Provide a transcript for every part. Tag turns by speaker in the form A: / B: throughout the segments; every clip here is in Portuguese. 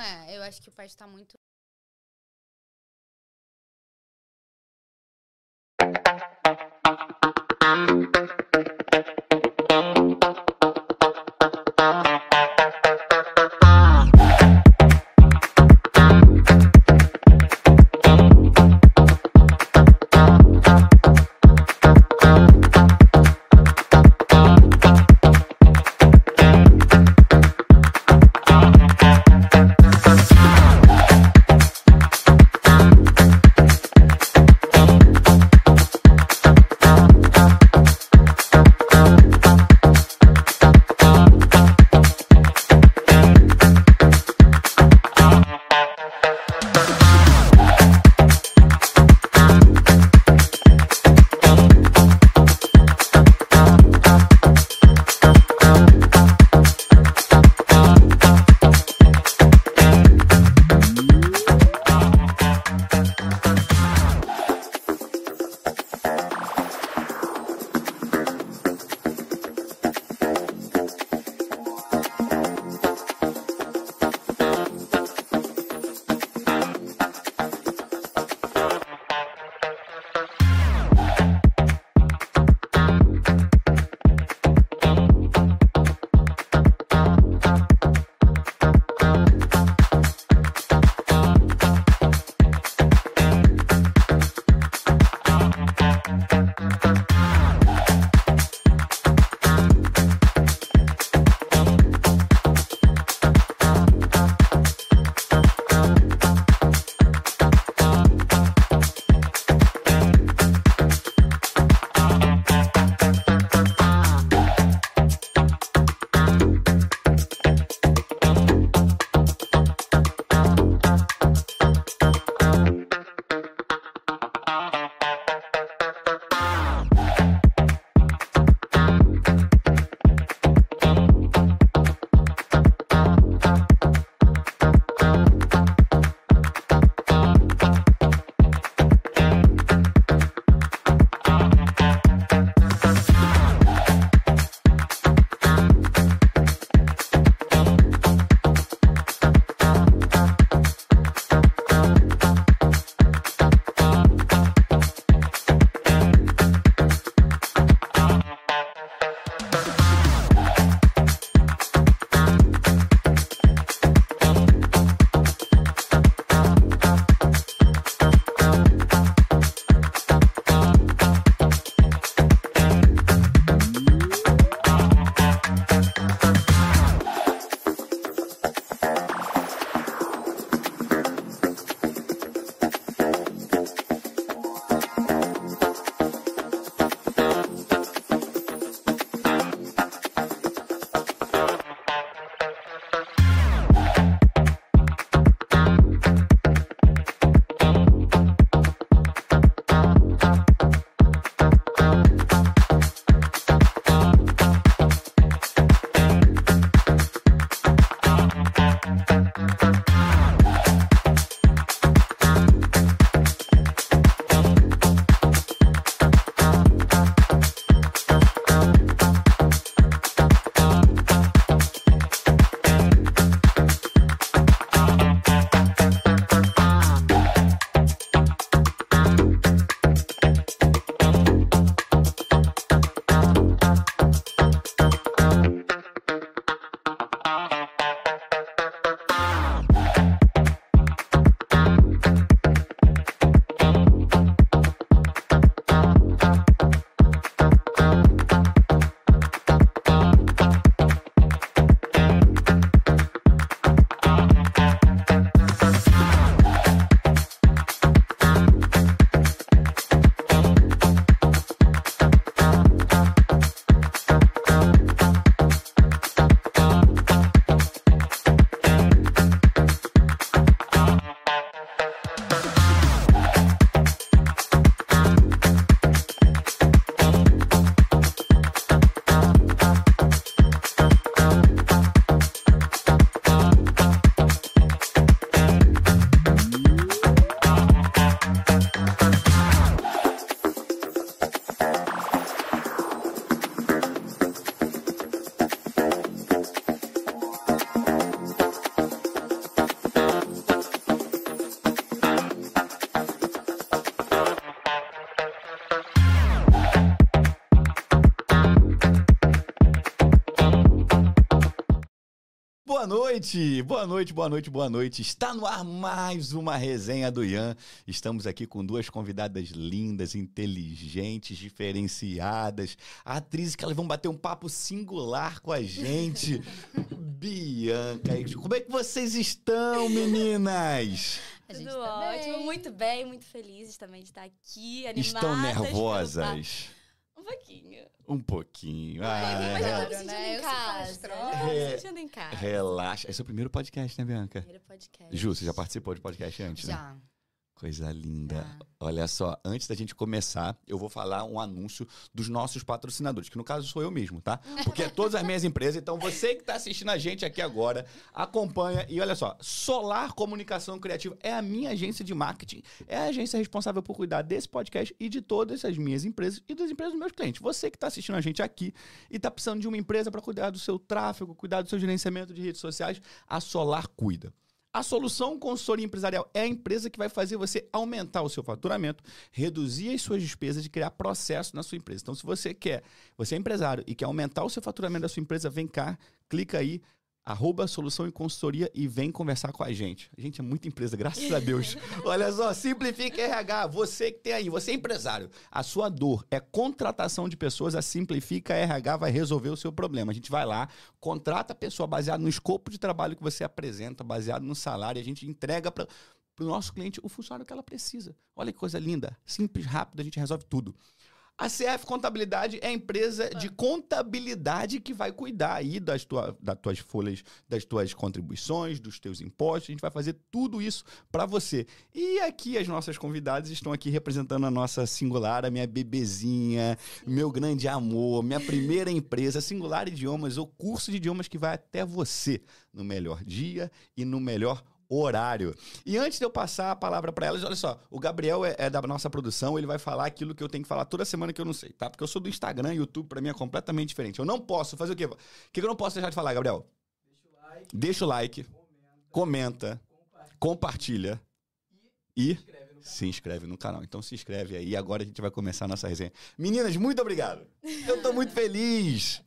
A: é, eu acho que o pai tá muito.
B: noite, boa noite, boa noite, boa noite. Está no ar mais uma resenha do Ian. Estamos aqui com duas convidadas lindas, inteligentes, diferenciadas, atrizes que elas vão bater um papo singular com a gente. Bianca, e- como é que vocês estão, meninas?
A: A gente
C: Tudo
A: tá bem.
C: ótimo, muito bem, muito felizes também de estar aqui, animadas.
B: Estão
C: pelo papo.
B: nervosas?
C: Um pouquinho.
B: Um pouquinho. Ah,
C: Mas eu tô
A: claro,
C: me sentindo
A: né? Eu
C: em
A: sou
C: casa.
A: falastrona.
C: Eu tô me
B: É.
C: sentindo em casa.
B: relaxa. Esse é o primeiro podcast, né, Bianca?
C: Primeiro podcast.
B: Ju, você já participou de podcast antes, né?
A: Já.
B: Coisa linda.
A: já.
B: Olha só, antes da gente começar, eu vou falar um anúncio dos nossos patrocinadores, que no caso sou eu mesmo, tá? Porque é todas as minhas empresas, então você que tá assistindo a gente aqui agora, acompanha e olha só, Solar Comunicação Criativa é a minha agência de marketing, é a agência responsável por cuidar desse podcast e de todas as minhas empresas e das empresas dos meus clientes. Você que tá assistindo a gente aqui e tá precisando de uma empresa para cuidar do seu tráfego, cuidar do seu gerenciamento de redes sociais, a Solar cuida. A solução consultoria empresarial é a empresa que vai fazer você aumentar o seu faturamento, reduzir as suas despesas e criar processo na sua empresa. Então, se você quer, você é empresário e quer aumentar o seu faturamento da sua empresa, vem cá, clica aí, arroba solução e consultoria e vem conversar com a gente. A gente é muita empresa, graças a Deus. Olha só, Simplifica RH, você que tem aí, você é empresário, a sua dor é contratação de pessoas, a Simplifica RH vai resolver o seu problema. A gente vai lá, contrata a pessoa baseado no escopo de trabalho que você apresenta, baseado no salário, e a gente entrega para o nosso cliente o funcionário que ela precisa. Olha que coisa linda, simples, rápido, a gente resolve tudo. A CF Contabilidade é a empresa de contabilidade que vai cuidar aí das, tua, das tuas folhas, das tuas contribuições, dos teus impostos. A gente vai fazer tudo isso para você. E aqui as nossas convidadas estão aqui representando a nossa Singular, a minha bebezinha, meu grande amor, minha primeira empresa, Singular Idiomas, o curso de idiomas que vai até você no melhor dia e no melhor horário. E antes de eu passar a palavra para elas, olha só, o Gabriel é, é da nossa produção, ele vai falar aquilo que eu tenho que falar toda semana que eu não sei, tá? Porque eu sou do Instagram, YouTube para mim é completamente diferente. Eu não posso fazer o quê? O que que eu não posso deixar de falar, Gabriel? Deixa o like, comenta, compartilha e se inscreve no canal. Então se inscreve aí. Agora a gente vai começar a nossa resenha. Meninas, muito obrigado. Eu tô muito feliz.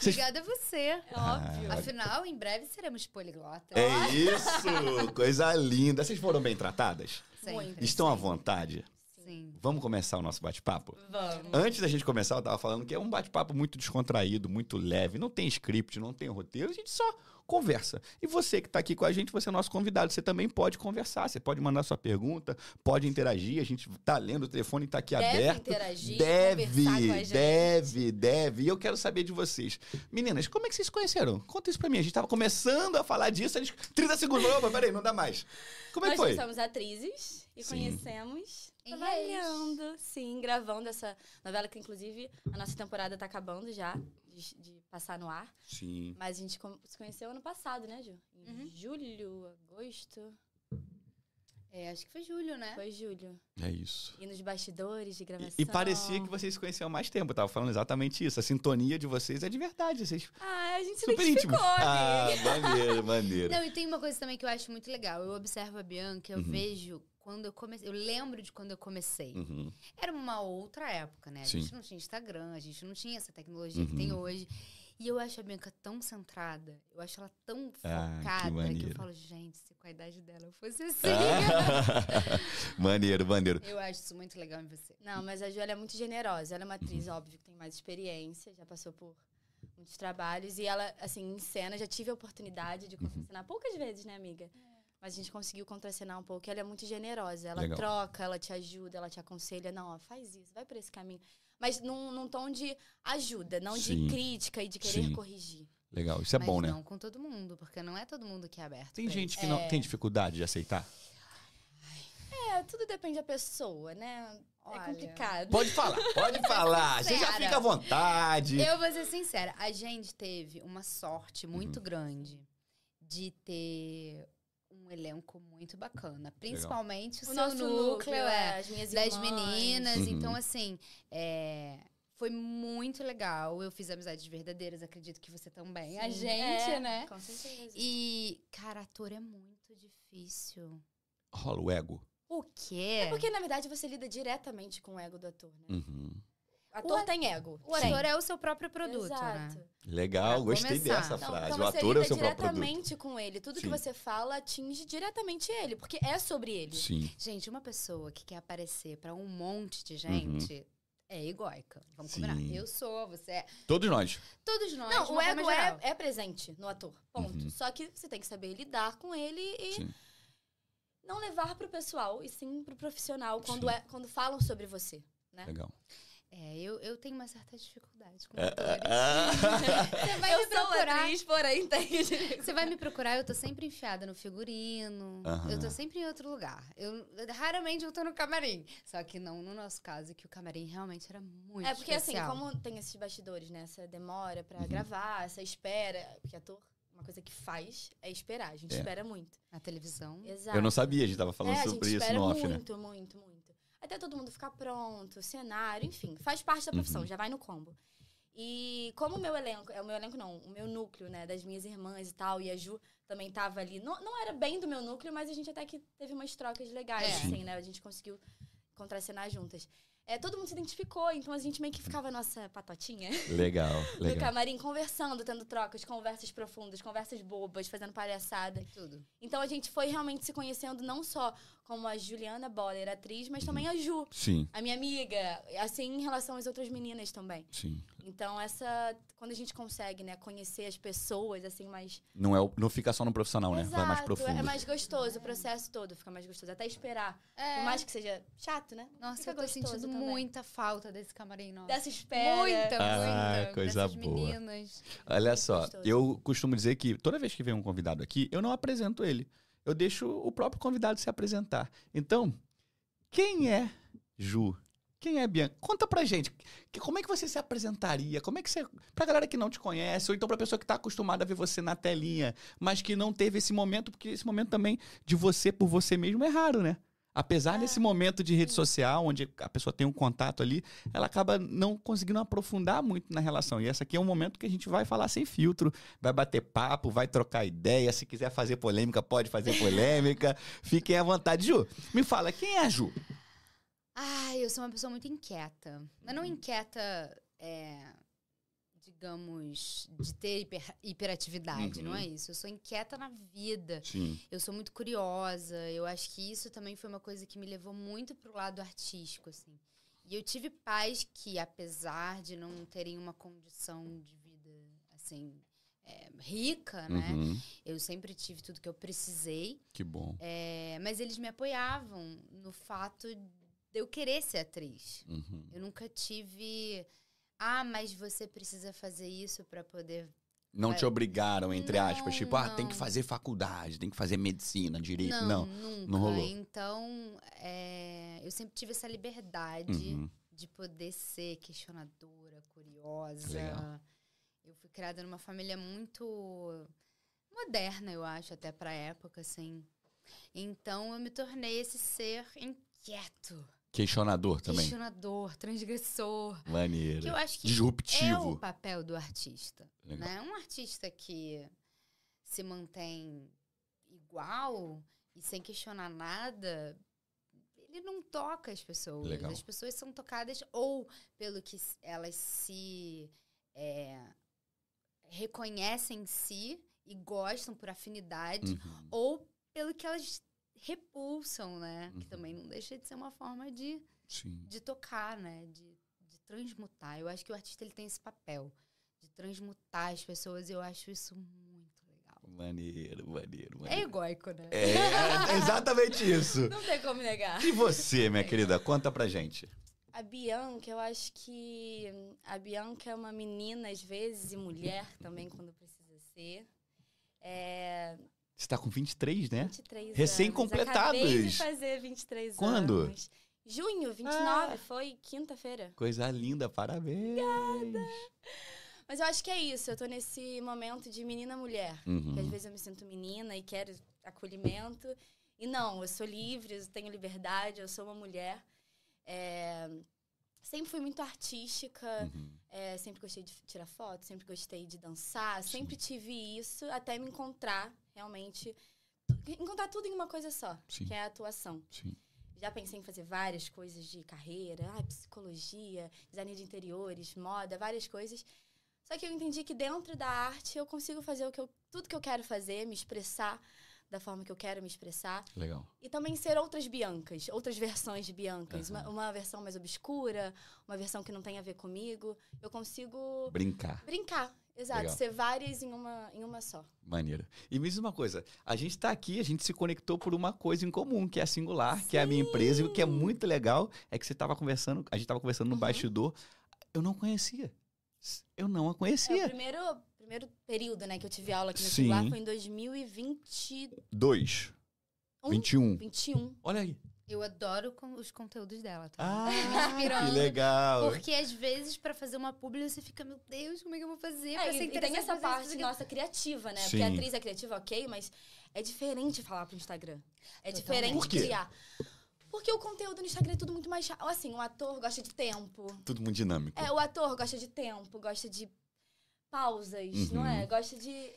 B: Vocês-
A: Obrigada a você.
C: É óbvio.
B: Ah,
A: Afinal, em breve seremos poliglotas.
B: É isso! Coisa linda. Vocês foram bem tratadas?
A: Sempre.
B: Estão à vontade?
A: Sim.
B: Vamos começar o nosso bate-papo?
C: Vamos.
B: Antes da gente começar, eu tava falando que é um bate-papo muito descontraído, muito leve. Não tem script, não tem roteiro, a gente só conversa. E você que tá aqui com a gente, você é nosso convidado. Você também pode conversar, você pode mandar sua pergunta, pode interagir. A gente tá lendo, o telefone tá aqui
C: Deve
B: aberto.
C: interagir, conversar com a
B: Deve,
C: gente.
B: deve, deve. E eu quero saber de vocês. Meninas, como é que vocês se conheceram? Conta isso pra mim. A gente tava começando a falar disso, a gente... 30 segundos. Opa, peraí, não dá mais. Como é que
C: Nós
B: foi?
C: somos atrizes e
B: Sim.
C: conhecemos
A: Em
C: trabalhando, sim, gravando essa novela que, inclusive, a nossa temporada tá acabando já, de, de passar no ar.
B: Sim.
C: Mas a gente com- se conheceu ano passado, né, Ju? Em
A: Uhum.
C: julho, agosto,
A: É, acho que foi julho, né?
C: foi julho.
B: É isso.
C: E nos bastidores de gravação.
B: E, e parecia que vocês se conheciam há mais tempo. Eu tava falando exatamente isso. A sintonia de vocês é de verdade. Vocês...
C: Ah, a gente se
B: Super
C: identificou,
B: íntimo.
C: né?
B: Ah,
C: amiga.
B: maneiro, maneiro.
A: Não, e tem uma coisa também que eu acho muito legal. Eu observo a Bianca, eu
B: Uhum.
A: vejo quando eu comecei. Eu lembro de quando eu comecei.
B: Uhum,
A: Era uma outra época, né? A
B: Sim.
A: gente não tinha Instagram, a gente não tinha essa tecnologia que
B: Uhum.
A: tem hoje. E eu acho a Bianca tão centrada, eu acho ela tão
B: Ah, que
A: focada que, eu
B: maneiro.
A: falo, gente, se com a idade dela eu fosse assim.
B: Ah. maneiro, maneiro.
A: Eu acho isso muito legal em você.
C: Não, mas a Ju ela é muito generosa. Ela é uma atriz, óbvio, que tem mais experiência, já passou por muitos trabalhos. E ela, assim, em cena, já tive a oportunidade
B: Uhum.
C: de contracenar poucas vezes, né, amiga? Mas a gente conseguiu contracenar um pouco. E ela é muito generosa. Ela
B: Legal.
C: troca, ela te ajuda, ela te aconselha. Não, ó, faz isso, vai por esse caminho. Mas num, num tom de ajuda, não
B: Sim.
C: de crítica e de querer
B: Sim.
C: corrigir.
B: Legal, isso é
A: Mas
B: bom, né?
A: não com todo mundo, porque não é todo mundo que é aberto.
B: Tem
A: pra
B: gente que não tem dificuldade de aceitar.
C: É, tudo depende da pessoa, né?
A: Olha.
C: É complicado.
B: Pode falar, pode falar. Você já
A: Sincera.
B: fica à vontade.
A: isso. Eu vou ser sincera, a gente teve uma sorte
B: Uhum.
A: muito grande de ter um elenco muito bacana. Principalmente o, seu núcleo, é.
C: as minhas
A: das
C: irmãs.
A: meninas.
B: Uhum.
A: Então, assim, é, foi muito legal. Eu fiz amizades verdadeiras, acredito que você também. a
C: Sim.
A: gente,
C: É,
A: né?
C: Com certeza.
A: E, cara, ator é muito difícil.
B: Rola o ego.
A: O quê?
C: É Porque, na verdade, você lida diretamente com o ego do ator, né?
B: Uhum.
C: Ator tem ego.
A: O ator é o seu próprio produto,
C: Exato.
A: né? Pra
B: Legal, gostei
A: começar.
B: dessa
C: Então,
B: frase.
C: então
B: o
C: você
B: ator é
C: lida
B: o seu próprio produto.
C: diretamente com ele. Tudo
B: Sim.
C: que você fala atinge diretamente ele, porque é sobre ele.
B: Sim.
A: Gente, uma pessoa que quer aparecer pra um monte de gente é egóica. Vamos
B: Uhum. Sim.
A: combinar. Eu sou, você é.
B: Todos nós.
A: Todos nós. de
C: Não, o
A: uma forma
C: ego é,
A: geral.
C: é presente no ator. Ponto.
B: Uhum.
C: Só que você tem que saber lidar com ele e
B: Sim.
C: não levar pro pessoal, e sim pro profissional quando,
B: Sim.
C: é, quando falam sobre você. É.
B: Legal.
A: É, eu, eu tenho uma certa dificuldade com
B: É,
A: atores.
B: é, é.
A: Você vai me procurar.
C: porém, entende?
A: Você vai me procurar, eu tô sempre enfiada no figurino.
B: Aham.
A: Eu tô sempre em outro lugar. Eu, raramente eu tô no camarim. Só que não no nosso caso, que o camarim realmente era muito
C: É porque
A: especial.
C: assim, como tem esses bastidores, né? Essa demora pra
B: Uhum.
C: gravar, essa espera. Porque ator, uma coisa que faz é esperar. A gente
B: É.
C: espera muito.
A: Na televisão.
C: Exato.
B: Eu não sabia, a gente tava
C: é,
B: falando
C: a gente
B: sobre isso
C: espera
B: no off, né?
C: muito, muito, muito. Até todo mundo ficar pronto, cenário, enfim, faz parte da
B: Uhum.
C: profissão, já vai no combo. E como o meu elenco, é o meu elenco não, o meu núcleo, né, das minhas irmãs e tal, e a Ju também tava ali. Não, não era bem do meu núcleo, mas a gente até que teve umas trocas legais,
A: É.
C: assim, né? A gente conseguiu contracenar juntas. É, todo mundo se identificou, então a gente meio que ficava a nossa patotinha
B: né? Legal,
C: no
B: legal.
C: camarim, conversando, tendo trocas, conversas profundas, conversas bobas, fazendo palhaçada.
A: Tudo.
C: Então a gente foi realmente se conhecendo não só como a Juliana Boller, atriz, mas também a Ju,
B: Sim,
C: a minha amiga, assim em relação às outras meninas também.
B: sim.
C: Então essa quando a gente consegue, né, conhecer as pessoas assim mais
B: Não, é, o- não fica só no profissional, né? Vai mais
C: Exato,
B: profundo.
C: é mais gostoso, o processo todo fica mais gostoso, até esperar.
A: É.
C: Por mais que seja chato, né?
A: Nossa,
C: fica
A: eu tô
C: gostoso
A: sentindo
C: também.
A: muita falta desse camarim nosso.
C: dessa espera.
A: Muita,
B: Ah,
A: muita.
B: coisa
A: dessas
B: boa.
A: meninas.
B: Olha
C: Muito
B: só,
C: gostoso.
B: eu costumo dizer que toda vez que vem um convidado aqui, eu não apresento ele. Eu deixo o próprio convidado se apresentar. Então, quem é Ju? Quem é Bianca? Conta pra gente. que- como é que você se apresentaria? Como é que você. Pra galera que não te conhece, ou então pra pessoa que tá acostumada a ver você na telinha, mas que não teve esse momento, porque esse momento também de você por você mesmo é raro, né? Apesar
C: Ah,
B: desse momento de rede social, onde a pessoa tem um contato ali, ela acaba não conseguindo aprofundar muito na relação. E esse aqui é um momento que a gente vai falar sem filtro, vai bater papo, vai trocar ideia. Se quiser fazer polêmica, pode fazer polêmica. Fiquem à vontade. Ju, me fala, quem é a Ju?
A: Ai, eu sou uma pessoa muito inquieta. Mas não inquieta, é, digamos, de ter hiper- hiperatividade,
B: Uhum.
A: não é isso? Eu sou inquieta na vida.
B: Sim.
A: Eu sou muito curiosa. Eu acho que isso também foi uma coisa que me levou muito pro lado artístico, assim. E eu tive pais que, apesar de não terem uma condição de vida, assim, é, rica,
B: Uhum.
A: né? Eu sempre tive tudo que eu precisei.
B: Que bom.
A: É, mas eles me apoiavam no fato de eu querer ser atriz.
B: Uhum.
A: Eu nunca tive. Ah, mas você precisa fazer isso pra poder.
B: Não te
A: É.
B: obrigaram, entre
A: Não,
B: aspas, tipo, ah, tem
A: não.
B: que fazer faculdade, tem que fazer medicina, direito.
A: Não,
B: Não.
A: nunca.
B: não rolou.
A: Então, é, eu sempre tive essa liberdade
B: Uhum.
A: de poder ser questionadora, curiosa.
B: Legal.
A: Eu fui criada numa família muito moderna, eu acho, até pra época, assim. Então, eu me tornei esse ser inquieto,
B: Questionador também.
A: questionador, transgressor. Que
B: Maneiro.
A: eu acho que é o
B: Disruptivo.
A: papel do artista.
B: Legal.
A: Né? Um artista que se mantém igual e sem questionar nada, ele não toca as pessoas.
B: Legal.
A: As pessoas são tocadas ou pelo que s- elas se é, reconhecem em si e gostam por afinidade,
B: Uhum.
A: ou pelo que elas repulsam, né?
B: Uhum.
A: Que também não deixa de ser uma forma de
B: Sim.
A: de tocar, né? De, de transmutar. Eu acho que o artista ele tem esse papel de transmutar as pessoas e eu acho isso muito legal.
B: Maneiro, maneiro,
A: É
B: maneiro.
A: egóico, né?
B: é exatamente isso.
C: Não tem como negar.
B: E você, minha querida, conta pra gente.
C: A Bianca, eu acho que a Bianca é uma menina às vezes e mulher também quando precisa ser. É,
B: Você tá com 23, né?
C: 23
B: Recém-completados.
C: anos. Acabei de fazer 23
B: Quando?
C: anos. Junho, 29, foi quinta-feira.
B: Coisa linda, parabéns.
C: Mas eu acho que é isso, eu tô nesse momento de menina-mulher. Que às
B: Uhum.
C: vezes eu me sinto menina e quero acolhimento. E não, eu sou livre, eu tenho liberdade, eu sou uma mulher. É, Sempre fui muito artística.
B: Uhum.
C: É, sempre gostei de tirar foto, sempre gostei de dançar, sempre tive isso até me encontrar realmente. Encontrar tudo em uma coisa só,
B: Sim.
C: que é a atuação.
B: Sim.
C: Já pensei em fazer várias coisas de carreira, ah, psicologia, design de interiores, moda, várias coisas. Só que eu entendi que dentro da arte eu consigo fazer o que eu, tudo que eu quero fazer, me expressar da forma que eu quero me expressar.
B: Legal.
C: E também ser outras Biancas, outras versões de Biancas.
B: Aham.
C: Uma, uma versão mais obscura, uma versão que não tem a ver comigo. Eu consigo
B: Brincar.
C: brincar, exato.
B: Legal.
C: Ser várias em uma, em uma só.
B: Maneiro. E me diz uma coisa: a gente tá aqui, a gente se conectou por uma coisa em comum, que é a Singular, que é a minha empresa. E o que é muito legal é que você tava conversando, a gente tava conversando no
C: Uhum.
B: bastidor, eu não conhecia. Eu não a
C: É, o
B: conhecia.
C: primeiro, primeiro período né, que eu tive aula aqui no
B: Sim.
C: celular foi em 2021.
B: Dois. 21.
C: 21.
B: Olha aí.
A: Eu adoro com- os conteúdos dela, tá?
B: Ah,
A: Me inspirando.
B: que legal.
A: Porque às vezes, pra fazer uma publi, você fica, meu Deus, como é que eu vou fazer?
C: É,
A: pra ser
C: e, e tem
A: interessante,
C: essa
A: fazer isso,
C: parte
A: fazer aquilo?"
C: nossa criativa, né?
B: Sim.
C: Porque a atriz é criativa, ok, mas é diferente falar pro Instagram. É
A: Totalmente.
C: diferente
B: Por quê?
C: criar. Porque o conteúdo no Instagram é tudo muito mais. cha- Assim, o ator gosta de tempo.
B: Tudo muito dinâmico.
C: É, o ator gosta de tempo, gosta de pausas,
B: Uhum.
C: não é? Gosta de.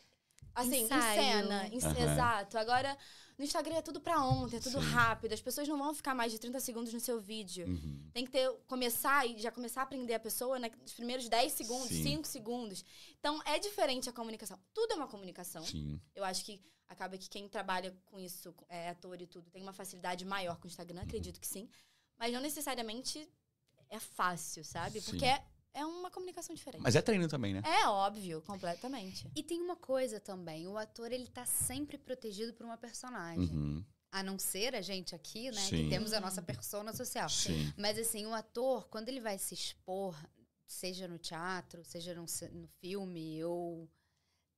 C: Assim,
A: Ensaio.
C: em cena, em-
B: Aham.
C: exato. Agora, no Instagram é tudo pra ontem, é tudo
B: Sim.
C: rápido. As pessoas não vão ficar mais de 30 segundos no seu vídeo.
B: Uhum.
C: Tem que ter, começar e já começar a aprender a pessoa né, nos primeiros 10 segundos,
B: Sim.
C: 5 segundos. Então, é diferente a comunicação. Tudo é uma comunicação.
B: Sim.
C: Eu acho que acaba que quem trabalha com isso, é ator e tudo, tem uma facilidade maior com o
B: Uhum.
C: Instagram, acredito que sim. Mas não necessariamente é fácil, sabe?
B: Sim.
C: Porque é, é uma comunicação diferente.
B: Mas é treino também, né?
C: É óbvio, completamente.
A: E tem uma coisa também, o ator ele tá sempre protegido por uma personagem.
B: Uhum.
A: A não ser a gente aqui, né?
B: Sim.
A: Que temos a nossa persona social.
B: Sim.
A: Mas assim, o ator, quando ele vai se expor, seja no teatro, seja no, ce- no filme, ou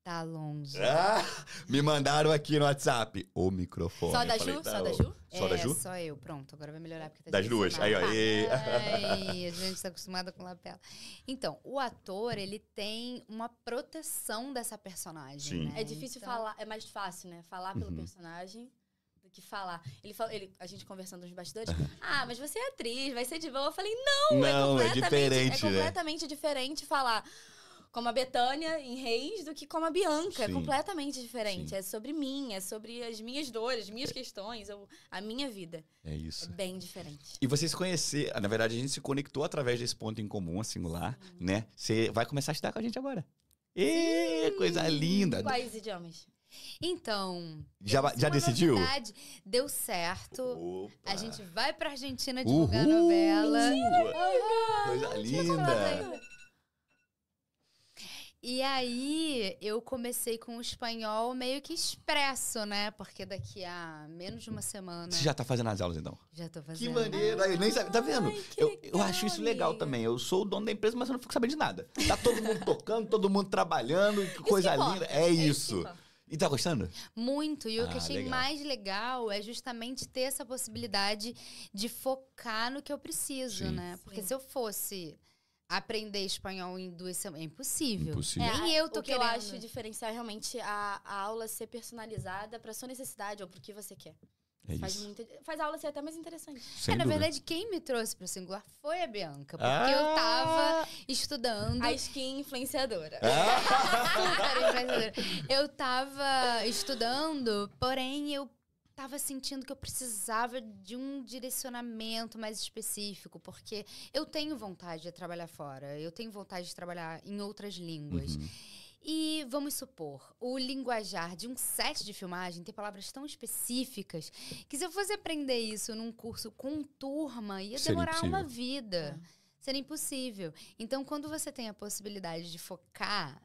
A: tá longe.
B: Ah, me mandaram aqui no WhatsApp o microfone.
C: Só
B: Eu
C: da
B: falei,
C: Ju?
B: tá,
C: Só da
B: ô,
C: Ju?
B: Só
A: É.
B: da Ju?
A: só eu. Pronto, agora vai melhorar. Porque tá
B: Das duas. Aí, ó.
A: direcionado.
B: e-
A: Ai, a gente tá acostumada com lapela. Então, o ator, ele tem uma proteção dessa personagem,
B: Sim.
A: né?
C: É difícil
A: Então,
C: falar, é mais fácil, né? Falar pelo
B: Uhum.
C: personagem do que falar. Ele falou, ele, a gente conversando nos bastidores, ah, mas você é atriz, vai ser de boa. Eu falei,
B: Uhum. Não, é
C: completamente-
B: diferente,
C: É
B: né?
C: completamente diferente falar como a Betânia em Reis do que como a Bianca. É
B: Sim.
C: completamente diferente.
B: Sim.
C: É sobre mim, é sobre as minhas dores, minhas questões, eu- a minha vida.
B: É
C: É
B: isso.
C: bem diferente.
B: E você se conhecer, na verdade, a gente se conectou através desse ponto em comum, a singular, né? Você vai começar a estudar com a gente agora. Ê, coisa linda.
C: Quais idiomas?
A: Então,
B: Já,
A: temos
B: já
A: uma
B: decidiu?
A: novidade. Deu certo.
B: Opa.
A: A gente vai pra Argentina divulgar a
B: Uhul!
A: novela.
B: Coisa
C: né?
A: contar
B: linda.
A: E aí, eu comecei com o espanhol meio que expresso, né? Porque daqui a menos de uma semana
B: Você já tá fazendo as aulas, então?
A: já tô fazendo.
B: Que maneiro. Aí, eu nem sabe, tá vendo?
C: Ai, que
B: eu, eu
C: legal,
B: acho isso legal
C: amiga.
B: também. Eu sou o dono da empresa, mas eu não fico sabendo de nada. Tá todo mundo tocando, todo mundo trabalhando, que coisa
C: importa.
B: linda. É
C: que
B: isso.
C: importa.
B: E tá gostando?
A: Muito. E o
B: Ah,
A: que achei
B: legal.
A: mais legal é justamente ter essa possibilidade de focar no que eu preciso,
B: Sim.
A: né? Porque
C: Sim.
A: se eu fosse aprender espanhol em duas semanas, é impossível.
B: Impossível.
C: É,
A: Nem eu tô
C: o que eu
A: querendo.
C: acho diferencial é realmente a, a aula ser personalizada pra sua necessidade ou pro que você quer.
B: É
C: Faz,
B: isso.
C: muita, faz a aula ser até mais interessante.
A: É,
B: Sem
A: na
B: dúvida.
A: verdade, quem me trouxe pro singular foi a Bianca. Porque
B: Ah!
A: eu tava estudando.
C: A skin influenciadora.
B: Ah,
A: Cara, brasileira. eu tava estudando, porém eu tava sentindo que eu precisava de um direcionamento mais específico, porque eu tenho vontade de trabalhar fora, eu tenho vontade de trabalhar em outras línguas.
B: Uhum.
A: E vamos supor, o linguajar de um set de filmagem tem palavras tão específicas que se eu fosse aprender isso num curso com turma, ia
B: Seria
A: demorar uma
B: impossível.
A: vida. Seria impossível. Então, quando você tem a possibilidade de focar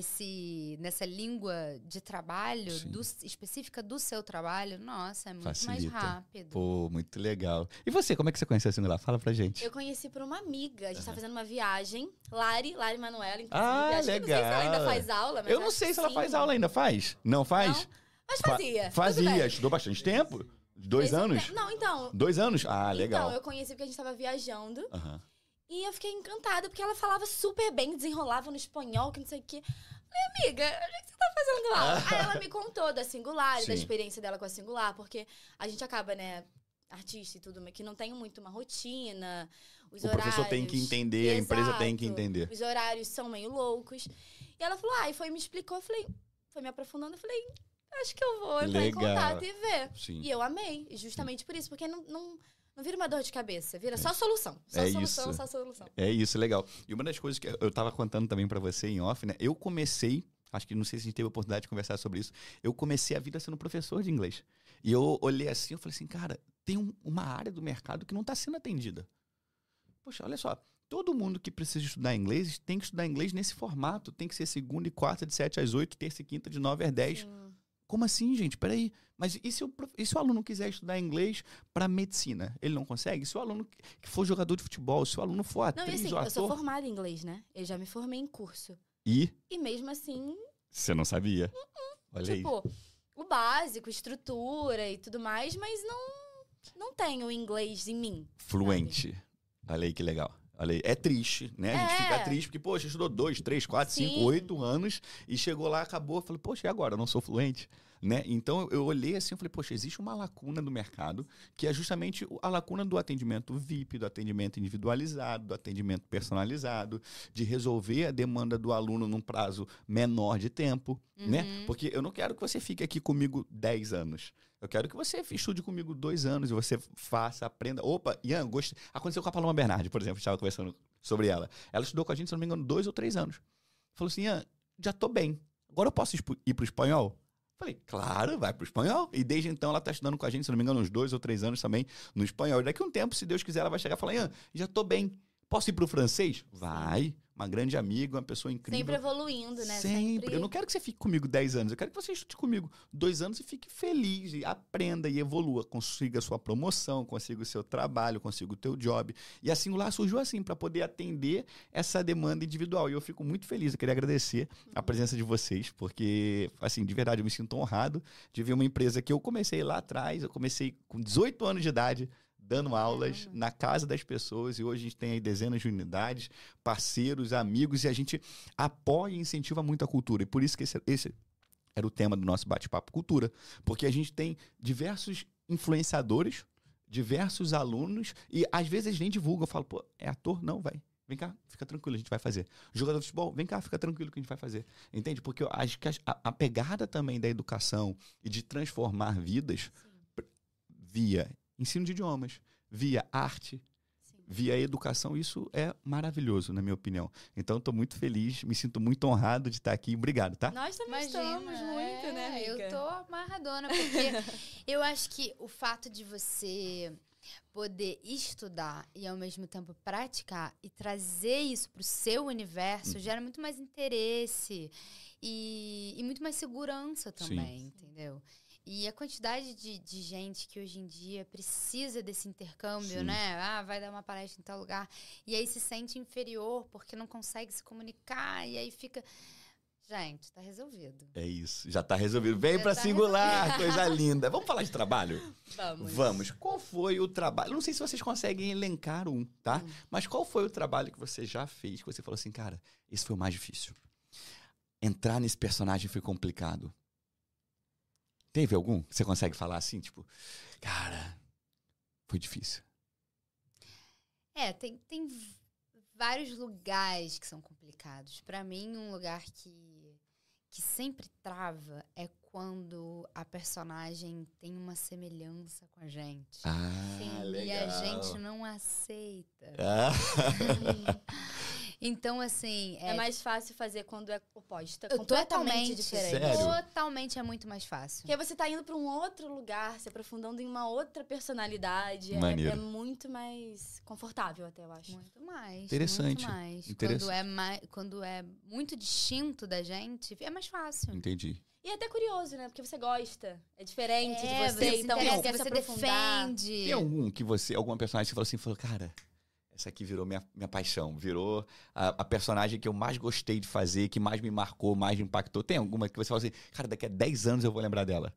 A: nesse, nessa língua de trabalho,
B: Sim.
A: do- específica do seu trabalho, nossa, é muito
B: Facilita.
A: mais rápido.
B: Pô, muito legal. E você, como é que você conheceu a Singular? Fala pra gente.
C: Eu conheci por uma amiga. A gente tá fazendo uma viagem. Lari, Lari Manuela, inclusive.
B: Ah,
C: acho que não sei se ela ainda
B: legal.
C: faz aula, mas
B: Eu não
C: acho
B: sei
C: que
B: se ela
C: sim.
B: faz aula ainda. Faz? Não faz?
C: Mas
B: Fa-
C: fazia. tudo
B: Fazia,
C: bem.
B: estudou bastante tempo? Dois
C: Esse
B: anos?
C: te- Não, então.
B: Dois anos? Ah, legal.
C: Então, eu conheci porque a gente tava viajando.
B: Aham.
C: E eu fiquei encantada, porque ela falava super bem, desenrolava no espanhol, que não sei o quê. Falei, amiga, onde é que você tá fazendo aula? Aí ela me contou da Singular, e da
B: Sim.
C: experiência dela com a Singular, porque a gente acaba, né, artista e tudo, que não tem muito uma rotina, os
B: O
C: horários.
B: professor tem que entender, a empresa tem que
C: Exato.
B: entender.
C: Os horários são meio loucos. E ela falou, ah, e foi me explicou. Eu falei, foi me aprofundando. Eu falei, acho que eu vou entrar em
B: Legal.
C: contato e ver.
B: Sim.
C: E eu amei, justamente por isso, porque não, não, Não vira uma dor de cabeça, vira só solução. Só
B: É
C: solução,
B: isso.
C: só solução.
B: É isso, legal. E uma das coisas que eu tava contando também pra você em off, né? Eu comecei, acho que não sei se a gente teve a oportunidade de conversar sobre isso, eu comecei a vida sendo professor de inglês. E eu olhei assim, eu falei assim, cara, tem um- uma área do mercado que não tá sendo atendida. Poxa, olha só, todo mundo que precisa estudar inglês tem que estudar inglês nesse formato, tem que ser segunda e quarta de 7 às 8, terça e quinta de 9 às 10.
C: Sim.
B: Como assim, gente? Peraí. Mas e se, o, prof- e se o aluno quiser estudar inglês para medicina? Ele não consegue? Se o aluno que- que for jogador de futebol, se o aluno for
C: Não, e
B: atriz
C: assim,
B: ou
C: eu sou
B: ator...
C: formada em inglês, né? Eu já me formei em curso.
B: E
C: E mesmo assim,
B: você não sabia. Olha aí.
C: tipo, o básico, estrutura e tudo mais, mas não, não tenho inglês em mim.
B: Fluente. Olha aí que legal. Olha aí. É triste, né? A gente
C: É.
B: fica triste porque, poxa, estudou dois, três, quatro, cinco,
C: Sim.
B: oito anos e chegou lá, acabou. Falei, poxa, e agora? Eu não sou fluente. Né? Então eu olhei assim e falei, poxa, existe uma lacuna no mercado que é justamente o- a lacuna do atendimento VIP, do atendimento individualizado, do atendimento personalizado, de resolver a demanda do aluno num prazo menor de tempo, né?
A: Uhum.
B: Porque eu não quero que você fique aqui comigo 10 anos. Eu quero que você estude comigo dois anos e você faça, aprenda. Opa, Ian, gostei. Aconteceu com a Paloma Bernardi, por exemplo, estava conversando sobre ela. Ela estudou com a gente, se eu não me engano, dois ou três anos. Falou assim, Ian, já tô bem. Agora eu posso expo- ir pro espanhol? Falei, claro, vai pro espanhol. E desde então ela tá estudando com a gente, se eu não me engano, uns dois ou três anos também no espanhol. E daqui a um tempo, se Deus quiser, ela vai chegar e falar, Ian, já tô bem. Posso ir pro francês? Vai. Uma grande amiga, uma pessoa incrível.
C: Sempre evoluindo, né?
B: Sempre. Eu não quero que você fique comigo 10 anos. Eu quero que você estude comigo dois anos e fique feliz, e aprenda e evolua. Consiga a sua promoção, consiga o seu trabalho, consiga o teu job. E assim, o Lá surgiu assim, para poder atender essa demanda individual. E eu fico muito feliz. Eu queria agradecer a presença de vocês, porque, assim, de verdade, eu me sinto honrado de ver uma empresa que eu comecei lá atrás. Eu comecei com 18 anos de idade. Dando aulas
A: Caramba.
B: na casa das pessoas e hoje a gente tem aí dezenas de unidades, parceiros, amigos e a gente apoia e incentiva muito a cultura. E por isso que esse, esse era o tema do nosso bate-papo cultura. Porque a gente tem diversos influenciadores, diversos alunos, e às vezes eles nem divulgam. Eu falo, pô, é ator? Não, vai. Vem cá, fica tranquilo, a gente vai fazer. Jogador de futebol, vem cá, fica tranquilo que a gente vai fazer. Entende? Porque eu acho que a, a pegada também da educação e de transformar vidas pr- via ensino de idiomas, via arte, via educação, isso é maravilhoso, na minha opinião. Então, estou muito feliz, me sinto muito honrado de estar aqui. Obrigado, tá?
C: Nós também estamos muito,
A: é,
C: né? amiga?
A: Eu tô amarradona, porque eu acho que o fato de você poder estudar e ao mesmo tempo praticar e trazer isso pro seu universo gera muito mais interesse e, e muito mais segurança também, entendeu? E a quantidade de, de gente que hoje em dia precisa desse intercâmbio,
B: Sim.
A: né? Ah, vai dar uma palestra em tal lugar. E aí se sente inferior porque não consegue se comunicar. E aí fica. Gente, tá resolvido.
B: É isso, já está resolvido. Vem
A: Já
B: para
A: tá
B: singular, coisa linda. Vamos falar de trabalho?
C: Vamos.
B: Vamos. Qual foi o trabalho? Eu Não sei se vocês conseguem elencar um, tá?
A: Hum.
B: Mas qual foi o trabalho que você já fez que você falou assim, cara, esse foi o mais difícil? Entrar nesse personagem foi complicado. Teve algum? que Você consegue falar assim, tipo, cara, foi difícil.
A: É, tem, tem v- vários lugares que são complicados. Pra mim, um lugar que, que sempre trava é quando a personagem tem uma semelhança com a gente.
B: Ah,
A: e a gente não aceita.
B: Ah,
A: Então, assim.
C: É
A: é
C: mais fácil fazer quando é oposta.
A: eu-
C: completamente diferente.
B: Sério?
A: Totalmente é muito mais fácil.
C: Porque aí você tá indo pra um outro lugar, se aprofundando em uma outra personalidade. É-
B: Maneiro.
C: É, muito mais confortável, até eu acho.
A: Muito mais.
B: Interessante,
A: Muito mais.
B: interessante.
A: Quando, é mai- quando é muito distinto da gente, é mais fácil.
B: entendi.
C: E até curioso, né? Porque você gosta. É diferente de você,
A: se
C: então
A: interessa,
C: você quer se
A: você
C: aprofundar.
A: defende.
B: Tem algum que você, alguma personagem que você falou assim, falou, cara, essa aqui virou minha, minha paixão, virou a, a personagem que eu mais gostei de fazer, que mais me marcou, mais me impactou. Tem alguma que você fala assim, cara, daqui a 10 anos eu vou lembrar dela?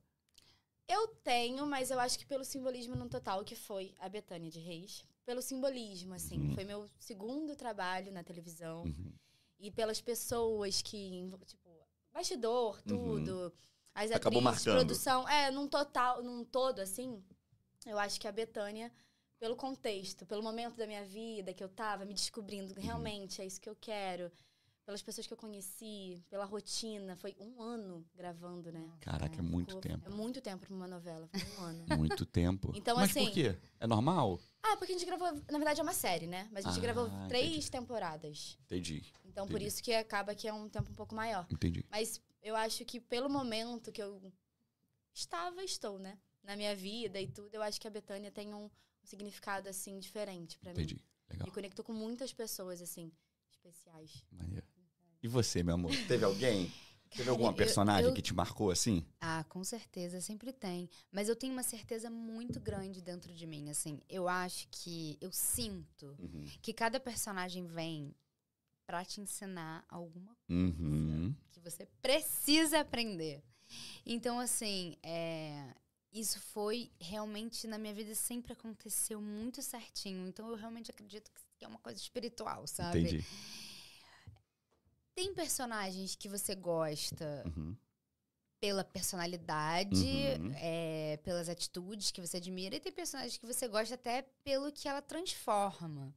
C: Eu tenho, mas eu acho que pelo simbolismo no total, que foi a Betânia de Reis. Pelo simbolismo, assim.
B: Uhum.
C: Foi meu segundo trabalho na televisão.
B: Uhum.
C: E pelas pessoas que, envo- tipo, bastidor, tudo. As
B: Uhum. Acabou
C: atrizes,
B: marcando.
C: produção. É, num total, num todo, assim, eu acho que a Betânia, pelo
B: Uhum.
C: contexto, pelo momento da minha vida que eu tava me descobrindo, realmente é isso que eu quero. pelas pessoas que eu conheci, pela rotina. Foi um ano gravando, né?
B: Caraca, é muito
C: Ficou-
B: tempo.
C: É muito tempo pra uma novela. Foi um ano.
B: Muito tempo.
C: Então,
B: Mas
C: assim-
B: por quê? É normal?
C: ah, porque a gente gravou. Na verdade, é uma série, né? Mas a gente
B: Ah,
C: gravou três
B: entendi.
C: temporadas.
B: Entendi,
C: Então, por
B: Entendi.
C: isso que acaba que é um tempo um pouco maior.
B: entendi.
C: Mas eu acho que pelo momento que eu estava, estou, né? Na minha vida e tudo, eu acho que a Betânia tem um significado, assim, diferente pra mim.
B: Entendi. Legal.
C: Me conectou com muitas pessoas, assim, especiais.
B: Maneiro. E você, meu amor? Teve alguém? Teve alguma
A: eu-
B: personagem
A: eu-
B: que te marcou assim?
A: Ah, com certeza, sempre tem. Mas eu tenho uma certeza muito grande dentro de mim, assim. Eu acho que. Eu sinto
B: Uhum.
A: que cada personagem vem pra te ensinar alguma
B: Uhum.
A: que você precisa aprender. Então, assim, é, isso foi realmente na minha vida sempre aconteceu muito certinho. Então, eu realmente acredito que é uma coisa espiritual, sabe?
B: Entendi.
A: Tem personagens que você gosta
B: Uhum.
A: pela personalidade,
B: Uhum.
A: é, pelas atitudes que você admira, e tem personagens que você gosta até pelo que ela transforma.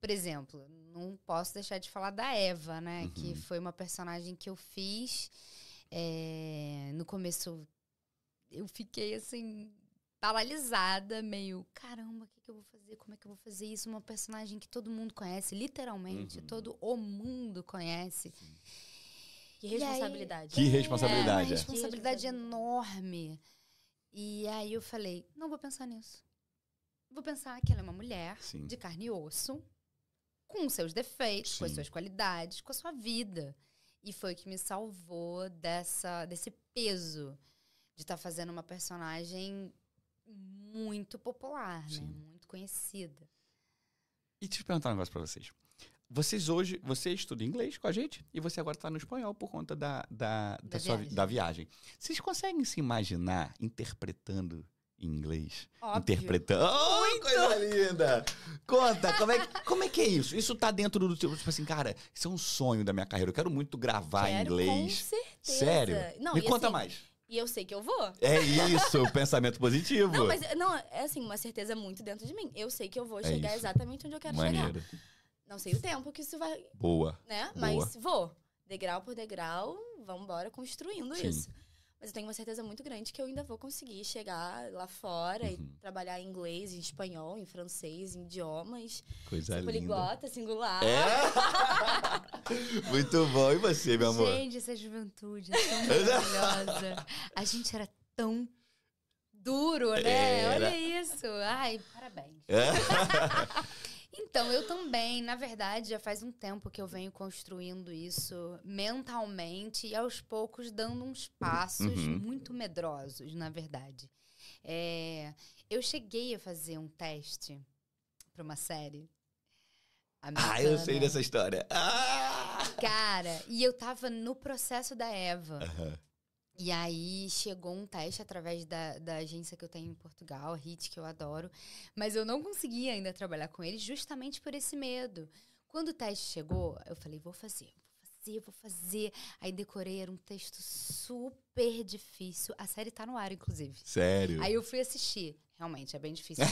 A: Por exemplo, não posso deixar de falar da Eva, né?
B: Uhum.
A: Que foi uma personagem que eu fiz. é, no começo, eu fiquei assim, paralisada, meio, caramba, o que, que eu vou fazer? Como é que eu vou fazer isso? Uma personagem que todo mundo conhece, literalmente,
B: Uhum.
A: todo o mundo conhece.
C: Que
A: E aí-
C: responsabilidade.
B: Que
A: É, uma
B: responsabilidade. é.
A: responsabilidade
C: Que responsabilidade.
A: enorme. E aí eu falei, não vou pensar nisso. Vou pensar que ela é uma mulher
B: Sim.
A: de carne e osso, com seus defeitos, com as
B: Sim.
A: suas qualidades, com a sua vida. E foi o que me salvou dessa, desse peso de estar fazendo uma personagem muito popular,
B: Sim.
A: né? Muito conhecida.
B: E deixa eu perguntar um negócio pra vocês. Vocês hoje, você estuda inglês com a gente e você agora tá no espanhol por conta da, da, da,
A: Da
B: sua vi-
A: viagem.
B: da viagem. Vocês conseguem se imaginar interpretando em inglês?
C: Óbvio.
B: Interpretando. Ai, coisa linda! Conta, como é, que- como é que é isso? Isso tá dentro do teu. Tipo assim, cara, isso é um sonho da minha carreira. Eu quero muito gravar em
C: Quero,
B: inglês.
C: Com certeza.
B: Sério?
C: Não,
B: Me
C: e
B: conta
C: assim,
B: mais.
C: E eu sei que eu vou.
B: É isso, o pensamento positivo.
C: Não, mas não, é assim, uma certeza muito dentro de mim. Eu sei que eu vou
B: É
C: chegar
B: isso.
C: exatamente onde eu quero chegar.
B: Maneiro.
C: Não sei o tempo que isso vai,
B: Boa.
C: né?
B: Boa.
C: Mas vou. Degrau por degrau, vamos embora construindo
B: Sim.
C: isso. Mas eu tenho uma certeza muito grande que eu ainda vou conseguir chegar lá fora
B: Uhum.
C: e trabalhar em inglês, em espanhol, em francês, em idiomas.
B: Coisa
C: Sou
B: linda.
C: poliglota, singular.
B: É? Muito bom. E você, meu amor?
A: Gente, essa juventude é tão maravilhosa. A gente era tão duro, né?
B: Era.
A: Olha isso. Ai, parabéns.
B: É?
A: Então, eu também, na verdade, já faz um tempo que eu venho construindo isso mentalmente e aos poucos dando uns passos
B: Uhum.
A: muito medrosos, na verdade. É, eu cheguei a fazer um teste para uma série.
B: Ah, eu sei
A: americana.
B: dessa história. Ah!
A: Cara, e eu tava no processo da Eva.
B: Aham.
A: E aí chegou um teste através da, da agência que eu tenho em Portugal, a HIT, que eu adoro. Mas eu não consegui ainda trabalhar com eles justamente por esse medo. Quando o teste chegou, eu falei, vou fazer, vou fazer, vou fazer. Aí decorei, era um texto super difícil. A série tá no ar, inclusive.
B: Sério.
A: Aí eu fui assistir. Realmente, é bem difícil.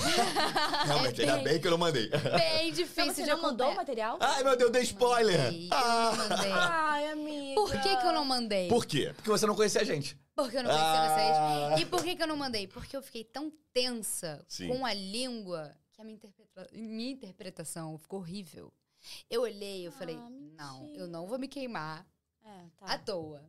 B: Realmente,
A: é
B: ainda
A: bem-
B: bem que eu não mandei.
A: bem
C: Então,
A: difícil
C: você
A: de
C: já mandou o
A: acompanhar.
C: material?
B: Ai, meu Deus, dei spoiler!
A: Mandei,
B: Ah!
A: Eu não mandei.
C: Ai, amiga.
A: Por que, que eu não mandei?
B: Por quê? Porque você não conhecia a gente.
A: Porque eu não conhecia
B: Ah.
A: vocês. E por que, que eu não mandei? Porque eu fiquei tão tensa
B: Sim.
A: com a língua que a minha, interpreta- minha interpretação ficou horrível. Eu olhei, eu
C: Ah,
A: falei,
C: mentira.
A: não, eu não vou me queimar
C: É, tá.
A: à toa.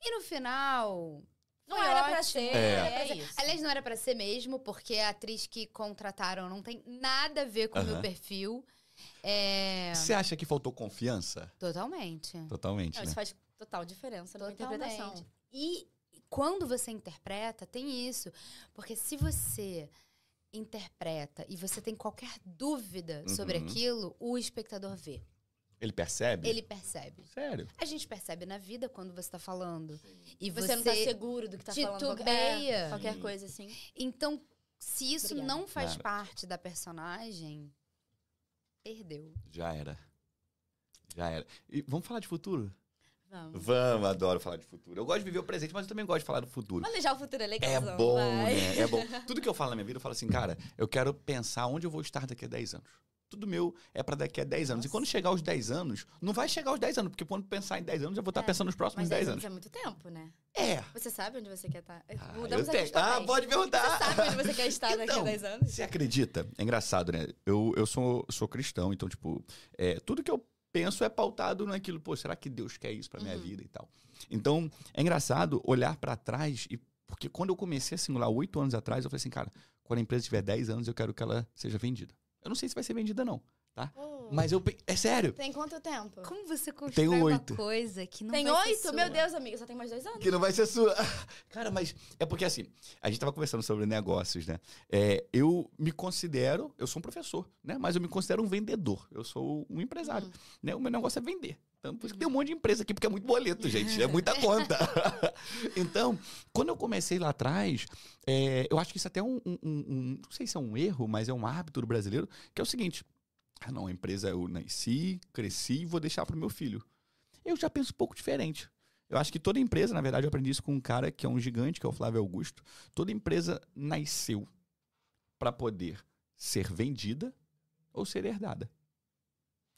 A: E no final.
C: Não
A: foi
C: era pra
A: ótimo.
C: ser.
B: É.
C: não era pra
A: É
C: ser.
A: isso. Aliás, não era pra ser mesmo, porque a atriz que contrataram não tem nada a ver com o meu
B: Aham.
A: perfil. É,
B: Você acha que faltou confiança?
A: Totalmente.
B: Totalmente,
C: Não,
B: né?
C: isso faz total diferença na minha
A: Totalmente.
C: interpretação.
A: E quando você interpreta, tem isso. Porque se você interpreta e você tem qualquer dúvida sobre
B: Uhum.
A: aquilo, o espectador vê.
B: Ele percebe?
A: Ele percebe.
B: Sério.
A: A gente percebe na vida quando você tá falando. E
C: Você,
A: você,
C: não tá seguro do que tá falando. qualquer-
A: titubeia.
C: É, qualquer
B: Sim.
C: coisa assim.
A: Então, se isso
C: Obrigada.
A: não faz
B: Nada.
A: parte da personagem, perdeu.
B: Já era. Já era. E vamos falar de futuro?
C: Vamos.
B: Vamos, adoro falar de futuro. Eu gosto de viver o presente, mas eu também gosto de falar do futuro.
C: Planejar o futuro é legal.
B: É
C: não,
B: bom,
C: vai.
B: né? É bom. Tudo que eu falo na minha vida, eu falo assim, cara, eu quero pensar onde eu vou estar daqui a 10 anos. tudo meu é para daqui a 10 anos. E quando chegar aos 10 anos, não vai chegar aos 10 anos, porque quando pensar em 10 anos, eu vou estar
C: É,
B: pensando nos próximos
C: Mas
B: 10
C: 10
B: anos.
C: é muito tempo, né?
B: É.
C: Você sabe onde você quer estar?
B: Ah, eu
C: Mudamos a
B: tenho.
C: gente
B: Ah,
C: talvez.
B: pode
C: Você
B: perguntar.
C: sabe onde você quer estar daqui
B: Então,
C: a 10 anos?
B: Você acredita? É engraçado, né? Eu, eu sou, sou cristão, então, tipo, é, tudo que eu penso é pautado naquilo. Pô, será que Deus quer isso pra minha
C: Uhum.
B: vida e tal? Então, é engraçado olhar pra trás e. Porque quando eu comecei a simular oito anos atrás, eu falei assim, cara, quando a empresa tiver 10 anos, eu quero que ela seja vendida. Eu não sei se vai ser vendida, não.
C: Pô,
B: Mas eu. pe- É sério.
C: Tem quanto tempo?
A: Como você constrói
B: Tenho
A: uma
B: oito.
A: coisa que não
C: Ah. Tem
A: vai ser
C: oito?
A: sua?
C: Meu Deus, amiga, só tem mais dois anos.
B: Que não vai ser sua. Cara, mas é porque assim, a gente tava conversando sobre negócios, né? É, eu me considero, eu sou um professor, né? Mas eu me considero um vendedor. Eu sou um empresário,
C: Uhum.
B: né? O meu negócio é vender. Então, por isso que tem um monte de empresa aqui, porque é muito boleto, gente. É muita conta. então, quando eu comecei lá atrás, é, eu acho que isso até é um, um- um- um- Não sei se é um erro, mas é um hábito do brasileiro, que é o seguinte. Ah, não, a empresa eu nasci, cresci e vou deixar pro meu filho. Eu já penso um pouco diferente. Eu acho que toda empresa, na verdade, eu aprendi isso com um cara que é um gigante, que é o Flávio Augusto. Toda empresa nasceu para poder ser vendida ou ser herdada.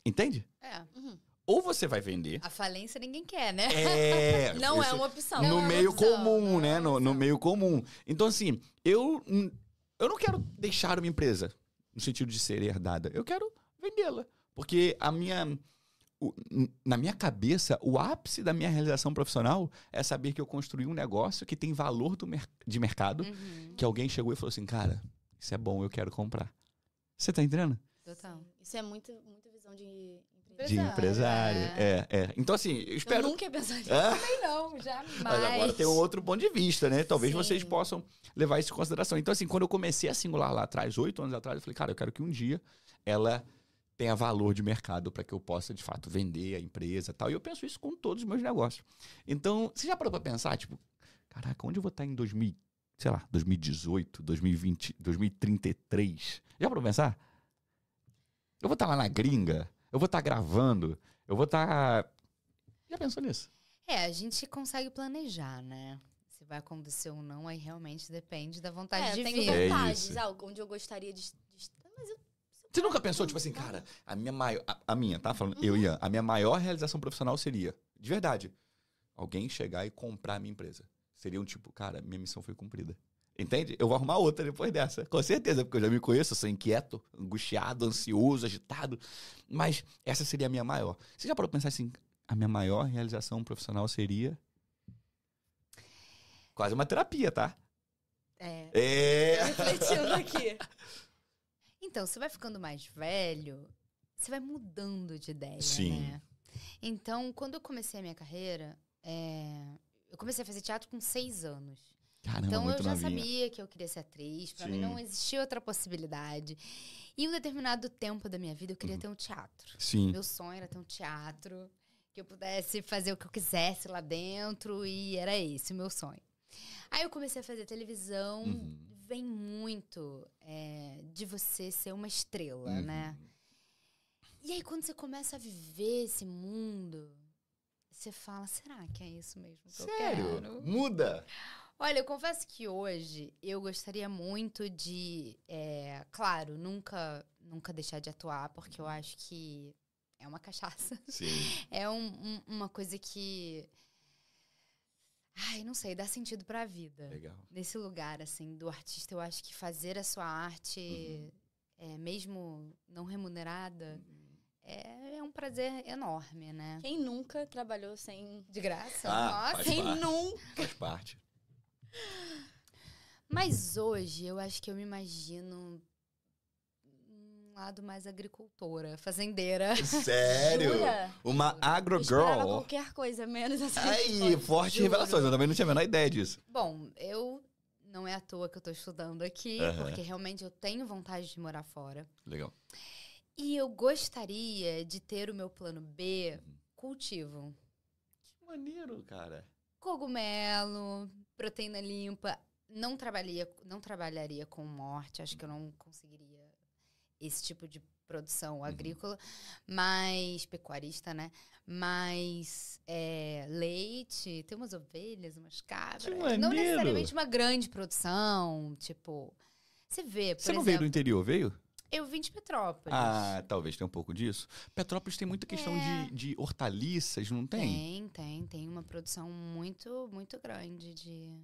B: Entende?
A: É,
C: Uhum.
B: Ou você vai vender.
A: a falência ninguém quer, né?
B: É,
C: Não é
B: isso-
C: uma opção.
B: no
A: é
B: meio
A: opção,
B: comum,
A: não é
B: né? No, no
A: opção.
B: meio comum. Então, assim, eu, hum, eu não quero deixar uma empresa no sentido de ser herdada. Eu quero vendê-la. Porque a minha. o- n- na minha cabeça, o ápice da minha realização profissional é saber que eu construí um negócio que tem valor do mer- de mercado,
A: Uhum,
B: que alguém chegou e falou assim: cara, isso é bom, eu quero comprar. Você tá entendendo?
A: total.
C: Sim. Isso é muito, muita visão de empreendedor.
B: De
A: Empresário,
B: empresário. É,
A: é.
B: é. Então, assim, eu
C: Eu
B: espero.
C: nunca ia pensar nisso.
B: Ah!
A: Sei não, jamais.
B: Mas agora tem um outro ponto de vista, né? Talvez
C: Sim.
B: vocês possam levar isso em consideração. Então, assim, quando eu comecei a singular lá atrás, oito anos atrás, eu falei, cara, eu quero que um dia ela tenha valor de mercado para que eu possa, de fato, vender a empresa e tal. E eu penso isso com todos os meus negócios. Então, você já parou pra pensar, tipo, caraca, onde eu vou estar em 2000, sei lá, 2018, 2020, 2033? Já parou pra pensar? Eu vou estar lá na gringa, eu vou estar gravando, eu vou estar... Já pensou nisso?
A: É, a gente consegue planejar, né? Se vai acontecer ou não, aí realmente depende da vontade
C: é,
A: de
C: eu
A: vir.
C: tenho
B: É
C: vontades,
B: isso.
C: ah, onde eu gostaria de, de estar. Mas eu,
B: Você nunca pensou, tipo assim, cara, a minha maior. A, a minha, tá? Falando, eu,
A: Uhum.
B: Ian, a minha maior realização profissional seria, de verdade, alguém chegar e comprar a minha empresa. Seria um tipo, cara, minha missão foi cumprida. Entende? Eu vou arrumar outra depois dessa. Com certeza, porque eu já me conheço, eu sou inquieto, angustiado, ansioso, agitado. Mas essa seria a minha maior. Você já parou pra pensar assim, a minha maior realização profissional seria. Quase uma terapia, tá?
C: é,
B: É.
C: tô refletindo aqui.
A: Então, você vai ficando mais velho, você vai mudando de ideia,
B: Sim.
A: né? Então, quando eu comecei a minha carreira, é, eu comecei a fazer teatro com seis anos.
B: Caramba,
A: Então
B: muito
A: eu já
B: novinha.
A: sabia que eu queria ser atriz, pra mim
B: Sim.
A: não existia outra possibilidade. E em um determinado tempo da minha vida eu
B: Uhum.
A: queria ter um teatro.
B: Sim.
A: Meu sonho era ter um teatro, que eu pudesse fazer o que eu quisesse lá dentro e era esse o meu sonho. Aí eu comecei a fazer televisão,
B: Uhum.
A: vem muito é, de você ser uma estrela,
B: Uhum.
A: né? E aí quando você começa a viver esse mundo, você fala, será que é isso mesmo que eu quero?
B: Sério? Muda!
A: Olha, eu confesso que hoje eu gostaria muito de, é, claro, nunca, nunca deixar de atuar, porque
B: Uhum.
A: eu acho que é uma cachaça.
B: Sim.
A: É um- um- uma coisa que. Ai, não sei, dá sentido pra vida.
B: Legal.
A: Nesse lugar, assim, do artista, eu acho que fazer a sua
B: Uhum.
A: arte, é, mesmo não remunerada,
B: Uhum.
A: é, é um prazer enorme, né?
C: Quem nunca trabalhou sem.
A: De graça?
B: Ah,
A: Nossa!
B: faz
C: Quem
B: parte.
C: nunca?
B: Faz parte.
A: Mas hoje eu acho que eu me imagino um lado mais agricultora, fazendeira.
B: Sério?
C: Jura?
B: Uma agro
C: Esperava
B: girl. É
C: qualquer coisa, menos essa
B: Aí,
C: resposta.
B: fortes
C: Juro.
B: revelações. Eu também não tinha a menor ideia disso.
A: Bom, eu não é à toa que eu tô estudando aqui,
B: Aham.
A: porque realmente eu tenho vontade de morar fora.
B: Legal.
A: E eu gostaria de ter o meu plano B
B: Uhum.
A: cultivo.
B: Que maneiro, cara.
A: Cogumelo, proteína limpa. Não trabalharia, não trabalharia com morte, acho que eu
B: Uhum.
A: não conseguiria esse tipo de produção agrícola, mas pecuarista, né? Mas é, leite, tem umas ovelhas, umas cabras. Não
B: maneiro!
A: necessariamente uma grande produção, tipo. Você vê, por
B: Você não
A: exemplo.
B: veio do interior, veio?
A: Eu vim de Petrópolis.
B: Ah, talvez tenha um pouco disso. Petrópolis tem muita questão
A: É.
B: de, de hortaliças, não tem?
A: Tem, tem. Tem uma produção muito, muito grande de,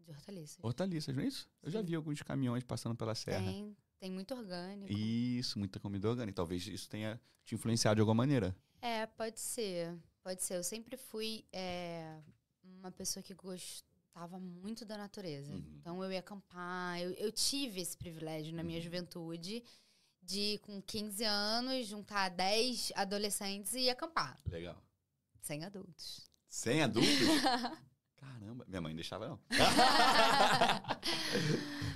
A: de hortaliças.
B: Hortaliças, não é isso? Eu já
A: Sim.
B: vi alguns caminhões passando pela serra.
A: Tem, tem muito orgânico.
B: Isso, muita comida orgânica. Talvez isso tenha te influenciado de alguma maneira.
A: É, pode ser. Pode ser. Eu sempre fui é, uma pessoa que gostava muito da natureza.
B: Uhum.
A: Então eu ia acampar. Eu, eu tive esse privilégio na minha juventude de, com 15 anos, juntar 10 adolescentes e ir acampar.
B: Legal.
A: Sem adultos.
B: Sem adultos? Caramba, minha mãe não deixava, não.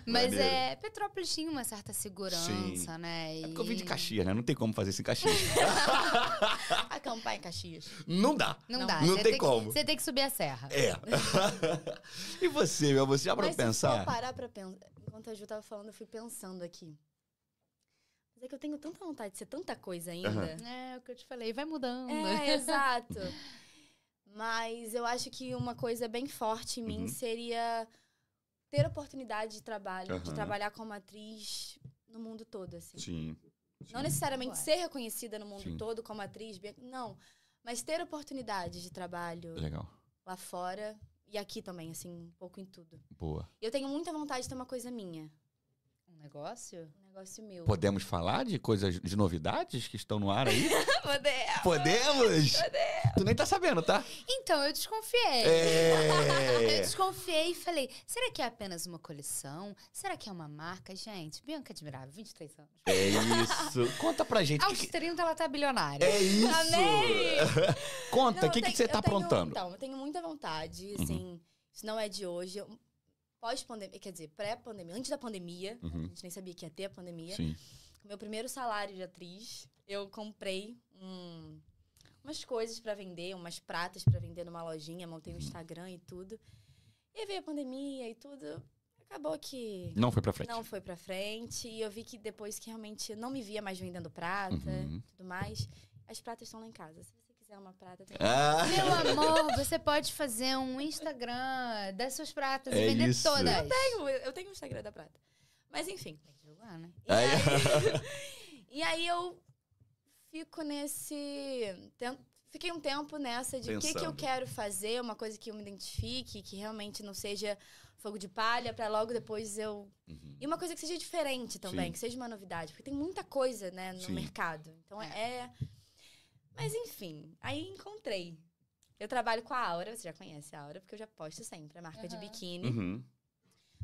A: Mas
B: Maneiro.
A: é, Petrópolis tinha uma certa segurança, né?
B: É porque eu vim de
A: E
B: Caxias, né? Não tem como fazer isso em Caxias.
C: Acampar em Caxias.
B: não dá.
A: Não,
C: Não,
A: dá.
B: não
A: você
B: tem
A: que-
B: como.
A: Você tem que subir a serra.
B: É. e você, meu? Você já parou
C: Mas é
B: pra
C: se
B: pensar?
C: for parar pra pensar... Enquanto a Ju tava falando, eu fui pensando aqui. Mas é que eu tenho tanta vontade de ser tanta coisa ainda.
B: Aham.
A: É, o que eu te falei, vai mudando.
C: É, exato. Mas eu acho que uma coisa bem forte em mim
B: Uhum.
C: seria ter oportunidade de trabalho, de
B: Aham.
C: trabalhar como atriz no mundo todo, assim.
B: Sim.
C: Não é necessariamente
A: Claro.
C: ser reconhecida no mundo
B: Sim.
C: todo como atriz, bem- não. Mas ter oportunidades de trabalho
B: Legal.
C: lá fora e aqui também, assim, um pouco em tudo.
B: Boa.
C: Eu tenho muita vontade de ter uma coisa minha,
A: Um negócio?
C: um negócio meu.
B: Podemos falar de coisas, de novidades que estão no ar aí?
C: Poder.
B: Podemos? Tu nem tá sabendo, tá?
A: Então, eu desconfiei. Eu
B: É.
A: desconfiei e falei, será que é apenas uma coleção? Será que é uma marca? Gente, Bianca é Admirável, 23 anos.
B: É isso. Conta pra gente. o
A: Aos
B: que que-
A: 30 ela tá bilionária.
B: É isso.
C: Amei!
B: Conta,
C: Não,
B: o que, que
C: eu tenho-
B: você tá
C: eu tenho-
B: aprontando?
C: Então, eu tenho muita vontade,
B: Uhum.
C: assim, isso não é de hoje. Eu- Pós-pandemia, quer dizer, pré-pandemia, antes da pandemia,
B: Uhum.
C: a gente nem sabia que ia ter a pandemia.
B: Sim.
C: Com meu primeiro salário de atriz, eu comprei um- umas coisas pra vender, umas pratas pra vender numa lojinha, montei um
B: Uhum.
C: Instagram e tudo. E veio a pandemia e tudo, acabou que
B: Não foi pra frente.
C: não foi pra frente. E eu vi que depois que realmente eu não me via mais vendendo prata
B: Uhum.
C: tudo mais, as pratas estão lá em casa. Se você quiser uma prata, tem
B: Ah,
A: Meu amor, você pode fazer um Instagram das suas pratas
B: É
A: e vender
B: isso.
A: todas.
B: Eu
C: Eu- Eu tenho o Instagram da Prata. Mas enfim.
A: Tem que jogar, né?
C: E
B: Aí-
C: aí, e aí eu fico nesse. ten- Fiquei um tempo nessa de o que, que eu
B: Pensando.
C: quero fazer, uma coisa que eu me identifique, que realmente não seja fogo de palha, pra logo depois eu.
B: Uhum.
C: E uma coisa que seja diferente também,
B: Sim.
C: que seja uma novidade, porque tem muita coisa, né, no
B: Sim.
C: mercado. Então é. Mas enfim, aí encontrei. Eu trabalho com a Aura, você já conhece a Aura, porque eu já posto sempre, a marca de
A: Aham.
C: biquíni.
B: Uhum.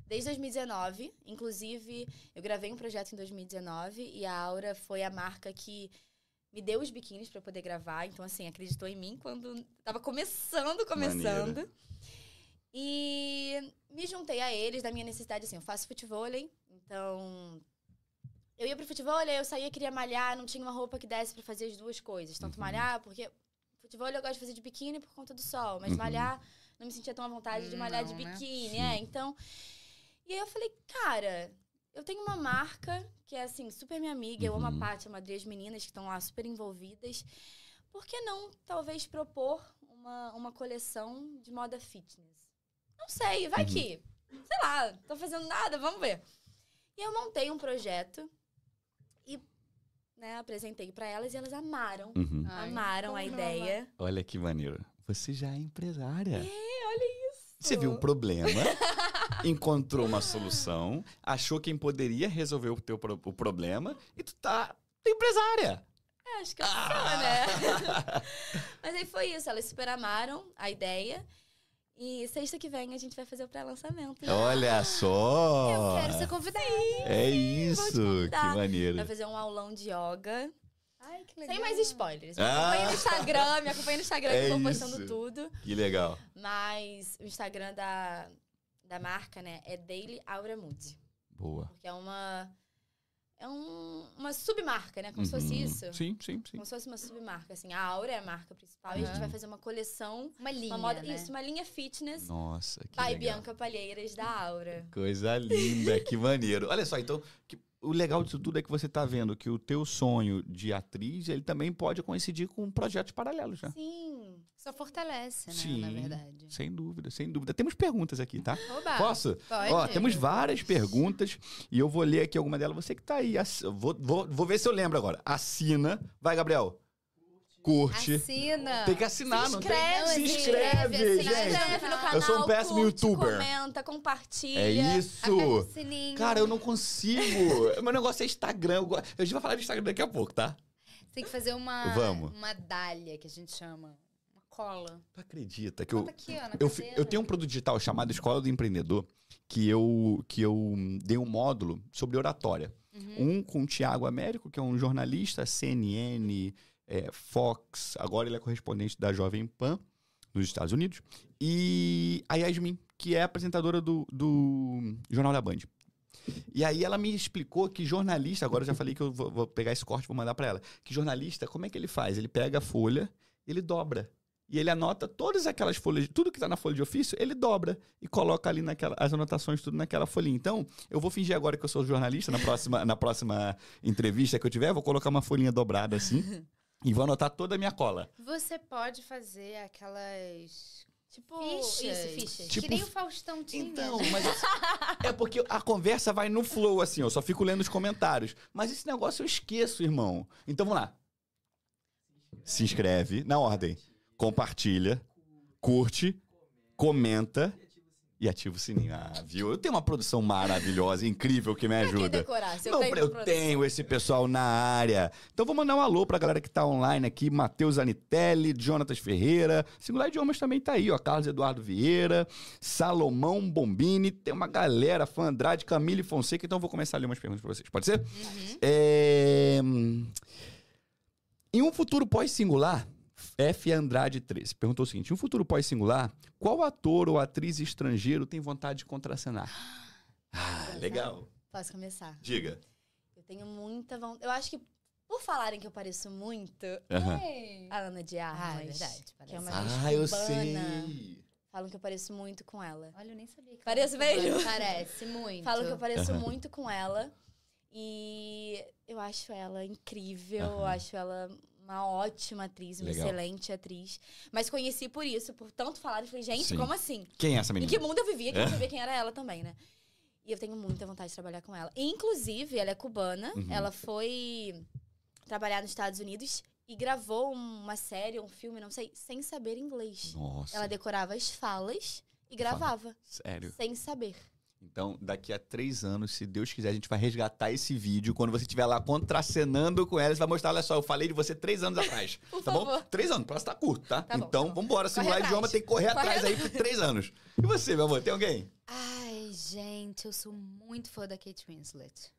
C: Desde 2019, inclusive, eu gravei um projeto em 2019 e a Aura foi a marca que me deu os biquínis pra eu poder gravar. Então, assim, acreditou em mim quando tava começando, começando.
B: Maneiro.
C: E me juntei a eles da minha necessidade, assim, eu faço futevôlei, então... Eu ia pro futevôlei, eu saía, queria malhar, não tinha uma roupa que desse pra fazer as duas coisas. Tanto
B: Uhum.
C: malhar, porque futevôlei eu gosto de fazer de biquíni por conta do sol, mas
B: Uhum.
C: malhar, não me sentia tão à vontade de malhar de
A: Não, né?
C: biquíni,
B: Sim.
C: é, então... E aí eu falei, cara, eu tenho uma marca que é assim, super minha amiga, eu amo
B: Uhum.
C: a Paty, amo a Adri, as meninas que estão lá super envolvidas. Por que não, talvez, propor uma, uma coleção de moda fitness? Não sei, vai
B: Uhum.
C: que. Sei lá, tô fazendo nada, vamos ver. E eu montei um projeto e né, apresentei pra elas e elas amaram.
B: Uhum.
A: Ai,
C: amaram
A: como
C: a
A: não
C: ideia.
B: Olha que maneiro. Você já é empresária.
C: É, olha isso.
B: Você viu um problema, encontrou uma solução, achou quem poderia resolver o teu pro- o problema e tu tá empresária.
C: É, acho que eu
B: Ah!
C: sou, né? Mas aí foi isso, elas super amaram a ideia. E sexta que vem a gente vai fazer o pré-lançamento.
B: Olha só.
A: Eu
B: Ah.
A: quero ser convidada.
B: É isso,
C: convidar.
B: que maneiro.
C: Vai fazer um aulão de yoga.
A: Ai, que
C: Sem mais spoilers. Me
B: Ah!
C: acompanha no Instagram, me acompanha no Instagram que
B: É
C: eu tô postando
B: isso.
C: tudo.
B: Que legal.
C: Mas o Instagram da, da marca, né, é Daily Aura Mood.
B: Boa.
C: Porque é uma. É um, uma submarca, né? Como se fosse
B: Uhum.
C: isso.
B: Sim, sim, sim.
C: Como se fosse uma submarca, assim. A Aura é a marca principal e a gente
B: Uhum.
C: vai fazer uma coleção.
A: Uma linha,
C: uma moda,
A: né?
C: Isso, uma linha fitness.
B: Nossa, que Hum,
C: By
B: legal.
C: Bianca Palheiras da Aura.
B: Coisa linda, que maneiro. Olha só, então, que- o legal disso tudo é que você tá vendo que o teu sonho de atriz, ele também pode coincidir com projetos paralelos, né?
C: Sim.
A: Só fortalece, né?
B: Sim.
A: Na verdade.
B: Sem dúvida, sem dúvida. Temos perguntas aqui, tá?
A: Oba,
B: Posso?
A: Ah, Pode.
B: Ó, temos várias perguntas e eu vou ler aqui alguma delas. Você que tá aí, ass- vou, vou, vou ver se eu lembro agora. Assina. Vai, Gabriel. Curte.
A: Assina.
B: Tem que assinar,
C: Se
B: não
C: inscreve,
B: tem?
A: assim,
C: se
A: inscreve,
B: Se
A: assina.
B: inscreve, gente.
C: Inscreve no canal,
B: Eu sou um péssimo
C: curte,
B: youtuber.
C: comenta, compartilha.
B: É
A: Aperta
B: isso.
A: o sininho.
B: Cara, eu não consigo. Meu negócio é Instagram. Eu go- Eu já vou falar de Instagram daqui a pouco, tá?
A: Tem que fazer uma,
B: Vamos.
A: uma dália, que a gente chama. Uma cola.
B: Tu acredita que eu,
A: Bota aqui, ó, na
B: Eu, fi-
A: cadeira.
B: eu tenho um produto digital chamado Escola do Empreendedor que eu, que eu hum, dei um módulo sobre oratória. Um com o Tiago Américo, que é um jornalista, CNN, é, Fox, agora ele é correspondente da Jovem Pan, nos Estados Unidos, e a Yasmin, que é apresentadora do, do Jornal da Band. E aí ela me explicou que jornalista, agora eu já falei que eu vou, vou pegar esse corte e vou mandar pra ela, que jornalista, como é que ele faz? Ele pega a folha, ele dobra. E ele anota todas aquelas folhas, tudo que tá na folha de ofício, ele dobra e coloca ali naquela, as anotações tudo naquela folhinha. Então, eu vou fingir agora que eu sou jornalista, na próxima, na próxima entrevista que eu tiver, eu vou colocar uma folhinha dobrada assim e vou anotar toda a minha cola.
A: Você pode fazer aquelas.
C: Tipo,
A: Oh, Fichas.
C: isso, fichas.
B: Tipo-
A: Que nem o Faustão tinha.
B: Então,
A: né?
B: mas é porque a conversa vai no flow assim, eu só fico lendo os comentários. Mas esse negócio eu esqueço, irmão. Então vamos lá. Se inscreve na ordem, compartilha, curte, comenta e ativa o sininho. Ah, viu? Eu tenho uma produção maravilhosa, incrível que me
C: Pra que
B: ajuda.
C: decorar? Se eu
B: Não,
C: tenho
B: eu
C: produto.
B: tenho esse pessoal na área. Então vou mandar um alô pra galera que tá online aqui. Matheus Anitelli, Jonatas Ferreira. Singular Idiomas também tá aí, ó. Carlos Eduardo Vieira, Salomão Bombini. Tem uma galera, Fã Andrade, Camille Fonseca. Então eu vou começar a ler umas perguntas pra vocês. Pode ser?
A: Uhum.
B: É, hum, Em um futuro pós-singular, F. Andrade 13 perguntou o seguinte: em um futuro pós-singular, qual ator ou atriz estrangeiro tem vontade de contracenar? Ah, legal.
C: Posso começar?
B: Diga.
C: Eu tenho muita vontade. Eu acho que, por falarem que eu pareço muito,
B: Aham.
A: Ei.
C: a Ana de Armas.
A: Ah, é verdade.
C: Que é uma
A: parece.
B: Ah, eu
C: cubana.
B: sei.
C: Falam que eu pareço muito com ela.
A: Olha, eu nem sabia que era
C: Pareço
A: cubana.
C: mesmo?
A: Parece muito.
C: Falam que eu pareço
B: Aham.
C: muito com ela. E eu acho ela incrível, eu
B: Aham.
C: acho ela uma ótima atriz, uma
B: Legal.
C: excelente atriz. Mas conheci por isso, por tanto falar, eu falei, gente,
B: Sim.
C: como assim?
B: Quem é essa
C: Em
B: menina? É.
C: que mundo eu vivia que eu não sabia quem era ela também, né? E eu tenho muita vontade de trabalhar com ela. E, inclusive, ela é cubana,
B: Uhum.
C: ela foi trabalhar nos Estados Unidos e gravou uma série, um filme, não sei, sem saber inglês.
B: Nossa.
C: Ela decorava as falas e
B: Fala.
C: gravava,
B: Sério.
C: sem saber.
B: Então, daqui a três anos, se Deus quiser, a gente vai resgatar esse vídeo. Quando você estiver lá contracenando com ela, você vai mostrar, olha só, eu falei de você três anos atrás.
C: Por
B: tá
C: favor.
B: bom? Três anos, o prazo tá curto, tá?
C: Tá bom,
B: então,
C: tá bom.
B: vambora. Simular
C: atrás.
B: idioma tem que correr
C: Corre
B: atrás aí por três anos. E você, meu amor, tem alguém?
A: Ai, gente, eu sou muito fã da Kate Winslet.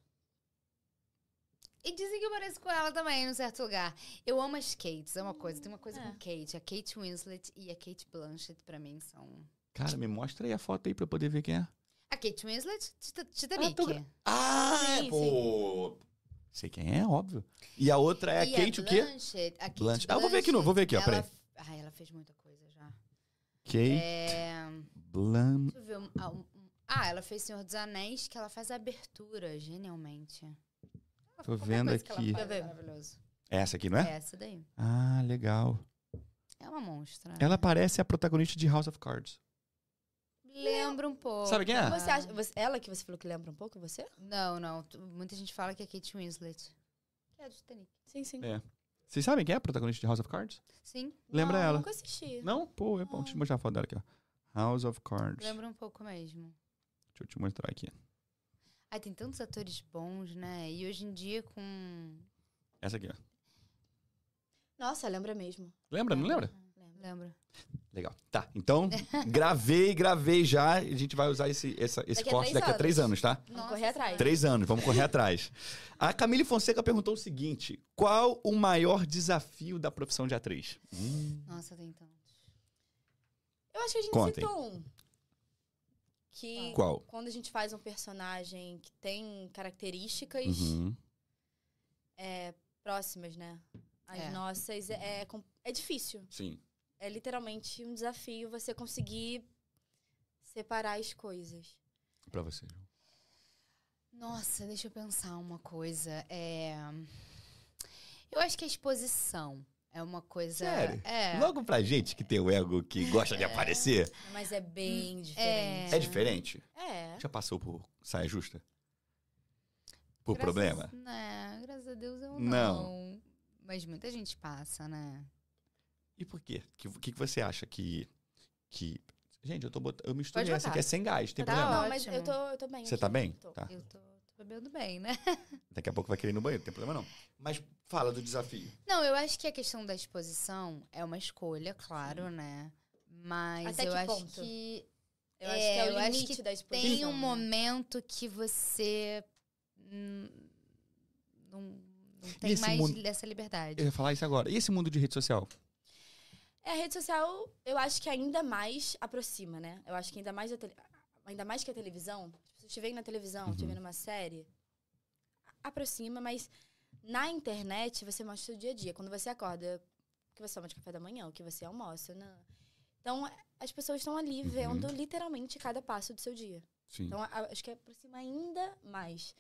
A: E dizem que eu pareço com ela também, em um certo lugar. Eu amo as Kates, é uma coisa. Tem uma coisa
C: É.
A: com Kate. A Kate Winslet e a Kate Blanchett, pra mim, são...
B: Cara, me mostra aí a foto aí pra eu poder ver quem é.
A: A Kate Winslet, Tita- Titanic.
B: tô gra- Ah,
C: Sim,
B: é,
C: sim.
B: pô. Sei quem é, óbvio. E a outra é a
A: E
B: Kate
A: a
B: o quê?
A: Blanchett, a Kate
B: Blanchett. Ah, eu vou ver aqui, não, vou ver aqui, ó,
A: ela...
B: peraí.
A: Ai, ela fez muita coisa já.
B: Kate
A: É...
B: Blan...
A: Deixa eu ver. um- ah, um- um- Ah, ela fez Senhor dos Anéis, que ela faz a abertura, genialmente. Ela-
B: Tô
A: qualquer
B: vendo
A: coisa que ela
B: aqui.
A: faz é
C: Deixa eu ver.
A: maravilhoso.
B: É Essa aqui, não
A: É?
B: é?
A: essa daí.
B: Ah, legal.
A: É uma monstra. né?
B: Ela parece a protagonista de House of Cards.
A: Lembra um pouco.
B: Sabe quem é?
C: Você acha, você- ela que você falou que lembra um pouco você?
A: Não, não. Tu- Muita gente fala que é Kate Winslet. Que é do Titanic.
C: Sim, sim.
B: É. Vocês sabem quem é a protagonista de House of Cards?
A: Sim,
B: Lembra
C: não,
B: ela.
C: Nunca assisti.
B: Não? Pô, é bom. Deixa eu mostrar a foto dela aqui, ó. House of Cards.
A: lembra um pouco mesmo.
B: Deixa eu te mostrar aqui.
A: Ai, tem tantos atores bons, né? E hoje em dia com...
B: Essa aqui, ó.
C: Nossa, lembra mesmo.
B: Lembra?
C: É.
B: Não lembra?
C: Lembra.
A: Lembra?
B: Legal. Tá. Então, gravei, gravei já. A gente vai usar esse, essa- esse
C: Daqui a
B: corte
C: três
B: daqui a três anos,
C: anos.
B: tá?
C: Vamos correr atrás.
B: Três anos, vamos correr atrás. A Camille Fonseca perguntou o seguinte: qual o maior desafio da profissão de atriz? Hum,
A: Nossa, tem tantos.
C: Eu acho que a gente
B: Contem.
C: citou um. Que
B: qual?
C: quando a gente faz um personagem que tem características
B: Uhum.
C: próximas, né? As
A: É.
C: nossas, é, é, com- é difícil.
B: Sim.
C: É literalmente um desafio você conseguir separar as coisas.
B: Pra você. Ju.
A: Nossa, deixa eu pensar uma coisa. É... Eu acho que a exposição É uma coisa.
B: Sério?
A: É.
B: Logo pra gente que tem o ego que gosta de
C: É.
B: aparecer,
C: Mas é
A: Hum,
C: bem diferente.
B: é diferente.
C: É.
B: Já passou por saia justa? Por
A: Graças-
B: problema?
A: Né, graças a Deus eu não.
B: Não.
A: Mas muita gente passa, né?
B: E por quê? O que, que, que você acha que. que... Gente, eu, tô botando, eu misturei
A: Pode
B: essa
A: botar.
B: que é sem gás, tem
A: Tá
B: problema.
C: Não, mas
A: ótimo.
C: eu tô, eu tô bem.
B: Você
C: aqui.
B: tá bem?
C: Tô.
B: Tá.
A: Eu tô, tô bebendo bem, né?
B: Daqui a pouco vai querer ir no banheiro, não tem problema não. Mas fala do desafio.
A: Não, eu acho que a questão da exposição é uma escolha, claro, né? Mas
C: Até
A: eu
C: que
A: acho
C: ponto?
A: que
C: Eu acho que é
A: É, eu
C: o
A: acho
C: limite
A: que
C: da exposição.
A: tem um
C: né?
A: momento que você hum, não, não
B: E
A: tem
B: esse
A: mais
B: mundo-
A: essa liberdade.
B: Eu ia falar isso agora. E esse mundo de rede social?
C: É, a rede social, eu acho que ainda mais aproxima, né? Eu acho que ainda mais, a tele- ainda mais que a televisão, Tipo, as pessoas te veem na televisão, te
B: Uhum.
C: veem numa série, a- aproxima, mas na internet você mostra o seu dia a dia. Quando você acorda, o que você toma de café da manhã, o que você almoça, né? Então, as pessoas estão ali
B: Uhum.
C: vendo literalmente cada passo do seu dia.
B: Sim.
C: Então, a- acho que aproxima ainda mais.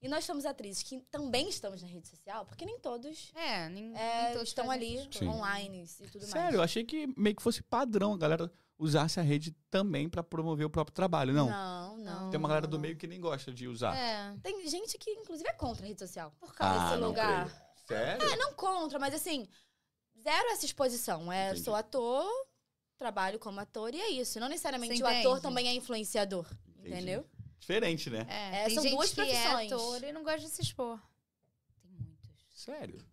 C: E nós somos atrizes que também estamos na rede social, porque nem todos
A: É, nem,
C: é,
A: nem todos
C: estão
A: fazem
C: ali
A: essas coisas.
C: online e tudo mais.
B: Sério, eu achei que meio que fosse padrão a galera usasse a rede também pra promover o próprio trabalho. Não.
C: Não, não.
B: Tem uma galera
C: não,
B: do
C: não.
B: meio que nem gosta de usar.
A: É.
C: Tem gente que, inclusive, é contra a rede social. Por
B: Ah,
C: causa desse
B: não
C: é lugar.
B: creio. Sério?
C: Não contra, mas assim, zero essa exposição. É,
B: Entendi.
C: sou ator, trabalho como ator e é isso. Não necessariamente
A: Você
C: o ator
A: entende?
C: também é influenciador.
B: Entendi.
C: Entendeu?
B: Diferente, né?
A: É,
C: É,
A: tem
C: são
A: gente
C: duas
A: que
C: profissões.
A: é ator e não gosta de se expor. Tem muitos.
B: Sério.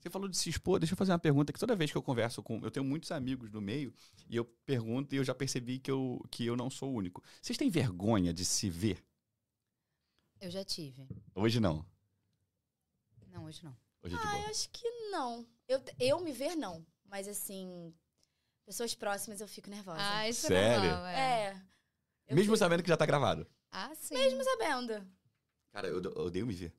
B: Você falou de se expor, deixa eu fazer uma pergunta que toda vez que eu converso com. Eu tenho muitos amigos no meio e eu pergunto e eu já percebi que eu, que eu não sou o único. Vocês têm vergonha de se ver?
A: Eu já tive.
B: Hoje não.
A: Não, hoje não.
B: Hoje é de
C: Ah,
B: boa.
C: eu acho que não. Eu, eu me ver, não. Mas assim, pessoas próximas eu fico nervosa.
A: Ah, isso é
B: Sério?
A: normal, é.
C: é. Eu
B: Mesmo
C: fico
B: sabendo que já tá gravado.
A: Ah, sim. Mesmo
C: sabendo.
B: Cara, eu, eu odeio me ver.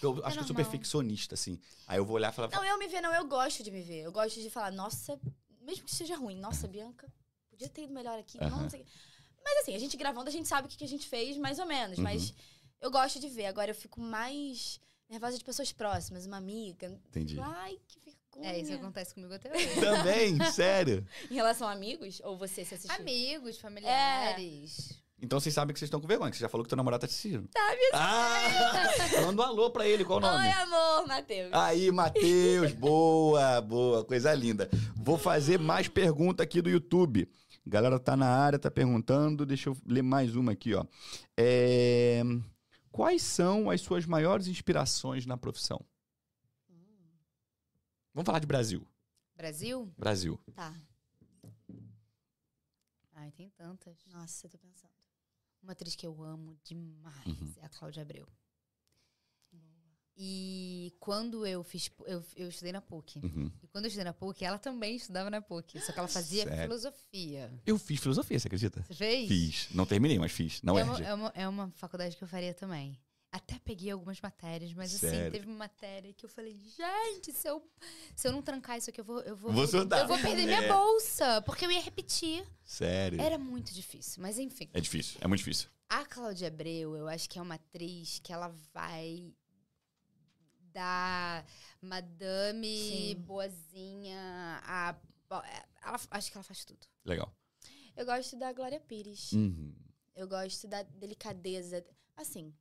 B: Eu acho que eu sou
A: normal.
B: perfeccionista, assim. Aí eu vou olhar e falar.
C: Não, eu me ver, não. Eu gosto de me ver. Eu gosto de falar, nossa, mesmo que seja ruim, nossa, Bianca, podia ter ido melhor aqui.
B: Aham.
C: Não, não sei. o quê. Mas assim, a gente gravando, a gente sabe o que que a gente fez, mais ou menos.
B: Uhum.
C: Mas eu gosto de ver. Agora eu fico mais nervosa de pessoas próximas, uma amiga. tipo,
B: Entendi.
C: Ai, que vergonha.
A: É, isso acontece comigo até hoje.
B: Também, sério.
C: Em relação a amigos? Ou você se assistiu?
A: Amigos, familiares.
B: Então vocês sabem que vocês estão com vergonha, que você já falou que teu namorado tá te assistindo. Tá, me Ah! Manda um alô pra ele, qual o nome?
C: Oi, amor, Matheus.
B: Aí, Matheus, boa, boa, coisa linda. Vou fazer mais pergunta aqui do YouTube. Galera tá na área, tá perguntando. Deixa eu ler mais uma aqui, ó. É, Quais são as suas maiores inspirações na profissão?
C: Hum,
B: Vamos falar de Brasil.
A: Brasil?
B: Brasil.
C: Tá.
A: Ai, tem tantas.
C: Nossa, eu tô pensando.
A: Uma atriz que eu amo demais
B: Uhum.
A: é a Cláudia Abreu. E quando eu fiz. Eu, eu estudei na PUC.
B: Uhum.
A: E quando eu estudei na PUC, ela também estudava na PUC. Só que ela fazia
B: Sério?
A: filosofia.
B: Eu fiz filosofia, você acredita?
A: Você fez?
B: Fiz. Não terminei, mas fiz. Não
A: é,
B: é.
A: uma, é, uma, é uma faculdade que eu faria também. Até peguei algumas matérias, mas assim,
B: Sério?
A: teve uma matéria que eu falei, gente, se eu, se eu não trancar isso aqui, eu vou. Eu vou,
B: Vou surtar.
A: eu vou perder minha
B: É.
A: bolsa, porque eu ia repetir.
B: Sério.
A: Era muito difícil, mas enfim.
B: É difícil, é muito difícil.
A: A Cláudia Abreu, eu acho que é uma atriz que ela vai da madame
C: Sim.
A: boazinha a. ela- acho que ela faz tudo.
B: Legal.
C: Eu gosto da Glória Pires.
B: Uhum.
C: Eu gosto da delicadeza. Assim,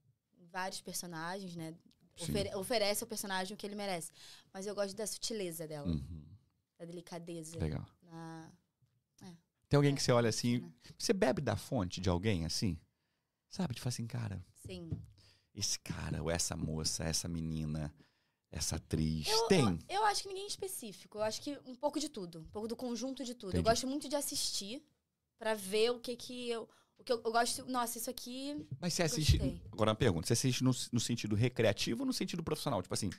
C: vários personagens, né?
B: Sim.
C: Ofere- oferece ao personagem o que ele merece. Mas eu gosto da sutileza dela,
B: Uhum.
C: da delicadeza.
B: Legal.
C: na-
B: Tem alguém que você olha assim.
A: Né?
B: Você bebe da fonte de alguém assim? Sabe? Tipo assim, cara,
C: Sim.
B: esse cara, ou essa moça, essa menina, essa atriz.
C: Eu-
B: Tem.
C: Eu acho que ninguém é específico. Eu acho que um pouco de tudo. Um pouco do conjunto de tudo.
B: Entendi.
C: Eu gosto muito de assistir pra ver o que que eu. O que eu, eu gosto. Nossa, isso aqui.
B: Mas você assiste.
C: gostei.
B: Agora uma pergunta: você assiste no, no sentido recreativo ou no sentido profissional? Tipo assim,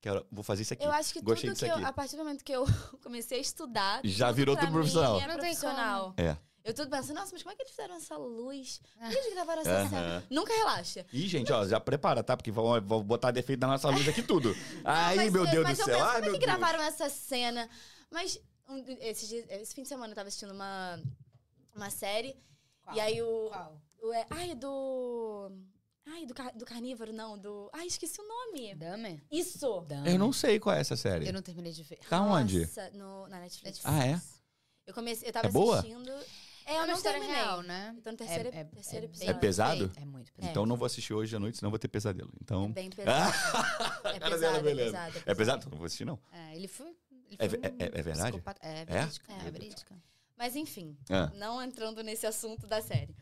B: quero, vou fazer isso aqui.
C: Eu acho que
B: Gostei
C: tudo
B: disso
C: que eu.
B: aqui.
C: A partir do momento que eu comecei a estudar.
B: Já
C: tudo
B: virou
C: pra
B: tudo profissional.
C: Mim é
A: Não tem
C: profissional.
B: como. É.
C: Eu tô pensando, nossa, mas como é que eles fizeram essa luz?
A: É.
C: Por que eles gravaram essa cena?
B: Aham.
C: Nunca relaxa.
B: Ih, gente, ó, já prepara, tá? Porque vão, vão botar defeito na nossa luz aqui tudo. Aí,
C: mas,
B: meu
C: eu-
B: Deus
C: mas
B: do
C: eu
B: céu.
C: penso,
B: Ai,
C: como é
B: meu
C: que
B: Deus.
C: gravaram essa cena? Mas um, esse, dia- esse fim de semana eu tava assistindo uma, uma série. E aí o.
A: Qual?
C: o é, ai, do. Ai, do, car- do carnívoro, não, do. Ai, esqueci o nome.
A: Dame?
C: Isso!
A: Dame.
B: Eu não sei qual é essa
A: Eu
B: série.
A: não terminei de ver.
B: Tá onde?
C: Nossa, no, na
A: Netflix.
C: Netflix.
B: Ah, é?
C: Eu comecei, eu tava
B: É boa?
C: assistindo. É,
A: É
C: eu
A: uma
C: não
A: história
C: terminei.
A: real, né?
C: Tô no terceiro,
A: É- é-
C: terceiro
A: é bem
C: episódio.
B: É pesado?
A: feita. É muito pesado.
B: Então não vou assistir hoje à noite, senão vou ter pesadelo. Então.
C: É Bem pesado. É
B: Ah, Cara dela,
C: pesado, é
B: beleza.
C: pesado.
B: É pesado? Então Não vou assistir, não.
A: É, ele foi. Ele
B: É
A: foi
B: ve- é- é verdade?
A: psicopata. É,
B: É?
A: verídica. É,
C: É.
A: verídica.
C: Mas enfim,
B: Ah.
C: não entrando nesse assunto da série.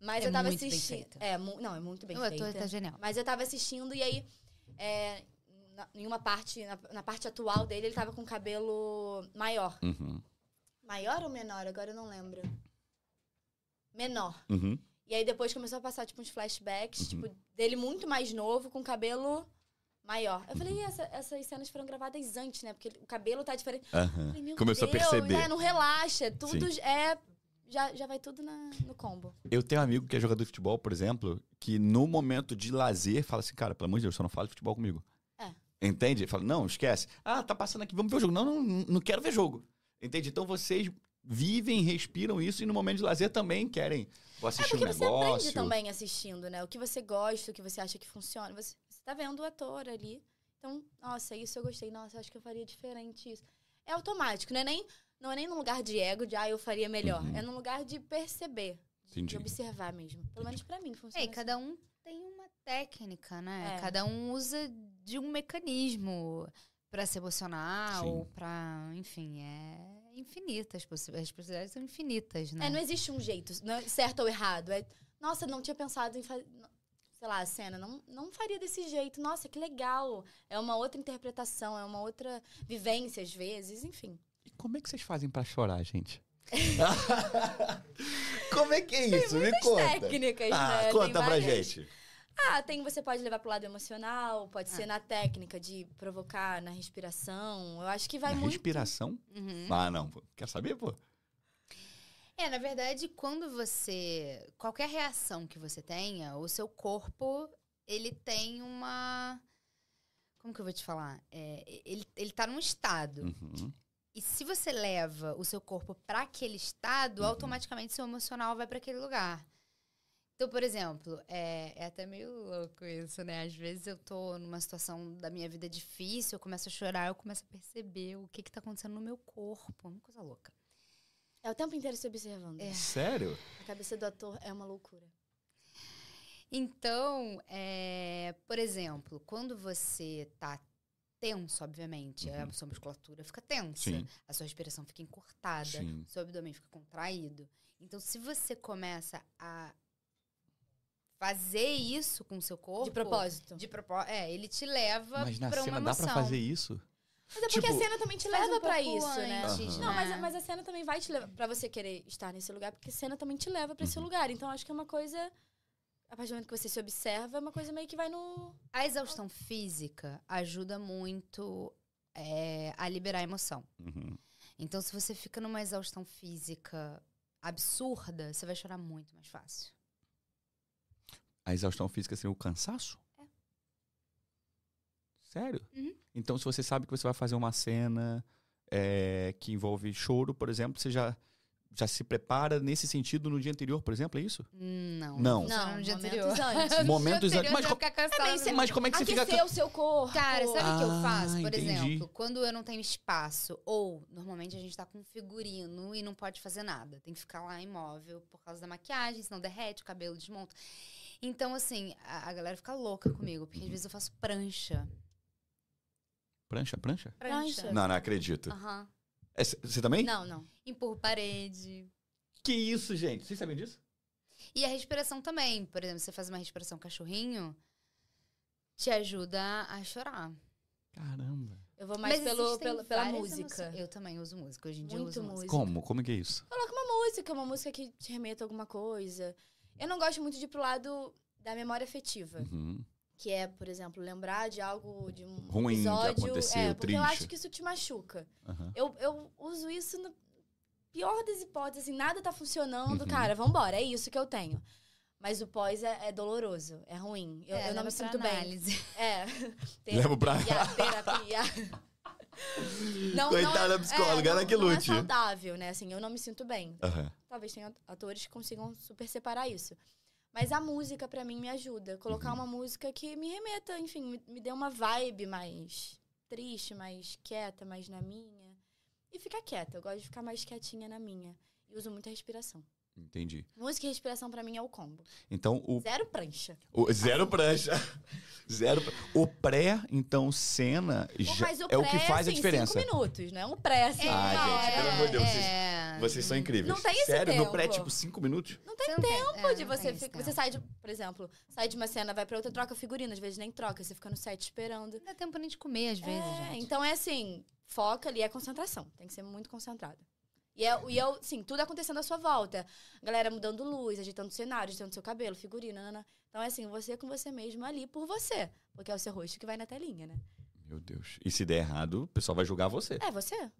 C: Mas
A: É
C: eu tava
A: muito bem
C: assistindo.
A: feita.
C: É, mu- não, é muito bem
A: O
C: feita.
A: ator tá genial.
C: Mas eu tava assistindo e aí, é, na- em uma parte, na, na parte atual dele, ele tava com cabelo maior.
B: Uhum,
C: Maior ou menor? Agora eu não lembro. Menor.
B: uhum.
C: E aí depois começou a passar, tipo, uns flashbacks,
B: Uhum.
C: tipo, dele muito mais novo, com cabelo maior. Eu falei, e essa- essas cenas foram gravadas antes, né? Porque o cabelo tá diferente.
B: aham.
C: Falei, meu
B: Começou
C: Deus,
B: a perceber.
C: é, não relaxa. Tudo é. Já, já vai tudo na- no combo.
B: Eu tenho um amigo que é jogador de futebol, por exemplo, que no momento de lazer fala assim, cara, pelo amor de Deus, só não fala de futebol comigo.
C: É.
B: Entende? Fala, não, esquece. Ah, tá passando aqui, vamos ver o jogo. Não, não, não quero ver jogo. Entende? Então vocês vivem, respiram isso e no momento de lazer também querem. Vou
C: É
B: assistir
C: porque
B: um
C: você
B: negócio.
C: aprende também assistindo, né? O que você gosta, o que você acha que funciona. Você, você tá vendo o ator ali. Então, nossa, isso eu gostei. Nossa, acho que eu faria diferente isso. É automático, não é nem, não é nem num lugar de ego, de ah, eu faria melhor.
B: Uhum.
C: É num lugar de perceber, de
B: Entendi.
C: observar mesmo. Pelo menos pra mim
A: É,
C: funciona.
A: e cada um tem uma técnica, né?
C: É.
A: Cada um usa de um mecanismo pra se emocionar
B: Sim.
A: ou pra. Enfim, é infinita. As, possi- as possibilidades são infinitas,
C: assim.
A: né?
C: É, não existe um jeito, não é certo ou errado. É, nossa, não tinha pensado em fazer. Sei lá, a cena, não, não faria desse jeito. Nossa, que legal. É uma outra interpretação, é uma outra vivência, às vezes, enfim.
B: E como é que vocês fazem pra chorar, gente? como é que é isso? Me conta.
C: técnicas, né?
B: Ah,
C: Tem
B: conta pra
C: várias.
B: gente.
C: Ah, tem, você pode levar pro lado emocional, pode
B: Ah.
C: ser na técnica de provocar, na respiração. Eu acho que vai
B: Na
C: muito.
B: respiração?
A: Uhum.
B: Ah, não. pô. Quer saber, pô?
A: É, na verdade, quando você. Qualquer reação que você tenha, o seu corpo, ele tem uma. Como que eu vou te falar? É, ele, ele tá num estado.
B: Uhum.
A: E se você leva o seu corpo para aquele estado,
B: Uhum.
A: automaticamente seu emocional vai para aquele lugar. Então, por exemplo, é, é até meio louco isso, né? Às vezes eu tô numa situação da minha vida difícil, eu começo a chorar, eu começo a perceber o que que tá acontecendo no meu corpo. Uma coisa louca.
C: É o tempo inteiro se observando.
A: É.
B: Sério?
C: A cabeça do ator é uma loucura.
A: Então, é, por exemplo, quando você tá tenso, obviamente, a sua musculatura fica tensa,
B: Uhum. Sim.
A: a sua respiração fica encurtada,
B: Sim.
A: o seu abdômen fica contraído. Então, se você começa a fazer isso com o seu corpo,
C: De propósito.
A: de propó- é, ele te leva
B: Mas na
A: pra uma
B: cena dá
A: emoção.
B: pra fazer isso?
C: Mas é porque
B: Tipo,
C: a cena também te
A: Faz
C: leva
A: um
C: pra
A: pouco
C: isso, né?
A: antes,
B: Aham.
C: Não, mas,
A: né?
C: a- mas a cena também vai te levar pra você querer estar nesse lugar, porque a cena também te leva pra esse
B: Uhum.
C: lugar. Então acho que é uma coisa. A partir do momento que você se observa, é uma coisa meio que vai no.
A: A exaustão física ajuda muito é, a liberar a emoção.
B: Uhum.
A: Então, se você fica numa exaustão física absurda, você vai chorar muito mais fácil.
B: A exaustão física seria o cansaço? Sério?
A: É. Uhum.
B: Então, se você sabe que você vai fazer uma cena é, que envolve choro, por exemplo, você já, já se prepara nesse sentido no dia anterior, por exemplo, é isso?
A: Não.
B: Não.
A: funciona no dia
C: momentos
A: anterior.
C: antes.
B: Momentos
A: No dia
B: antes.
A: anterior,
B: Mas
A: você
B: co-
A: vai ficar cansada.
C: bem, você-
B: Mas como é que você fica.
C: Aquecer o seu corpo.
A: Cara, sabe o que eu
B: Ah,
A: faço? Por
B: entendi.
A: exemplo, quando eu não tenho espaço, ou normalmente a gente tá com figurino e não pode fazer nada. Tem que ficar lá imóvel por causa da maquiagem, senão derrete, o cabelo desmonta. Então, assim, a, a galera fica louca comigo,
B: Uhum.
A: porque às vezes eu faço prancha.
B: Prancha, prancha?
C: Prancha.
B: Não, não acredito.
A: Aham.
B: É, c- Você também?
C: Não, não.
A: Empurro parede.
B: Que isso, gente? Vocês sabem disso?
A: E a respiração também. Por exemplo, você faz uma respiração cachorrinho, te ajuda a chorar.
B: Caramba.
C: Eu vou mais pelo,
A: existem
C: pelo- pela
A: várias
C: música.
A: emoções. Eu também uso música. Hoje em dia eu
C: Muito
A: uso música.
C: música.
B: Como? Como que é isso?
C: Coloca uma música, uma música que te remeta a alguma coisa. Eu não gosto muito de ir pro lado da memória afetiva,
B: Uhum.
C: que é, por exemplo, lembrar de algo, de um
B: Ruim que
C: episódio.
B: aconteceu,
C: é, porque eu
B: triste.
C: acho que isso te machuca.
B: Aham.
C: Eu, eu uso isso no pior das hipóteses, assim, nada tá funcionando,
B: Uhum.
C: cara, vambora, é isso que eu tenho. Mas o pós é, é doloroso, é ruim. Eu, eu não me sinto bem. É. Tem-
B: Levo pra.
C: Terapia, terapia. Não,
B: Coitada
C: é-
B: da psicóloga,
C: é,
B: ela
C: não-
B: que
C: não é
B: lute.
C: saudável, né? Assim, eu não me sinto bem.
B: Aham.
C: Talvez tenha atores que consigam super separar isso. Mas a música, pra mim, me ajuda. Colocar
B: Uhum.
C: uma música que me remeta, enfim, me, me dê uma vibe mais triste, mais quieta, mais na minha. E ficar quieta, eu gosto de ficar mais quietinha na minha. E uso muita respiração.
B: Entendi.
C: Música e respiração, pra mim, é o combo.
B: Então, o,
C: Zero prancha.
B: o- zero prancha. Zero. pran- O pré, então, cena já
C: Mas o
B: é o
C: pré,
B: que faz
C: assim,
B: a diferença.
C: cinco minutos, né? Um pré, assim,
B: Ah,
C: uma
B: gente,
C: hora.
B: pelo amor de Deus, vocês-
A: é.
B: Vocês são incríveis.
C: Não tem esse
B: Sério, no
C: tempo.
B: pré, tipo, cinco minutos?
A: Não tem
C: tempo
A: tempo
C: de você
A: é.
C: fica, você sai de, por exemplo, sai de uma cena, vai pra outra, troca figurina, às vezes nem troca, você fica no set esperando.
A: Não dá tempo nem de comer, às vezes,
C: é,
A: gente.
C: então é assim, foca ali, é concentração, tem que ser muito concentrada. E eu, e eu, sim, tudo acontecendo à sua volta. Galera mudando luz, ajeitando o cenário, ajeitando seu cabelo, figurina, nanana. Então é assim, você com você mesmo ali por você, porque é o seu rosto que vai na telinha, né?
B: Meu Deus. E se der errado, o pessoal vai julgar você.
C: É você.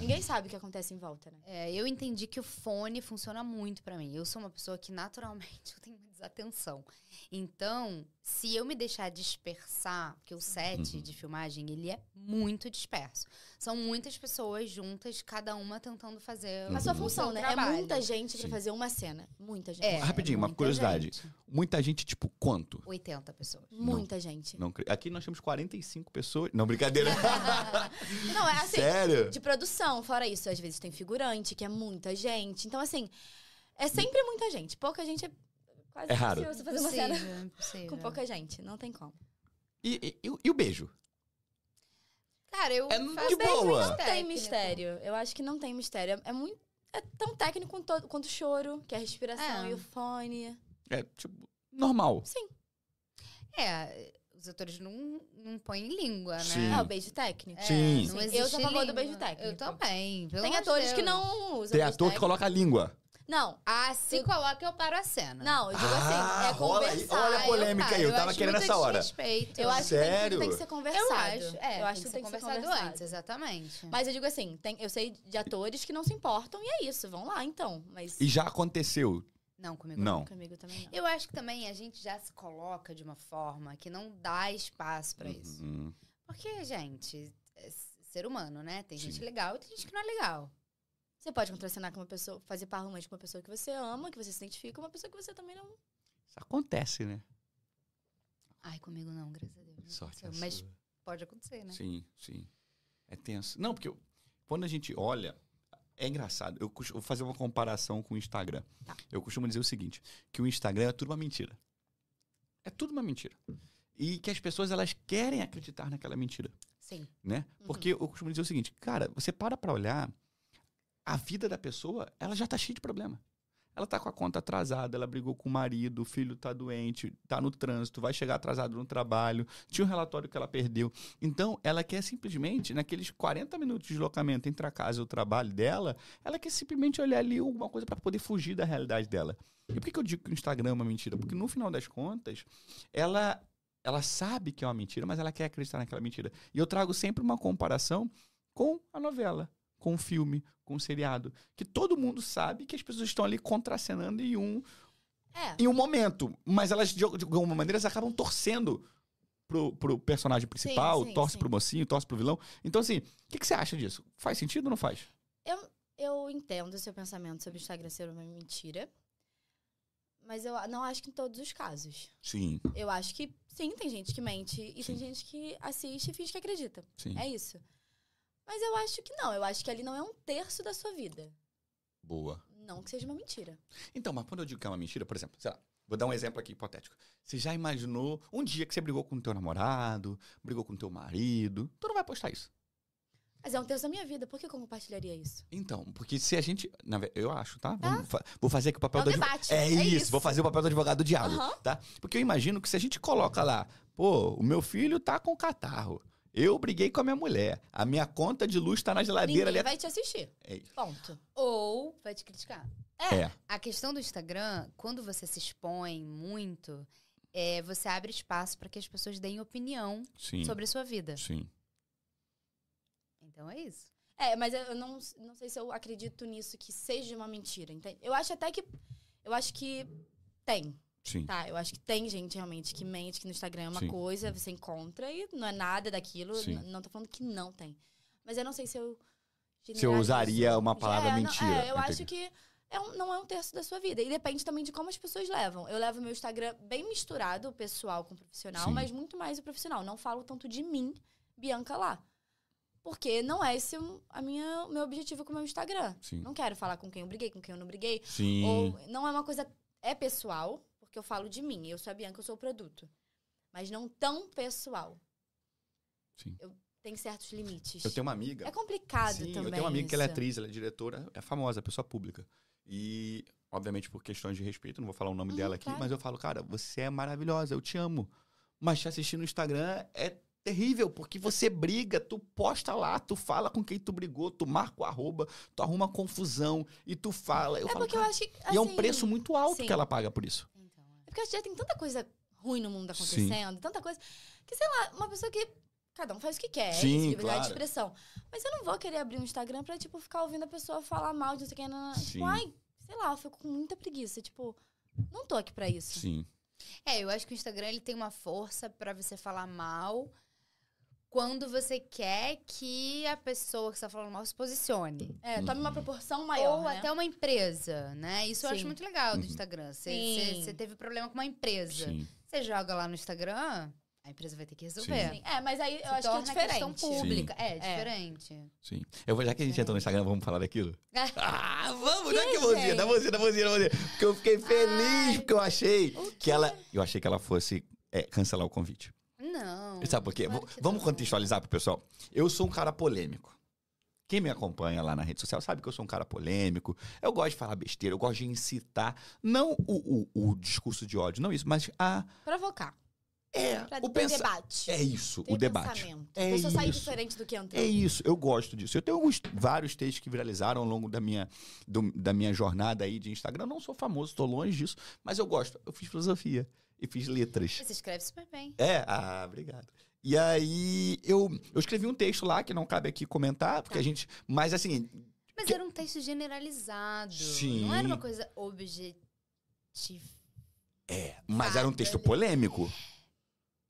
C: Ninguém sabe o que acontece em volta, né?
A: É, eu entendi que o fone funciona muito pra mim. Eu sou uma pessoa que naturalmente eu tenho desatenção. Então, se eu me deixar dispersar, porque o set
B: Uhum.
A: de filmagem ele é muito disperso. São muitas pessoas juntas, cada uma tentando fazer
B: Uhum.
C: A
A: o
C: sua
A: seu
C: função, né? É
A: trabalho.
C: muita gente pra
B: Sim.
C: fazer uma cena. Muita gente.
A: É,
B: Rapidinho, uma
A: muita
B: curiosidade.
A: gente.
B: Muita gente, tipo, quanto?
A: 80 pessoas.
C: Muita gente.
B: Não cre- Aqui nós temos 45 pessoas. Não, brincadeira.
C: Não, é assim.
B: Sério?
C: De produção, fora isso, às vezes tem figurante, que é muita gente. Então, assim, é sempre muita gente. Pouca gente é quase
B: É raro.
C: impossível você fazer uma cena
A: Impossível, impossível.
C: com pouca gente. Não tem como.
B: E, e- e o- e o beijo?
A: Cara, eu
B: É
A: faço
B: de boa.
A: bem
C: Não tem
A: técnico.
C: mistério. Eu acho que não tem mistério. É muito. É tão técnico quanto, quanto o choro, que é a respiração
A: É.
C: e o fone.
B: É, tipo, normal.
C: Sim.
A: É, os atores não, não põem língua, né?
B: Sim.
C: É o beijo técnico.
A: É,
B: Sim.
A: não
C: Sim, eu
A: existe
C: sou a favor do
A: língua.
C: beijo técnico.
A: Eu também. pelo
C: Tem
A: amor de
C: atores que
A: Deus.
C: não usam.
B: Tem
C: beijo
B: ator que
C: técnico.
B: coloca a língua.
C: Não.
A: Ah, se coloca, eu paro a cena.
C: Não, eu digo assim,
B: Ah,
C: é
B: rola aí.
C: conversar.
B: Olha a
A: eu
B: polêmica aí, eu
A: paro,
B: tava
A: acho
B: querendo
A: muito
B: essa hora.
A: desrespeito.
C: Eu acho que tem-
B: Sério?
C: tem que ser conversado.
A: Eu acho. É,
C: eu acho
A: tem que ser conversado antes,
B: É.
A: exatamente.
C: Mas eu digo assim, tem- eu sei de atores que não se importam e é isso, vão lá então. Mas
B: E já aconteceu.
A: Não, comigo
B: Não.
C: comigo também não.
A: Eu acho que também a gente já se coloca de uma forma que não dá espaço pra isso.
B: Uhum.
A: Porque, gente, é ser humano, né? Tem gente
B: Sim.
A: legal e tem gente que não é legal.
C: Você pode contracenar com uma pessoa, fazer par romântico com uma pessoa que você ama, que você se identifica, uma pessoa que você também não.
B: Isso acontece, né?
A: Ai, comigo não, graças a Deus. não
B: Sorte.
A: aconteceu.
B: a
A: Mas
B: sua.
A: pode acontecer, né?
B: Sim, sim. É tenso. Não, porque eu- quando a gente olha, é engraçado. Eu costumo, vou fazer uma comparação com o Instagram.
C: Tá.
B: Eu costumo dizer o seguinte, que o Instagram é tudo uma mentira. É tudo uma mentira. E que as pessoas elas querem acreditar naquela mentira,
A: Sim.
B: né? Porque eu costumo dizer o seguinte, cara, você para pra olhar, a vida da pessoa, ela já tá cheia de problema. Ela tá com a conta atrasada, ela brigou com o marido, o filho tá doente, tá no trânsito, vai chegar atrasado no trabalho, tinha um relatório que ela perdeu. Então, ela quer simplesmente, naqueles 40 minutos de deslocamento entre a casa e o trabalho dela, ela quer simplesmente olhar ali alguma coisa pra poder fugir da realidade dela. E por que, que eu digo que o Instagram é uma mentira? Porque no final das contas, ela, ela sabe que é uma mentira, mas ela quer acreditar naquela mentira. E eu trago sempre uma comparação com a novela, com o filme, com o seriado. Que todo mundo sabe que as pessoas estão ali contracenando em um,
C: É.
B: em um momento. Mas elas, de, de alguma maneira, elas acabam torcendo pro, pro personagem principal,
C: sim,
B: torce
C: sim.
B: pro mocinho, torce pro vilão. Então, assim, o que, que você acha disso? Faz sentido ou não faz?
C: Eu entendo o seu pensamento sobre o Instagram ser uma mentira. Mas eu não acho que em todos os casos.
B: Sim,
C: Eu acho que sim, tem gente que mente e
B: Sim.
C: tem gente que assiste e finge que acredita.
B: sim.
C: É isso. Mas eu acho que não. Eu acho que ali não é um terço da sua vida.
B: Boa.
C: Não que seja uma mentira.
B: Então, mas quando eu digo que é uma mentira, por exemplo, sei lá, vou dar um exemplo aqui hipotético. Você já imaginou um dia que você brigou com o teu namorado, brigou com o teu marido? Tu não vai postar isso.
C: Mas é um terço da minha vida. Por que eu compartilharia isso?
B: Então, porque se a gente. na ve- eu acho, tá? Vamos fa- vou fazer aqui o papel
C: Ah. É um
B: do advo-
C: debate,
B: É,
C: é
B: isso,
C: isso.
B: vou fazer o papel do advogado do diabo,
C: Aham.
B: tá? Porque eu imagino que se a gente coloca lá, pô, o meu filho tá com catarro. Eu briguei com a minha mulher. A minha conta de luz tá na geladeira
C: Ninguém
B: ali.
C: vai te assistir.
B: É.
C: Ponto.
A: Ou vai te criticar.
B: É.
A: A questão do Instagram, quando você se expõe muito, é, você abre espaço pra que as pessoas deem opinião
B: Sim.
A: sobre a sua vida.
B: Sim.
A: Então é isso.
C: É, mas eu não, não sei se eu acredito nisso que seja uma mentira. entende? Eu acho até que. Eu acho que tem,
B: Sim.
C: tá? Eu acho que tem gente realmente que mente que no Instagram é uma
B: Sim.
C: coisa, você encontra e não é nada daquilo.
B: Sim.
C: N- Não tô falando que não tem. Mas eu não sei se eu.
B: Se eu usaria uma
C: generalizo.
B: palavra
C: É, não-
B: mentira.
C: é, eu acho que é um- não é um terço da sua vida. E depende também de como as pessoas levam. Eu levo meu Instagram bem misturado, o pessoal com o profissional,
B: Sim.
C: mas muito mais o profissional. Não falo tanto de mim, Bianca, lá. Porque não é esse o- a minha, o meu objetivo com o meu Instagram.
B: Sim.
C: Não quero falar com quem eu briguei, com quem eu não briguei.
B: Sim.
C: Ou não é uma coisa. É pessoal, porque eu falo de mim. Eu sou a Bianca, eu sou o produto. Mas não tão pessoal.
B: Sim.
C: Eu, tem certos limites.
B: Eu tenho uma amiga.
C: É complicado
B: Sim,
C: também.
B: Eu tenho uma amiga que ela é
C: isso.
B: atriz, ela é diretora, é famosa, é pessoa pública. E, obviamente, por questões de respeito, não vou falar o nome
C: Uhum,
B: dela aqui,
C: claro.
B: mas eu falo, cara, você é maravilhosa, eu te amo. Mas te assistir no Instagram é terrível, porque você briga, tu posta lá, tu fala com quem tu brigou, tu marca o arroba, tu arruma confusão e tu fala. Eu
C: É
B: falo,
C: porque eu
B: cara,
C: acho que.
B: E é
C: assim,
B: um preço muito alto
C: sim.
B: que ela paga por isso.
A: Então, é.
C: É porque já tem tanta coisa ruim no mundo
B: Sim.
C: acontecendo, tanta coisa. Que, sei lá, uma pessoa que. Cada um faz o que quer, é
B: Sim,
C: isso, liberdade
B: claro.
C: de expressão. Mas eu não vou querer abrir um Instagram pra, tipo, ficar ouvindo a pessoa falar mal de não sei o que. nanana.
B: Sim.
C: Tipo, ai, sei lá, eu fico com muita preguiça. Tipo, não tô aqui pra isso.
B: Sim.
A: É, eu acho que o Instagram ele tem uma força pra você falar mal quando você quer que a pessoa que está falando mal se posicione.
C: É, tome uma proporção maior.
A: Ou
C: né?
A: até uma empresa, né? Isso eu acho
C: Sim.
A: muito legal do
B: Uhum.
A: Instagram.
C: Sim.
A: Você teve problema com uma empresa.
B: Sim.
A: Você joga lá no Instagram, a empresa vai ter que resolver.
C: Sim. É, mas aí eu
A: Se
C: acho que é
A: torna
C: diferente.
A: questão pública. É, diferente.
B: Sim. Eu vou, já que a
C: É.
B: gente entrou no Instagram, vamos falar daquilo?
A: É.
B: ah, vamos, dá
C: quê,
B: que mãozinha, dá
C: gente?
B: mãozinha, dá mãozinha, dá mãozinha. Porque eu fiquei feliz, porque eu achei
C: O
B: que ela. Eu achei que ela fosse é, cancelar o convite.
C: Ah,
A: Não.
B: Sabe por quê?
A: claro
B: Vou-
A: que
B: vamos
A: não.
B: contextualizar pro pessoal. Eu sou um cara polêmico. Quem me acompanha lá na rede social sabe que eu sou um cara polêmico. Eu gosto de falar besteira, eu gosto de incitar. Não o, o, o discurso de ódio, não isso, mas a.
C: Provocar.
B: É,
C: Pra
B: o
C: ter um
B: pensa...
C: debate.
B: É isso,
C: Ter
B: o debate.
C: pensamento.
B: É
C: a pessoa sair
B: isso.
C: diferente do que entrou.
B: É isso, eu gosto disso. Eu tenho alguns, vários textos que viralizaram ao longo da minha, do- da minha jornada aí de Instagram. Eu não sou famoso, estou longe disso, mas eu gosto. Eu fiz filosofia e fiz letras.
A: Você escreve super bem.
B: É, ah, obrigado. E aí eu, eu escrevi um texto lá que não cabe aqui comentar, porque a gente. Mas assim,
A: Mas
B: Que-
A: era um texto generalizado.
B: Sim.
A: Não era uma coisa objetiva.
B: mas era um texto polêmico.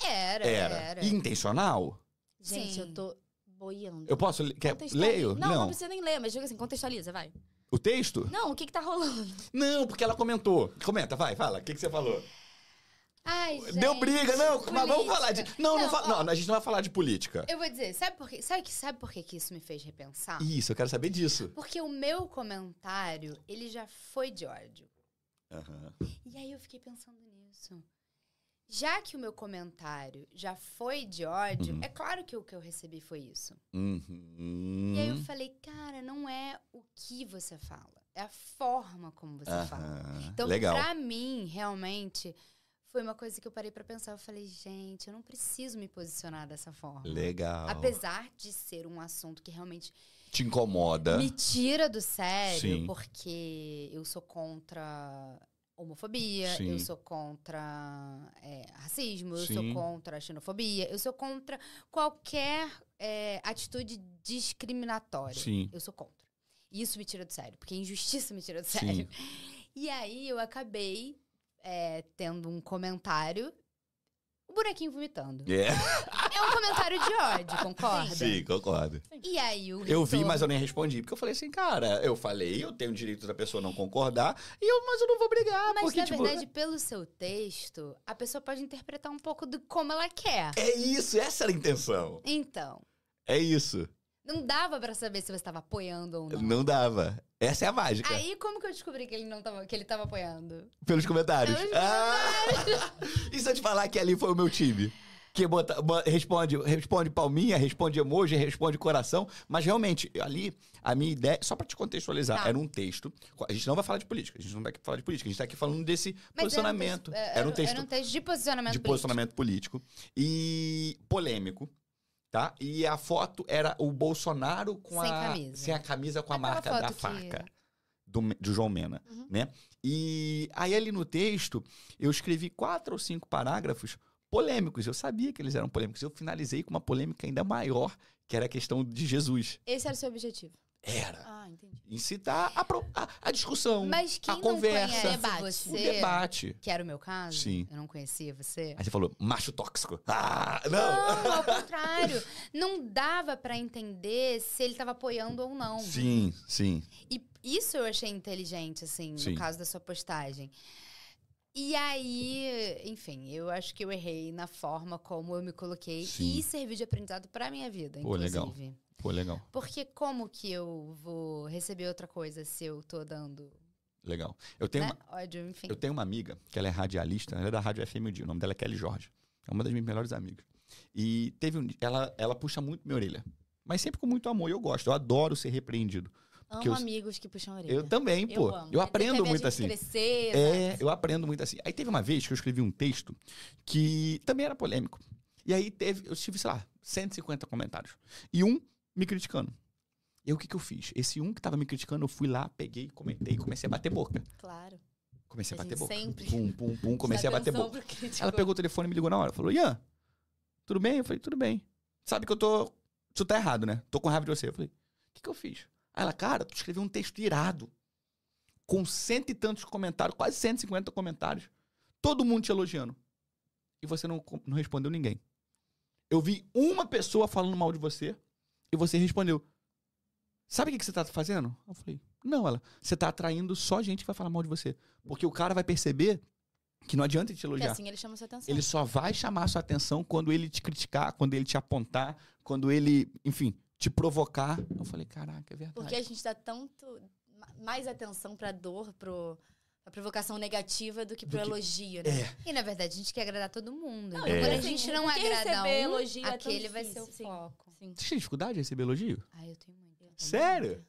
A: Era, era.
B: Era. Intencional.
C: Gente,
A: Sim.
C: eu tô boiando.
B: Eu posso. le- Quer,
C: Contextuali-
B: É, leio?
C: Não, não, precisa nem ler, mas diga assim, contextualiza, vai.
B: O texto?
C: Não, o que que tá rolando?
B: Não, porque ela comentou. Comenta, vai, fala. O que, que você falou?
A: Ai, gente,
B: Deu briga, não, mas vamos
A: política.
B: falar de. Não, não,
A: Não,
B: fa-
A: ó.
B: não, a gente não vai falar de política.
A: Eu vou dizer, sabe por quê? Sabe, que- sabe por que, que isso me fez repensar?
B: Isso, eu quero saber disso.
A: Porque o meu comentário, ele já foi de ódio.
B: Aham.
A: E aí eu fiquei pensando nisso. Já que o meu comentário já foi de ódio,
B: Uhum.
A: é claro que o que eu recebi foi isso.
B: Uhum.
A: E aí eu falei, cara, não é o que você fala, é a forma como você fala.
B: Aham.
A: Então,
B: Legal.
A: pra mim, realmente, foi uma coisa que eu parei pra pensar. Eu falei, gente, eu não preciso me posicionar dessa forma.
B: Legal.
A: Apesar de ser um assunto que realmente
B: Te incomoda.
A: me tira do sério,
B: Sim.
A: porque eu sou contra homofobia,
B: Sim.
A: eu sou contra é, racismo, eu
B: Sim.
A: sou contra xenofobia, eu sou contra qualquer é, atitude discriminatória.
B: Sim.
A: Eu sou contra. E Isso me tira do sério, porque injustiça me tira do sério. E aí eu acabei é, tendo um comentário. O bonequinho vomitando.
B: É.
A: É um comentário de ódio, concorda?
B: Sim, concordo.
A: E aí o
B: Eu vi,
A: retorno-
B: mas eu nem respondi. Porque eu falei assim, cara, eu falei, eu tenho o direito da pessoa não concordar, e eu, mas eu não vou brigar.
A: Mas,
B: porque,
A: na
B: tipo,
A: verdade, pelo seu texto, a pessoa pode interpretar um pouco de como ela quer.
B: É isso, essa era a intenção.
A: Então,
B: É isso.
A: não dava pra saber se você tava apoiando ou não.
B: Não dava. Essa é a mágica.
A: Aí, como que eu descobri que ele não tava, que ele tava apoiando?
B: Pelos comentários.
A: Pelos
B: Ah! e se eu te falar que ali foi o meu time? Que bota, bo- responde, responde palminha, responde emoji, responde coração. Mas realmente, ali, a minha ideia, só pra te contextualizar,
A: Tá.
B: era um texto. A gente não vai falar de política, a gente não vai falar de política, a gente tá aqui falando desse
A: Mas era um
B: posicionamento.
A: texto- é, Era, era um texto de posicionamento.
B: de
A: político.
B: posicionamento político e polêmico, tá? E a foto era o Bolsonaro com
A: Sem
B: a
A: camisa.
B: sem a camisa com a
A: Aquela
B: marca
A: foto
B: da
A: que-
B: faca do, Me- do João Mena,
C: Uhum.
B: né? E aí ali no texto eu escrevi quatro ou cinco parágrafos polêmicos. Eu sabia que eles eram polêmicos. Eu finalizei com uma polêmica ainda maior, que era a questão de Jesus.
C: Esse era o seu objetivo.
B: Era
C: Ah, entendi.
B: incitar a, pro- a, a discussão,
A: Mas quem
B: a
A: não
B: conversa,
A: conhece
C: Debate.
B: o
A: você,
B: debate.
A: que era o meu caso,
B: Sim.
A: eu não conhecia você.
B: Aí você falou macho tóxico. Ah, não.
A: Não, ao contrário. Não dava pra entender se ele tava apoiando ou não.
B: Sim, sim.
A: E, Isso eu achei inteligente, assim,
B: Sim.
A: no caso da sua postagem. E aí, enfim, eu acho que eu errei na forma como eu me coloquei
B: Sim.
A: e serviu de aprendizado pra minha vida,
B: Pô,
A: inclusive.
B: legal. Pô, legal.
A: Porque como que eu vou receber outra coisa se eu tô dando
B: Legal. Eu tenho,
A: né?
B: uma,
A: ódio, enfim.
B: eu tenho uma amiga que ela é radialista, ela é da Rádio FM Dia. O nome dela é Kelly Jorge. É uma das minhas melhores amigas. E teve um dia- ela, ela puxa muito minha orelha. Mas sempre com muito amor. E eu gosto. Eu adoro ser repreendido.
C: Amo
B: que eu-
C: amigos que puxam a orelha.
B: Eu também, pô.
C: amo.
B: Eu
A: É,
B: aprendo
A: deve a
B: muito
A: gente
B: assim.
A: Crescer,
B: É,
C: né?
A: sabe?
B: eu aprendo muito assim. Aí teve uma vez que eu escrevi um texto que também era polêmico. E aí teve, eu tive, sei lá, 150 comentários. E um me criticando. E aí o que, que eu fiz? Esse um que tava me criticando, eu fui lá, peguei, comentei e comecei a bater boca.
C: Claro.
B: Comecei a
C: A
B: bater
C: gente
B: boca.
C: sempre
B: Pum, pum, pum, comecei a bater boca. Ela pegou o telefone e me ligou na hora. Falou, Ian, tudo bem? Eu falei, tudo bem. Sabe que eu tô. Isso tá errado, né? Tô com raiva de você. Eu falei, o que, que eu fiz? Aí ela, cara, tu escreveu um texto irado. Com cento e tantos comentários, quase 150 comentários. Todo mundo te elogiando. E você não, com- não respondeu ninguém. Eu vi uma pessoa falando mal de você e você respondeu. Sabe o que, que você tá fazendo? Eu falei, não, ela. Você tá atraindo só gente que vai falar mal de você. Porque o cara vai perceber que não adianta ele te
C: Porque
B: elogiar.
C: assim ele chama sua atenção.
B: Ele só vai chamar a sua atenção quando ele te criticar, quando ele te apontar, quando ele, enfim, te provocar. Eu falei, caraca, é verdade.
C: Porque a gente dá tanto ma- mais atenção pra dor, pro, pra provocação negativa do que pro
B: Do que-
C: elogio, né?
B: É,
A: E na verdade a gente quer agradar todo mundo.
C: Não,
A: então, Quando
B: é.
A: a gente
C: Sim,
A: não
C: porque
A: agrada um,
C: receber elogio é tão
A: aquele vai ser
C: difícil,
A: o
C: sim.
A: foco.
C: Sim.
B: você tem dificuldade de receber elogio?
A: Ai, Ah, eu tenho muito.
B: Sério?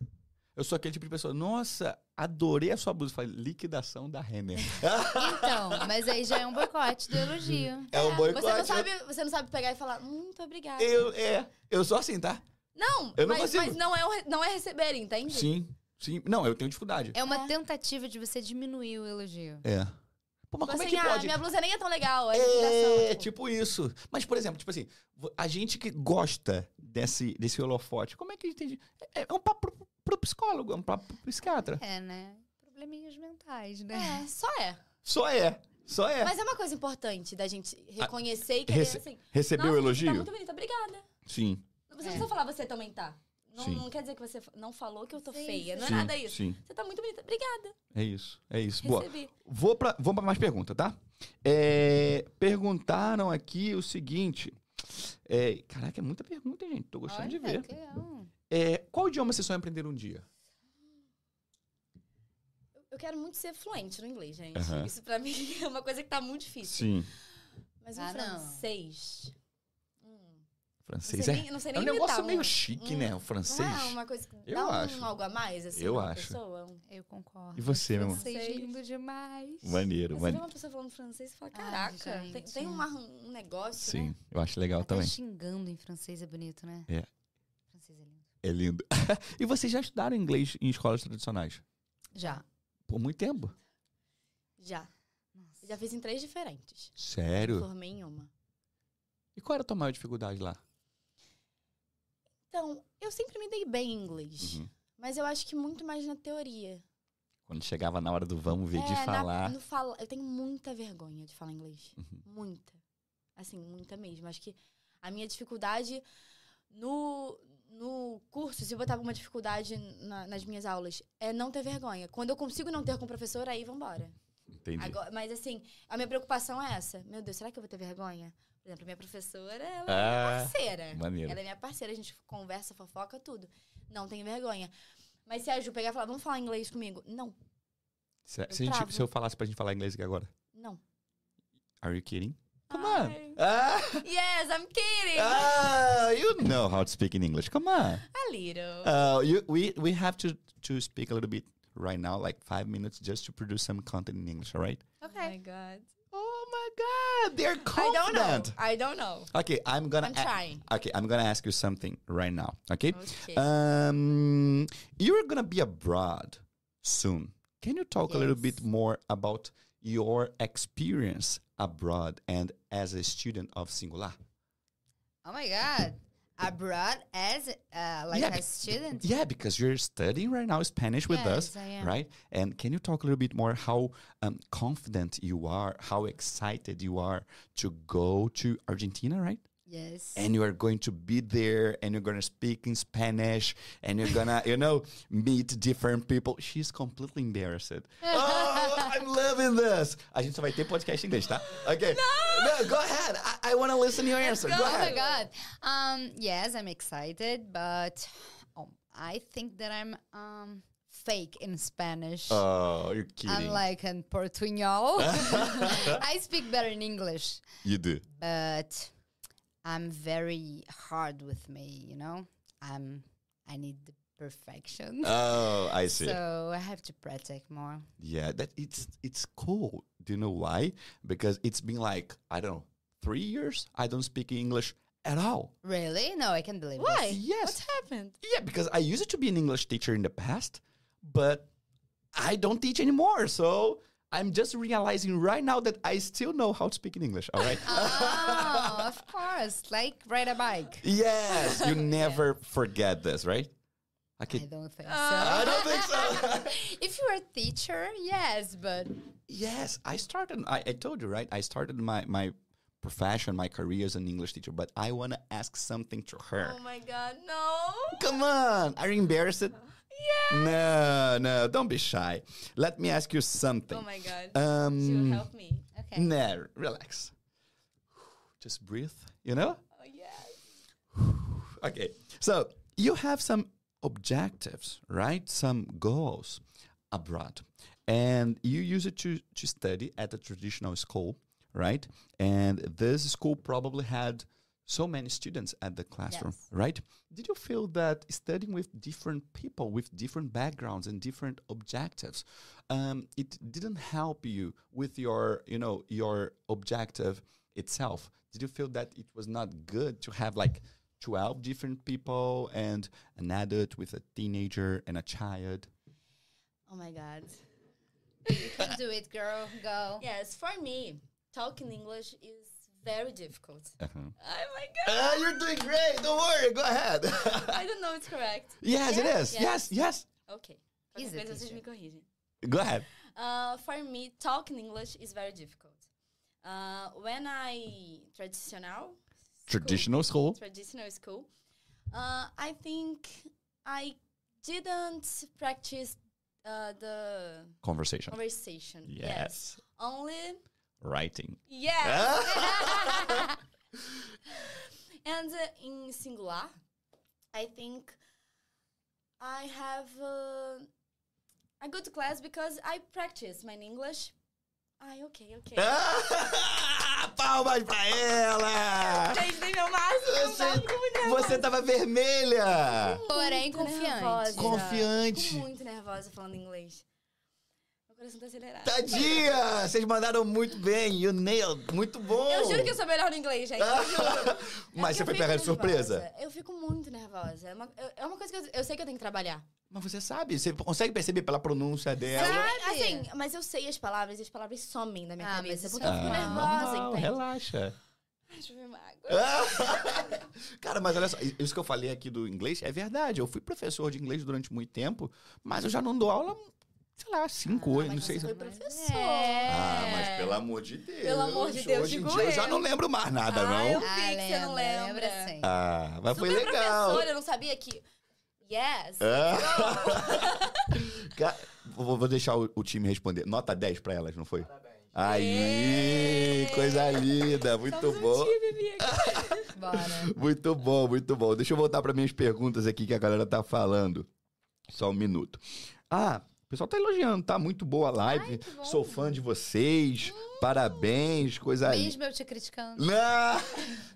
B: Eu sou aquele tipo de pessoa, nossa, adorei a sua blusa. Eu falei, liquidação da Renner.
A: Então, mas aí já é um boicote do elogio.
B: É um boicote.
C: Você não, sabe, você não sabe pegar e falar, hum, muito obrigada.
B: Eu, é, eu sou assim, tá?
C: Não,
B: eu não
C: mas,
B: consigo.
C: mas não, é, o re- não é receber, entende?
B: Sim, sim. Não, eu tenho dificuldade.
A: É uma
C: É.
A: tentativa de você diminuir o elogio.
B: É. Pô, mas
C: Você,
B: como é que
C: ah,
B: pode?
C: minha blusa nem é tão legal. É,
B: É,
C: inspiração.
B: tipo isso. Mas, por exemplo, tipo assim, vo- a gente que gosta desse, desse holofote, como é que a gente tem. É, é um papo pro, pro psicólogo, é um papo pro psiquiatra.
A: É, né? Probleminhas mentais, né?
C: É, só é.
B: Só é. Só é.
C: Mas é uma coisa importante da gente reconhecer e querer,
B: rece-
C: assim...
B: Recebeu
C: "Nossa,
B: o
C: você
B: elogio?
C: Tá muito bonita, obrigada.
B: Sim.
C: Você
A: É.
C: não precisa falar, você também tá. Não,
B: Sim.
C: não quer dizer que você fa- não falou que eu tô
A: Sim,
C: feia, não é
B: sim,
C: nada isso.
B: Sim.
C: Você tá muito bonita, obrigada,
B: É isso. É isso. Boa.
C: recebi.
B: Vou pra, vamos para mais pergunta, tá? É, perguntaram aqui o seguinte. É, caraca, é muita pergunta, hein, gente. Tô gostando de
A: Olha,
B: ver.
A: que legal.
B: É, qual idioma você sonha aprender um dia?
C: Eu- Eu quero muito ser fluente no inglês, gente.
B: Aham.
C: Isso pra mim é uma coisa que tá muito difícil. Mas um
A: Ah, não.
C: francês... Hum, não, sei
B: Francês é.
C: nem, não sei
B: É
C: nem
B: um negócio
C: imitar
B: meio
C: um-
B: chique,
C: um-
B: né? O francês.
C: Não é uma coisa que dá
B: Eu
C: um
B: acho.
C: algo a mais, assim,
B: Eu
C: pra
B: acho.
C: pessoa. Um-
A: Eu concordo.
B: E você, meu amor?
A: Vocês lindo demais.
B: Maneiro,
C: Mas Você vê
B: maneiro.
C: uma pessoa falando francês e fala,
A: Ai,
C: caraca, tem,
A: gente.
C: tem uma- um negócio, né?
B: Sim, eu acho legal
A: Até
B: também.
A: Tá xingando em francês é bonito, né?
B: É.
A: Francês é lindo.
B: É lindo. e vocês já estudaram inglês em escolas tradicionais?
A: Já.
B: Por muito tempo.
C: Já.
A: Nossa.
C: Já fiz em três diferentes. Me
B: Sério?
C: Formei em uma.
B: E qual era a tua maior dificuldade lá?
C: Então, eu sempre me dei bem em inglês.
B: Uhum.
C: Mas eu acho que muito mais na teoria.
B: Quando chegava na hora do vamos ver
C: É,
B: de
C: na-
B: falar.
C: no fala- Eu tenho muita vergonha de falar inglês.
B: Uhum.
C: Muita. Assim, muita mesmo. Acho que a minha dificuldade no, no curso, se eu botava uma dificuldade na- nas minhas aulas, é não ter vergonha. Quando eu consigo não ter com o professor, aí vambora.
B: Entendi.
C: Agora, mas assim, a minha preocupação é essa. Meu Deus, será que eu vou ter vergonha? Por exemplo, a minha professora, ela é
B: Ah,
C: parceira.
B: maneiro.
C: Ela é minha parceira, a gente conversa, fofoca, tudo. Não tenho vergonha. Mas se a Ju pegar e falar, vamos falar inglês comigo? Não,
B: Se,
C: eu
B: se a gente-
C: travo.
B: se eu falasse pra gente falar inglês aqui agora.
C: não.
B: Are you kidding? Come
C: Ai.
B: on. Ah,
C: Yes, I'm kidding!
B: ah, you know how to speak in English. Come on.
C: A little.
B: Uh, you, we, we have to, to speak a little bit right now, like five minutes, just to produce some content in English, all right?
C: Oh my God.
B: Oh my God, they're
C: I don't
B: confident.
C: know. I don't know.
B: Okay, I'm gonna.
C: I'm
B: a-
C: trying.
B: okay, I'm gonna ask you something right now. Okay.
C: Okay.
B: Um, you're gonna be abroad soon. Can you talk a little
A: Yes.
B: bit more about your experience abroad and as a student of Singular?
A: Oh my god. Abroad as uh, like
B: Yeah,
A: a
B: bec-
A: student.
B: Yeah, because you're studying right now Spanish with us,
A: Yes, I am.
B: right? And can you talk a little bit more how um, confident you are, how excited you are to go to Argentina, right?
A: Yes.
B: and you are going to be there and you're going to speak in Spanish and you're going to, you know, meet different people. She's completely embarrassed. oh, I'm loving this. A gente só vai ter podcast em inglês, tá? Okay. No! go ahead. I, I want to listen to your answer. Go,
A: oh my
B: ahead.
A: god. Um, yes, I'm excited, but um, I think that I'm um, fake in Spanish.
B: Oh, you're kidding.
A: Unlike in Portuñol, I speak better in English,
B: you do.
A: but I'm very hard with me. You know, I'm I need the perfection,
B: Oh, I see.
A: so I have to practice more.
B: Yeah, that it's it's cool. Do you know why? Because it's been like, I don't know, three years I don't speak English at all.
A: Really? No, I can't believe
C: Why?
A: this.
B: Yes.
C: What happened?
B: Yeah, because I used to be an English teacher in the past, but I don't teach anymore. So I'm just realizing right now that I still know how to speak in English. All right.
C: Ah.
A: oh, of course. Like ride a bike.
B: yes, you never forget this, right?
A: I
B: Okay.
A: don't think
B: I don't think so.
A: so. If you're a teacher, yes, but
B: Yes, I started. I, I told you, right? I started my my profession, my career as an English teacher. But I want to ask something to her.
C: Oh my god, no!
B: Come on, are you embarrassed?
C: Yeah!
B: No, no, don't be shy. Let me ask you something.
C: Oh my god. She will
B: Um,
C: help me.
A: okay.
B: no, relax. Just breathe. You know.
C: Oh yes.
B: Okay. So you have some objectives, right? Some goals abroad. And you use it to, to study at a traditional school, right? And this school probably had so many students at the classroom,
A: Yes.
B: right? Did you feel that studying with different people, with different backgrounds and different objectives, um, it didn't help you with your, you know, your objective itself? Did you feel that it was not good to have like 12 different people and an adult with a teenager and a child?
C: Oh my god.
A: You can do it, girl. Go.
C: Yes, for me, talking English is very difficult.
B: Mm-hmm.
C: Oh my god.
B: Ah, you're doing great. Don't worry. Go ahead.
C: I don't know it's correct.
B: yes, it
C: Yeah?
B: is.
C: Yeah.
B: Yes, yes.
C: Ok.
A: He's
C: Qualquer
A: a
C: coisa vocês
A: teacher.
C: me corrigem.
B: Go ahead.
C: Uh, for me, talking English is very difficult. Uh, when I traditional
B: Traditional school.
C: traditional school, uh, I think I didn't practice uh, the
B: Conversation.
C: conversation.
B: Yes.
C: Only
B: Writing.
C: yes.
B: É?
C: and uh, in singular, I think I have uh, a good class because I practice my English. Ai, ok, ok.
B: É? Ah, Palmas pra ela!
C: Gente, dei meu máximo, eu tava com muito nervosa.
B: Você tava vermelha!
A: Porém,
C: Muito
A: confiante.
C: nervosa.
B: Confiante.
C: Fico muito nervosa falando inglês. Meu coração tá acelerado.
B: Tadinha! Vocês mandaram muito bem. You nailed. Muito bom.
C: Eu juro que eu sou melhor no inglês, gente. Eu juro. É
B: Mas Ah, você
C: que eu
B: foi
C: fico
B: pegar de surpresa.
C: nervosa. Eu fico muito nervosa. É uma, eu- é uma coisa que eu, eu sei que eu tenho que trabalhar.
B: Mas você sabe, você consegue perceber pela pronúncia dela.
A: Sabe?
C: Assim, mas eu sei as palavras e as palavras somem da minha
A: Ah, mas
C: cabeça.
A: isso
C: Porque
A: é
C: eu fico
A: normal. é
C: nervosa, então.
B: Não,
C: entende?
B: relaxa.
C: Ai, deixa eu ver mágoa.
B: Cara, mas olha só, i- isso que eu falei aqui do inglês é verdade. Eu fui professor de inglês durante muito tempo, mas eu já não dou aula, sei lá, cinco, oito,
C: Ah, mas
B: não
C: você
B: sei. se-
C: foi
A: Mas
C: professor.
A: é.
B: Ah, mas pelo amor de Deus.
C: Pelo amor de Deus,
B: Hoje em
C: digo
B: dia eu
C: eu.
B: já não lembro mais nada,
C: Ah,
B: não.
C: eu- vi que você não lembra.
A: sim.
B: Ah, mas foi
C: Super
B: legal. É,
C: professora, eu não sabia que... Yes.
B: Ah. Ca- vou, vou deixar o, o time responder. Nota 10 pra elas, não foi? Aí,
C: Ê!
B: coisa linda, muito
C: Somos um
B: bom.
C: time, amiga.
A: Bora.
B: Muito bom, muito bom. Deixa eu voltar para minhas perguntas aqui que a galera tá falando. Só um minuto. Ah, o pessoal tá elogiando, tá? Muito boa a live.
A: que bom. Hum.
B: Sou fã de vocês. Parabéns, coisa linda.
A: Mesmo eu te criticando.
B: Não,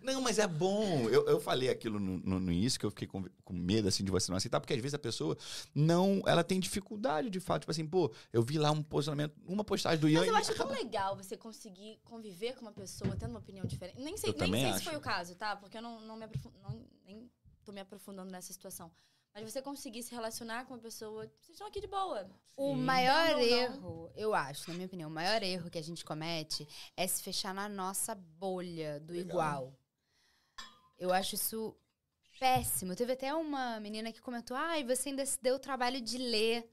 B: não, mas é bom. Eu, eu falei aquilo no, no- no início, que eu fiquei com, com medo, assim, de você não aceitar, porque às vezes a pessoa não... Ela tem dificuldade, de fato. Tipo assim, pô, eu vi lá um posicionamento, uma postagem do Ian
C: Mas eu
B: e- ah,
C: acho tão legal você conseguir conviver com uma pessoa tendo uma opinião diferente. Nem sei,
B: Eu
C: nem
B: também
C: sei
B: acho.
C: se foi o caso, tá? Porque eu não, não me aprofun- não, nem tô me aprofundando nessa situação. Mas você conseguir se relacionar com uma pessoa. Vocês estão aqui de boa.
A: O maior
C: Não, não, não.
A: erro, eu acho, na minha opinião, o maior erro que a gente comete é se fechar na nossa bolha do
B: Legal.
A: igual. Eu acho isso péssimo. Teve até uma menina que comentou: ai, você ainda se deu o trabalho de ler.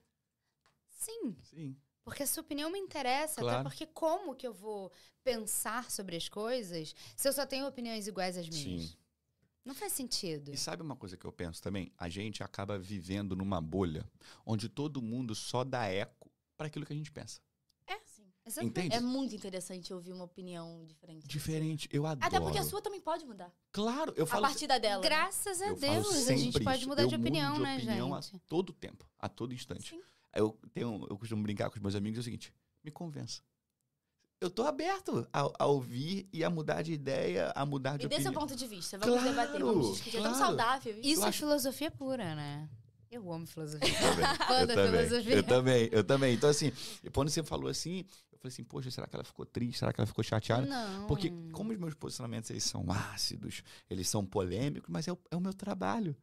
A: Sim,
B: Sim.
A: Porque a sua opinião me interessa,
B: Claro.
A: até porque como que eu vou pensar sobre as coisas se eu só tenho opiniões iguais às minhas?
B: Sim.
A: Não faz sentido.
B: E sabe uma coisa que eu penso também? A gente acaba vivendo numa bolha onde todo mundo só dá eco para aquilo que a gente pensa.
C: É, sim.
A: Exatamente.
B: Entende?
C: É muito interessante ouvir uma opinião diferente.
B: Diferente. Eu adoro.
C: Até porque a sua também pode mudar.
B: Claro, eu falo. assim,
C: a partir da dela. né?
A: Graças a
B: eu falo
A: Deus, a gente
B: sempre
A: pode
B: isso.
A: mudar
B: Eu
A: de
B: mudo
A: opinião,
B: de
A: né,
B: opinião
A: gente?
B: A todo tempo, a todo instante.
C: Sim.
B: Eu, tenho, eu costumo brincar com os meus amigos é o seguinte: me convença. Eu tô aberto a, a ouvir e a mudar de ideia, a mudar de
C: E dê seu
B: opinião.
C: ponto de vista. Vamos
B: Claro,
C: debater, vamos discutir. É tão
B: claro.
C: saudável.
A: Isso
B: Eu
A: é
B: acho-
A: filosofia pura, né? Eu amo filosofia.
B: também,
A: Fã
B: eu,
A: da
B: também,
A: filosofia.
B: eu também, eu também. Então, assim, quando você falou assim, eu falei assim, poxa, será que ela ficou triste? Será que ela ficou chateada?
A: Não.
B: Porque como os meus posicionamentos, eles são ácidos, eles são polêmicos, mas é o, é o meu trabalho,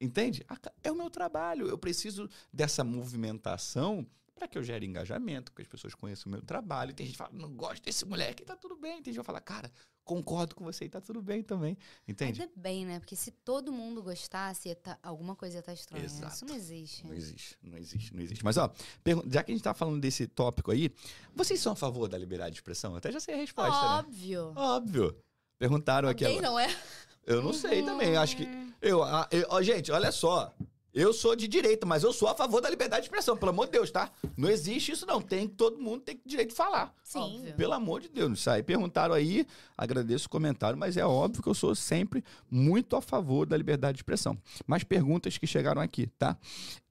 B: entende? Aca- É o meu trabalho, eu preciso dessa movimentação para que eu gere engajamento, que as pessoas conheçam o meu trabalho. Tem gente que fala, não gosto desse moleque, tá tudo bem. Tem gente que fala, cara, concordo com você e tá tudo bem também, entende?
A: Ainda bem, né? Porque se todo mundo gostasse, ia tá- alguma coisa ia estar estranha. né?
B: Exato.
A: Isso não existe.
B: Não existe, não existe, não existe. Mas, ó, pergun- já que a gente tá falando desse tópico aí, vocês são a favor da liberdade de expressão? Eu Até já sei a resposta, né?
C: Óbvio.
B: Óbvio. Perguntaram aqui.
C: Quem
B: ó.
C: não é?
B: Eu não sei também, acho que... Eu, a- eu- ó, gente, olha só. Eu sou de direita, mas eu sou a favor da liberdade de expressão, pelo amor de Deus, tá? Não existe isso não, tem todo mundo tem direito de falar.
C: Sim.
A: Óbvio.
B: Pelo amor de Deus, não sai. Perguntaram aí, agradeço o comentário, mas é óbvio que eu sou sempre muito a favor da liberdade de expressão. Mais perguntas que chegaram aqui, tá?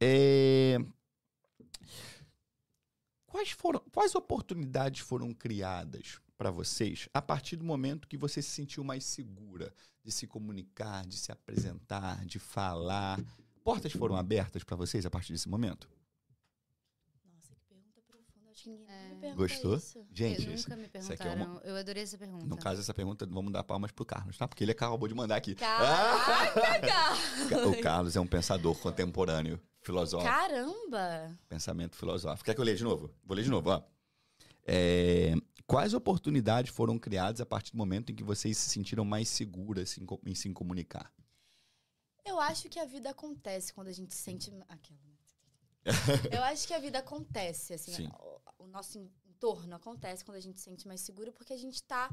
B: É, Quais, foram, quais oportunidades foram criadas para vocês a partir do momento que você se sentiu mais segura de se comunicar, de se apresentar, de falar? Portas foram abertas para vocês a partir desse momento?
C: Nossa, que pergunta profunda. Acho que ninguém nunca me pergunta
B: Gostou?
C: isso.
B: Gente,
A: Eu
B: isso-
A: nunca me
B: isso aqui é uma-
A: perguntaram. Eu adorei essa pergunta.
B: no caso essa pergunta, vamos dar palmas pro Carlos, tá? Porque ele acabou de mandar aqui.
C: Caraca,
B: Ca- O
C: cara!
B: Carlos é um pensador contemporâneo, filosófico,
C: Caramba!
B: pensamento filosófico. Quer que eu leia de novo? Vou ler de novo, ó. É, quais oportunidades foram criadas a partir do momento em que vocês se sentiram mais seguras em, co- em se comunicar?
C: Eu acho que a vida acontece quando a gente sente. Aquela. né? Eu acho que a vida acontece, assim.
B: Sim.
C: O, o nosso entorno acontece quando a gente se sente mais seguro, porque a gente tá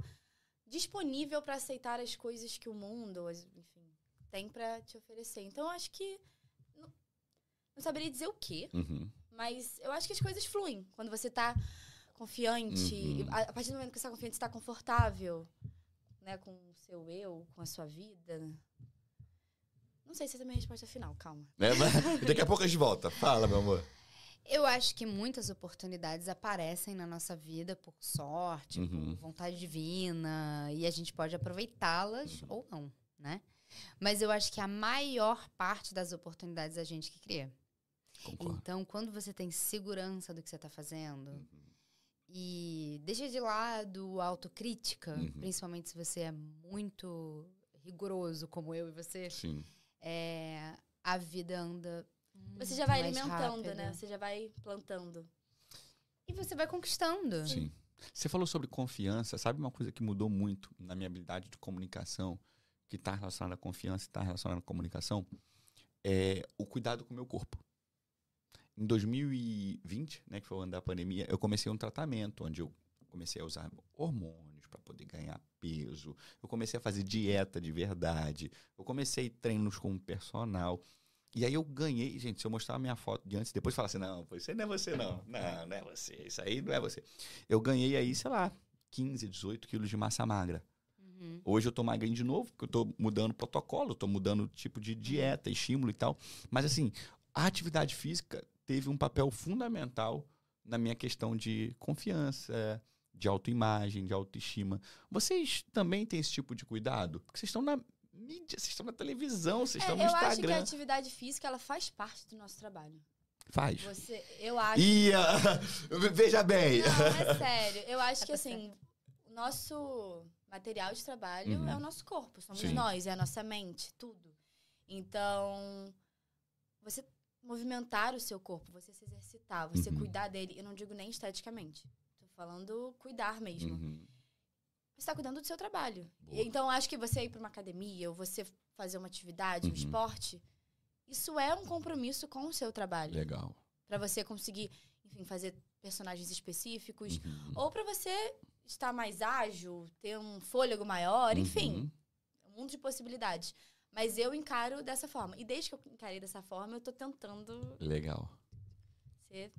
C: disponível para aceitar as coisas que o mundo, as- enfim, tem para te oferecer. Então, eu acho que. Não, não saberia dizer o quê,
B: Uhum.
C: mas eu acho que as coisas fluem. Quando você tá confiante,
B: Uhum.
C: a, a partir do momento que você tá confiante, você tá confortável, né? Com o seu eu, com a sua vida. Não sei se essa é a minha resposta final, calma.
B: É, mas daqui a pouco a gente volta. Fala, meu amor.
A: Eu acho que muitas oportunidades aparecem na nossa vida por sorte,
B: Uhum.
A: por vontade divina, e a gente pode
B: Uhum.
A: aproveitá-las ou não, né? Mas eu acho que a maior parte das oportunidades é a gente que cria.
B: Concordo.
A: Então, quando você tem segurança do que você está fazendo
B: Uhum.
A: e deixa de lado a autocrítica,
B: Uhum.
A: principalmente se você é muito rigoroso como eu e você,
B: Sim.
A: é, a vida anda.
C: Você já vai
A: muito Hum, mais
C: alimentando, né?
A: rápida.
C: Você já vai plantando.
A: E você vai conquistando.
B: Sim. Você falou sobre confiança. Sabe uma coisa que mudou muito na minha habilidade de comunicação, que está relacionada à confiança e está relacionada à comunicação? É o cuidado com o meu corpo. Em 2020, né, que foi o ano da pandemia, eu comecei um tratamento onde eu comecei a usar hormônios para poder ganhar peso. Eu comecei a fazer dieta de verdade. Eu comecei treinos com personal. E aí eu ganhei, gente, se eu mostrar a minha foto de antes e depois falar assim, não, pô, isso aí não é você não. Não, não é você. Isso aí não é você. Eu ganhei aí, sei lá, 15, 18 quilos de massa magra.
A: Uhum.
B: Hoje eu tô magrinho de novo, porque eu tô mudando protocolo, eu tô mudando tipo de dieta, estímulo e tal. Mas assim, a atividade física teve um papel fundamental na minha questão de confiança, de autoimagem, de autoestima. Vocês também têm esse tipo de cuidado? Porque vocês estão na mídia, vocês estão na televisão, vocês
C: É,
B: estão
C: eu
B: no
C: acho que a
B: Instagram.
C: atividade física, ela faz parte do nosso trabalho.
B: Faz.
C: Você, eu acho.
B: Ih, ah, veja bem.
C: Não, é sério. Eu acho que assim, o nosso material de trabalho
B: Uhum.
C: é o nosso corpo, somos
B: Sim.
C: nós, é a nossa mente, tudo. Então, você movimentar o seu corpo, você se exercitar, você
B: Uhum.
C: cuidar dele, eu não digo nem esteticamente. Tô falando cuidar mesmo.
B: Uhum.
C: Você tá cuidando do seu trabalho.
B: Boa.
C: Então, eu acho que você ir para uma academia, ou você fazer uma atividade, um
B: Uhum.
C: esporte, isso é um compromisso com o seu trabalho
B: Legal.
C: para você conseguir enfim, fazer personagens específicos.
B: Uhum,
C: Ou pra você estar mais ágil, ter um fôlego maior,
B: Uhum.
C: enfim um mundo de possibilidades. Mas eu encaro dessa forma. E desde que eu encarei dessa forma, eu tô tentando
B: Legal.
C: ser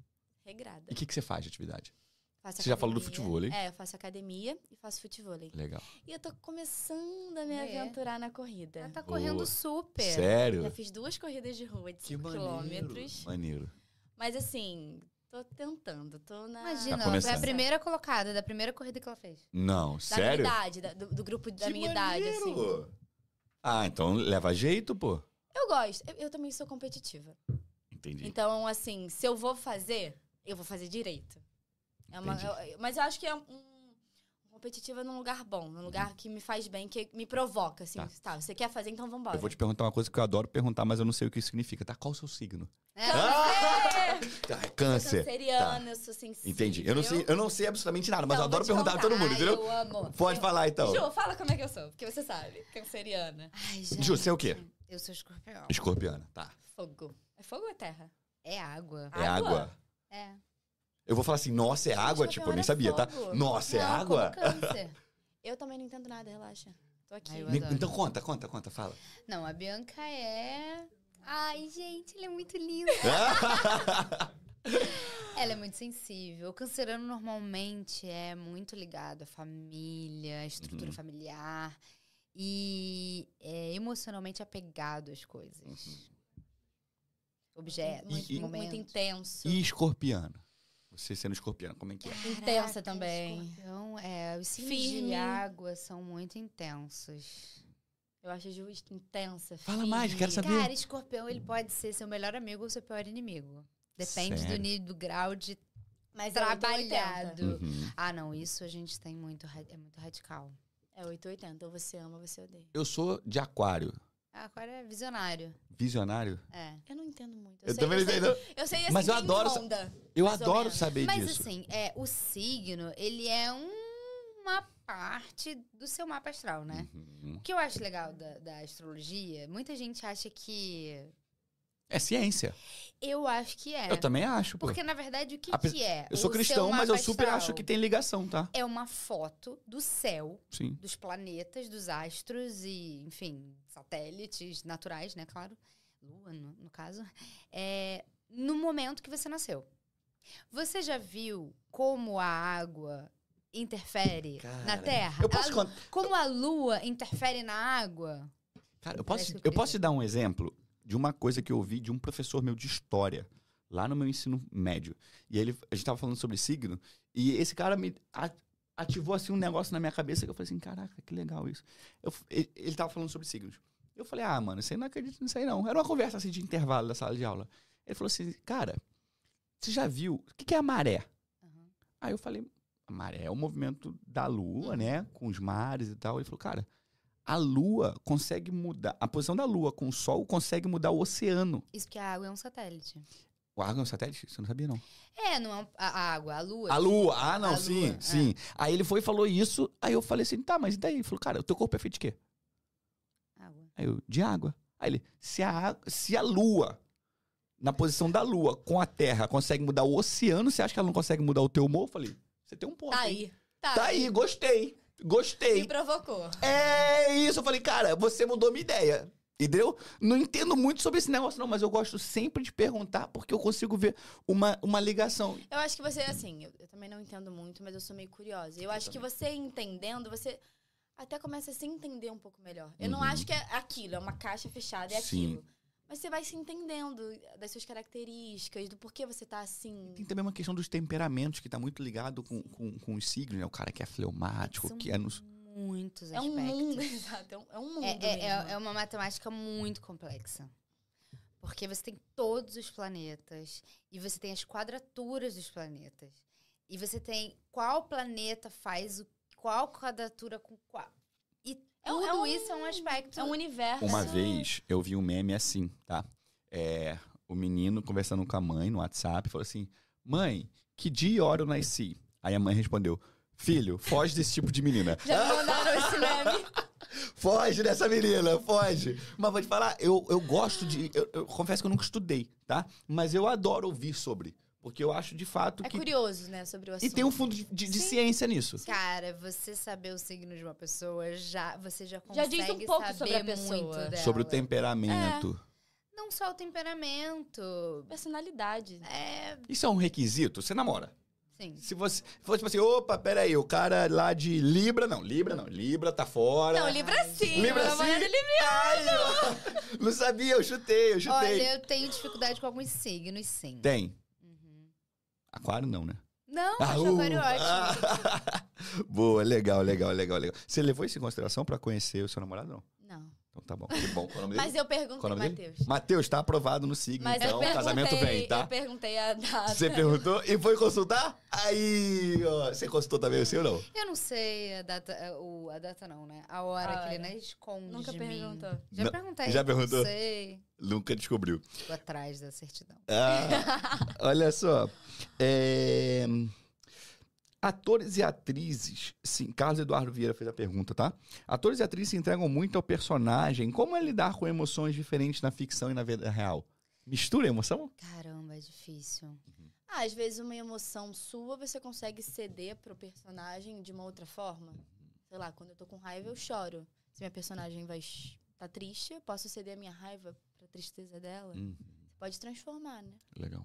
C: regrada.
B: E o que, que você faz de atividade?
C: Faço
B: Você já falou do
C: academia.
B: futebol, hein?
C: É, eu faço academia e faço futebol.
B: Legal.
C: E eu tô começando a me
A: É.
C: aventurar na
A: Ela
C: corrida.
A: tá
B: Boa.
A: correndo super.
B: Sério?
C: Já fiz duas corridas de rua de 5 quilômetros.
B: Maneiro.
C: Mas assim, tô tentando. Tô na.
A: Imagina, ela
B: Tá
A: foi a
B: começando.
A: primeira colocada da primeira corrida que ela fez.
B: Não,
C: Da
B: sério?
C: minha idade, da- do, do grupo da
B: Que
C: minha idade, assim.
B: maneiro! Ah, então leva jeito, pô.
C: Eu gosto. Eu, eu também sou competitiva.
B: Entendi.
C: Então, assim, se eu vou fazer, eu vou fazer direito. É uma-
B: Entendi.
C: eu- mas eu acho que é um competitiva num lugar bom, num lugar que me faz bem, que me provoca, assim.
B: Uhum. Tá.
C: Tá, você quer fazer, então vambora.
B: eu vou te perguntar uma coisa que eu adoro perguntar, mas eu não sei o que isso significa, tá? Qual o seu signo?
A: É,
B: Ah! Tá, é
C: Câncer.
B: câncer.
C: Canceriana, eu sou sensível.
B: Entendi. Eu não, sei, eu não sei absolutamente nada, mas
C: Então,
B: eu adoro
C: vou te
B: perguntar pra todo
C: contar.
B: mundo,
A: Ai,
B: entendeu?
A: eu amo.
B: Pode
A: eu...
B: falar então.
C: Ju, fala como é que eu sou, porque você sabe. Canceriana.
A: Ai,
B: Ju, você é o
A: gente,
B: quê?
A: Eu sou escorpião.
B: Escorpiana, tá.
C: Fogo. É fogo ou é terra?
A: É água.
B: É água.
A: É.
B: Eu vou falar assim, nossa, é água? Tipo, eu nem sabia, tá?
C: Fogo.
B: Nossa, é
A: Não,
B: água?
A: Como câncer.
C: Eu também não entendo nada, relaxa. Tô aqui.
A: Ai, eu
B: Me-
A: adoro.
B: Então conta, conta, conta, fala.
A: Não, a Bianca é. Ai, gente, ela é muito linda.
B: Ah,
A: Ela é muito sensível. O canceriano normalmente é muito ligado à família, à estrutura
B: Uhum.
A: familiar e é emocionalmente apegado às coisas. Objetos,
C: é muito,
B: Uhum. E-
A: momentos.
C: muito intenso.
B: E escorpiano? Você sendo escorpiano, como é que é?
C: Intensa
A: Caraca,
C: também.
A: Escorpião, é, os signos de
C: Firme.
A: água são muito intensos.
C: Eu acho justo, intensa.
B: Fala mais,
C: firme.
B: quero saber.
A: Cara, escorpião, ele pode ser seu melhor amigo ou seu pior inimigo. Depende do
B: Sério?
A: nível, do grau de
C: Mas é
A: trabalhado.
C: trabalhado.
B: Uhum.
A: Ah, não, isso a gente tem muito, ra- é muito radical.
C: É 880. Ou você ama, ou você odeia.
B: Eu sou de aquário.
A: Ah, Aquário é visionário.
B: Visionário?
A: É.
C: Eu não entendo muito.
B: Eu também não
C: sei,
B: entendo.
C: Eu sei assim,
B: Mas eu
C: quem
B: adoro essa-
C: Onda.
B: Eu
C: Mais ou
B: adoro
C: menos.
B: saber
A: Mas
B: disso.
A: assim, é, o signo, ele é um- uma parte do seu mapa astral, né?
B: Uhum.
A: O que eu acho legal da, da astrologia, muita gente acha que.
B: É ciência.
A: Eu acho que é.
B: Eu também acho, pô.
A: Porque, na verdade, o que,
B: A pe-
A: que é?
B: Eu sou
A: O seu
B: cristão, mas eu
A: mapa
B: super
A: astral
B: acho que tem ligação, tá?
A: É uma foto do céu,
B: Sim.
A: dos planetas, dos astros e, enfim, satélites naturais, né? Claro. Lua, no, no caso. É, no momento que você nasceu. Você já viu como a água interfere na
B: Cara,
A: Terra?
B: Eu posso,
A: A
B: con-
A: Como a lua interfere na água?
B: cara,
A: Parece
B: eu posso, eu
A: surpresa.
B: posso te dar um exemplo de uma coisa que eu ouvi de um professor meu de história, lá no meu ensino médio. E ele, a gente tava falando sobre signo, e esse cara me a- ativou assim um negócio na minha cabeça que eu falei assim, caraca, que legal isso. Eu f- ele, ele tava falando sobre signos. Eu falei, ah, mano, você não acredita nisso aí não. Era uma conversa assim de intervalo da sala de aula. Ele falou assim, cara, você já viu, o que que é a maré?
A: Aham.
B: Aí eu falei, a maré é o movimento da lua, né? Com os mares e tal. Ele falou, cara, a lua consegue mudar, a posição da lua com o sol consegue mudar o oceano.
A: Isso que a água é um satélite.
B: O água é um satélite? Você não sabia, não.
A: É, não é um- a, a água, a lua.
B: A lua, ah, não,
A: A
B: sim,
A: lua, é.
B: sim. Aí ele foi e falou isso, aí eu falei assim, tá, mas e daí? Ele falou, cara, o teu corpo é feito de quê?
A: Água.
B: Aí eu, de água. Aí ele, se a, água- se a lua, na posição da lua com a terra, consegue mudar o oceano, você acha que ela não consegue mudar o teu humor? Eu falei, você tem um ponto.
C: Tá
B: hein?
C: aí. Tá,
B: Tá aí, gostei. Gostei.
C: Me provocou.
B: É isso. Eu falei, cara, você mudou minha ideia. Entendeu? Não entendo muito sobre esse negócio, não, mas eu gosto sempre de perguntar porque eu consigo ver uma, uma ligação.
C: Eu acho que você, assim, eu, eu também não entendo muito, mas eu sou meio curiosa. Eu, acho que você entendendo, você até começa a se entender um pouco melhor. Eu não
B: Uhum.
C: acho que é aquilo, é uma caixa fechada, é
B: Sim.
C: aquilo. Mas você vai se entendendo das suas características, do porquê você tá assim.
B: Tem também uma questão dos temperamentos que tá muito ligado com, com, com os signos, né? O cara que é fleumático,
A: São
B: que é no...
A: Muitos
C: É um
A: aspectos.
C: mundo, exato. É um, é um mundo.
A: É, é- é-
C: mesmo.
A: é uma matemática muito complexa. Porque você tem todos os planetas e você tem as quadraturas dos planetas. E você tem qual planeta faz o qual quadratura com qual. E
C: É um-
A: tudo
C: é um-
A: isso é um aspecto.
C: É um universo.
B: Uma vez eu vi um meme assim, tá? É, o menino conversando com a mãe no WhatsApp falou assim: Mãe, que dia e hora eu nasci? Aí a mãe respondeu: Filho, foge desse tipo de menina.
C: Já me mandaram esse meme.
B: Foge dessa menina, foge. Mas vou te falar, eu, eu gosto de. Eu, eu confesso que eu nunca estudei, tá? Mas eu adoro ouvir sobre. Porque eu acho de fato
C: É
B: que.
C: curioso, né, sobre o
B: E
C: assunto.
B: tem um fundo de, de- de
C: Sim.
B: ciência nisso.
A: Cara, você saber o signo de uma pessoa, já, você já
C: Já
A: consegue
C: diz um pouco
A: saber
C: sobre a pessoa.
A: muito dela.
B: Sobre o temperamento.
A: Não só o temperamento.
C: Personalidade.
A: É,
B: Isso é um requisito. Você namora.
A: sim.
B: Se você for tipo assim, opa, peraí, o cara lá de Libra, não, Libra não, Libra tá fora.
C: Não, Libra sim.
B: Libra
C: meu
B: sim?
C: namorado é Libra.
B: Ai, ó. não sabia, eu chutei, eu chutei.
A: Olha, eu tenho dificuldade com alguns signos, sim.
B: Tem.
A: Uhum.
B: Aquário não, né?
A: Não,
B: Ah,
A: acho
B: uh,
A: aquário ótimo.
B: ah. Boa, legal, legal, legal, legal. Você levou isso em consideração pra conhecer o seu namorado, não?
C: Não.
B: Então tá bom, que bom. Qual é o nome
C: Mas
B: dele?
C: eu
B: Qual
C: perguntei,
B: é o nome
C: Matheus.
B: Matheus, tá aprovado no signo,
C: Mas eu
B: então o
C: perguntei,
B: casamento vem, tá?
C: eu perguntei a data.
B: Você perguntou e foi consultar? Aí, ó, você consultou também o seu, não?
A: Eu não sei a data, a- o, a data não, né? A hora
C: A
A: que ele
C: hora.
A: não esconde
C: Nunca
A: de
C: perguntou.
A: Mim. Já
B: Não,
A: perguntei.
B: já perguntou?
A: Não sei.
B: Nunca descobriu.
A: Tô atrás da certidão.
B: Ah, olha só. É, Atores e atrizes. Sim, Carlos Eduardo Vieira fez a pergunta, tá? Atores e atrizes se entregam muito ao personagem. Como é lidar com emoções diferentes na ficção e na vida real? Mistura emoção?
A: Caramba, é difícil.
C: Ah, às vezes uma emoção sua você consegue ceder pro personagem de uma outra forma. Sei lá, quando eu tô com raiva eu choro. Se minha personagem vai ch- tá triste, eu posso ceder a minha raiva pra tristeza dela.
B: Hum,
C: Pode transformar, né?
B: legal.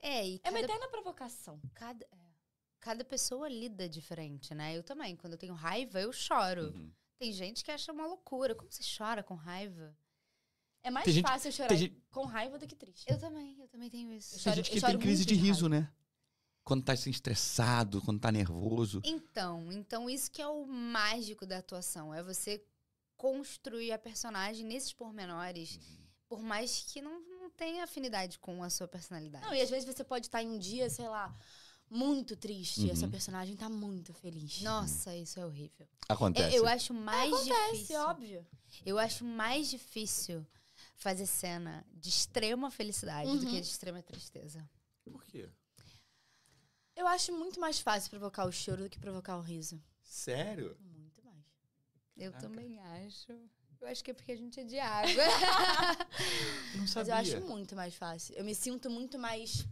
A: É, e
C: É uma
A: cada,
C: eterna provocação.
A: cada, é. cada pessoa lida diferente, né? Eu também. Quando eu tenho raiva, eu choro.
B: Uhum.
A: Tem gente que acha uma loucura. Como você chora com raiva?
C: É mais
B: Tem gente-
C: fácil eu chorar
B: tem gente-
C: com raiva do que triste.
A: Eu também, eu também tenho isso.
C: Eu
B: Tem
C: choro-
B: gente
C: eu
B: que
C: choro
B: tem crise
C: muito
B: de
C: de
B: riso, né? Quando tá assim, estressado, quando tá nervoso.
A: Então, então isso que é o mágico da atuação, é você construir a personagem nesses pormenores, por mais que não, não tenha afinidade com a sua personalidade.
C: Não, e às vezes você pode estar em um dia, sei lá, muito triste e a sua
B: Uhum.
C: personagem tá muito feliz.
A: Nossa, isso é horrível. Eu,
B: Acontece.
C: É,
A: eu acho mais
C: Isso é
A: difícil.
C: óbvio.
A: Eu acho mais difícil fazer cena de extrema felicidade do
C: Uhum.
A: que de extrema tristeza.
B: Por quê?
C: Eu acho muito mais fácil provocar o choro do que provocar o riso.
B: Sério?
C: Muito mais.
A: Eu
B: Caraca.
A: também acho. Eu acho que é porque a gente é de água.
B: Não
C: Mas
B: sabia.
C: eu acho muito mais fácil. Eu me sinto muito mais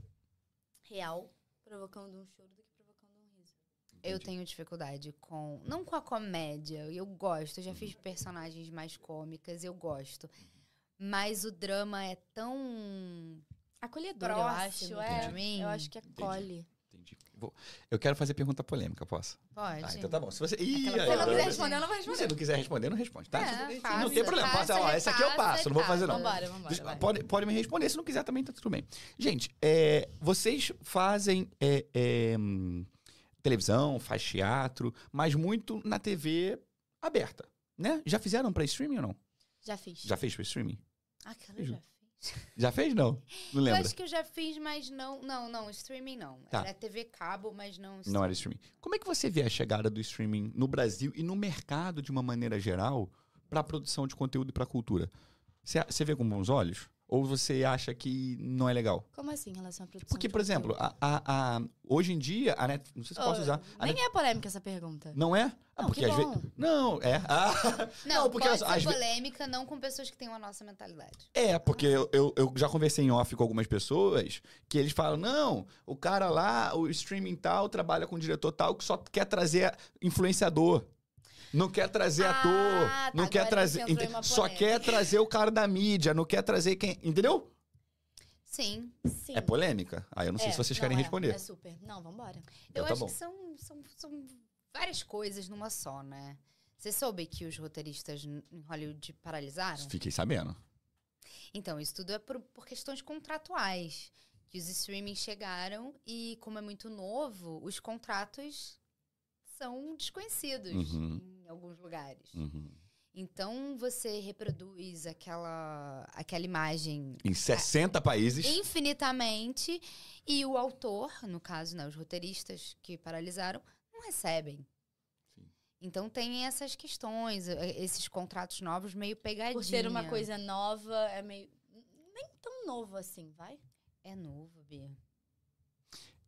C: real provocando um choro do que provocando um riso.
A: Eu tenho dificuldade com. Não com a comédia, eu gosto, eu já
B: Uhum.
A: fiz personagens mais cômicas, eu gosto. Mas o drama é tão
C: Acolhedor, eu acho,
A: próximo de
C: é.
A: mim.
C: Eu acho que acolhe.
B: Entendi. Vou- Eu quero fazer pergunta polêmica, posso?
A: Pode.
B: Ah, então tá bom. Se você. Ih,
A: Aquela Eu
B: aí,
C: Se eu não
A: adoro.
C: quiser
B: agora-
C: responder, eu não vou
B: Se
C: responder.
B: você não quiser responder, não responde, tá?
A: É,
B: Tudo bem.
A: passa,
B: não tem problema. Passa,
A: passa,
B: ó, essa aqui eu
A: repassa,
B: passo, não vou fazer não.
C: Vambora, vambora.
B: Deixa-
C: vai.
B: pode, pode me responder, se não quiser também tá tudo bem. Gente, é, vocês fazem é, é, hum, televisão, faz teatro, mas muito na TV aberta, né? Já fizeram pra streaming ou não?
C: Já fiz. Ah,
B: Já fez pra streaming?
A: Aquela eu já fiz.
B: Já fez não? Não lembra?
A: Eu acho que eu já fiz, mas não. Não, não, streaming não.
B: Tá.
A: Era TV cabo, mas não.
B: Não era streaming. Como é que você vê a chegada do streaming no Brasil e no mercado de uma maneira geral para produção de conteúdo e para cultura? Você você vê com bons olhos? Ou você acha que não é legal?
C: Como assim em relação à produção?
B: Porque,
C: de
B: por exemplo,
C: conteúdo?
B: a, a- a- hoje em dia, a Netflix. Não sei se eu posso
C: Oh,
B: usar. A
C: Nem
B: Net-
C: é polêmica essa pergunta.
B: Não é? Ah,
C: Não,
B: porque
C: que
B: às
C: bom.
B: vezes. Não, é. Ah,
A: Não,
B: Não, porque
A: pode
B: às- às
A: ser
B: ve-
A: polêmica, não com pessoas que têm a nossa mentalidade.
B: É, porque eu, eu- eu já conversei em off com algumas pessoas que eles falam: não, o cara lá, o streaming tal, trabalha com o diretor tal, que só quer trazer influenciador. Não quer trazer
A: Ah,
B: ator,
A: tá,
B: não quer
C: agora
B: trazer.
C: você entrou em
B: ente-
C: uma
B: Só
C: polêmica.
B: quer trazer o cara da mídia, não quer trazer quem. Entendeu?
A: Sim.
C: Sim.
B: É polêmica. Aí eu não sei
C: É,
B: se vocês
C: não,
B: querem
C: é,
B: responder.
C: É super. Não, vambora.
B: Então
A: eu
B: tá
A: acho
B: bom.
A: que são, são, são várias coisas numa só, né? Você soube que os roteiristas n- em Hollywood paralisaram?
B: Fiquei sabendo.
A: Então, isso tudo é por, por questões contratuais. Que os streamings chegaram e, como é muito novo, os contratos são desconhecidos
B: Uhum.
A: em alguns lugares.
B: Uhum.
A: Então, você reproduz aquela, aquela imagem
C: Tá.
B: Em 60 países.
A: infinitamente e o autor, no caso, né, os roteiristas que paralisaram, não recebem.
B: Sim.
A: Então tem essas questões, eh, esses contratos novos meio pegadinha.
C: Por ser uma coisa nova, é meio. Nem tão novo assim, vai?
A: É novo, Bia.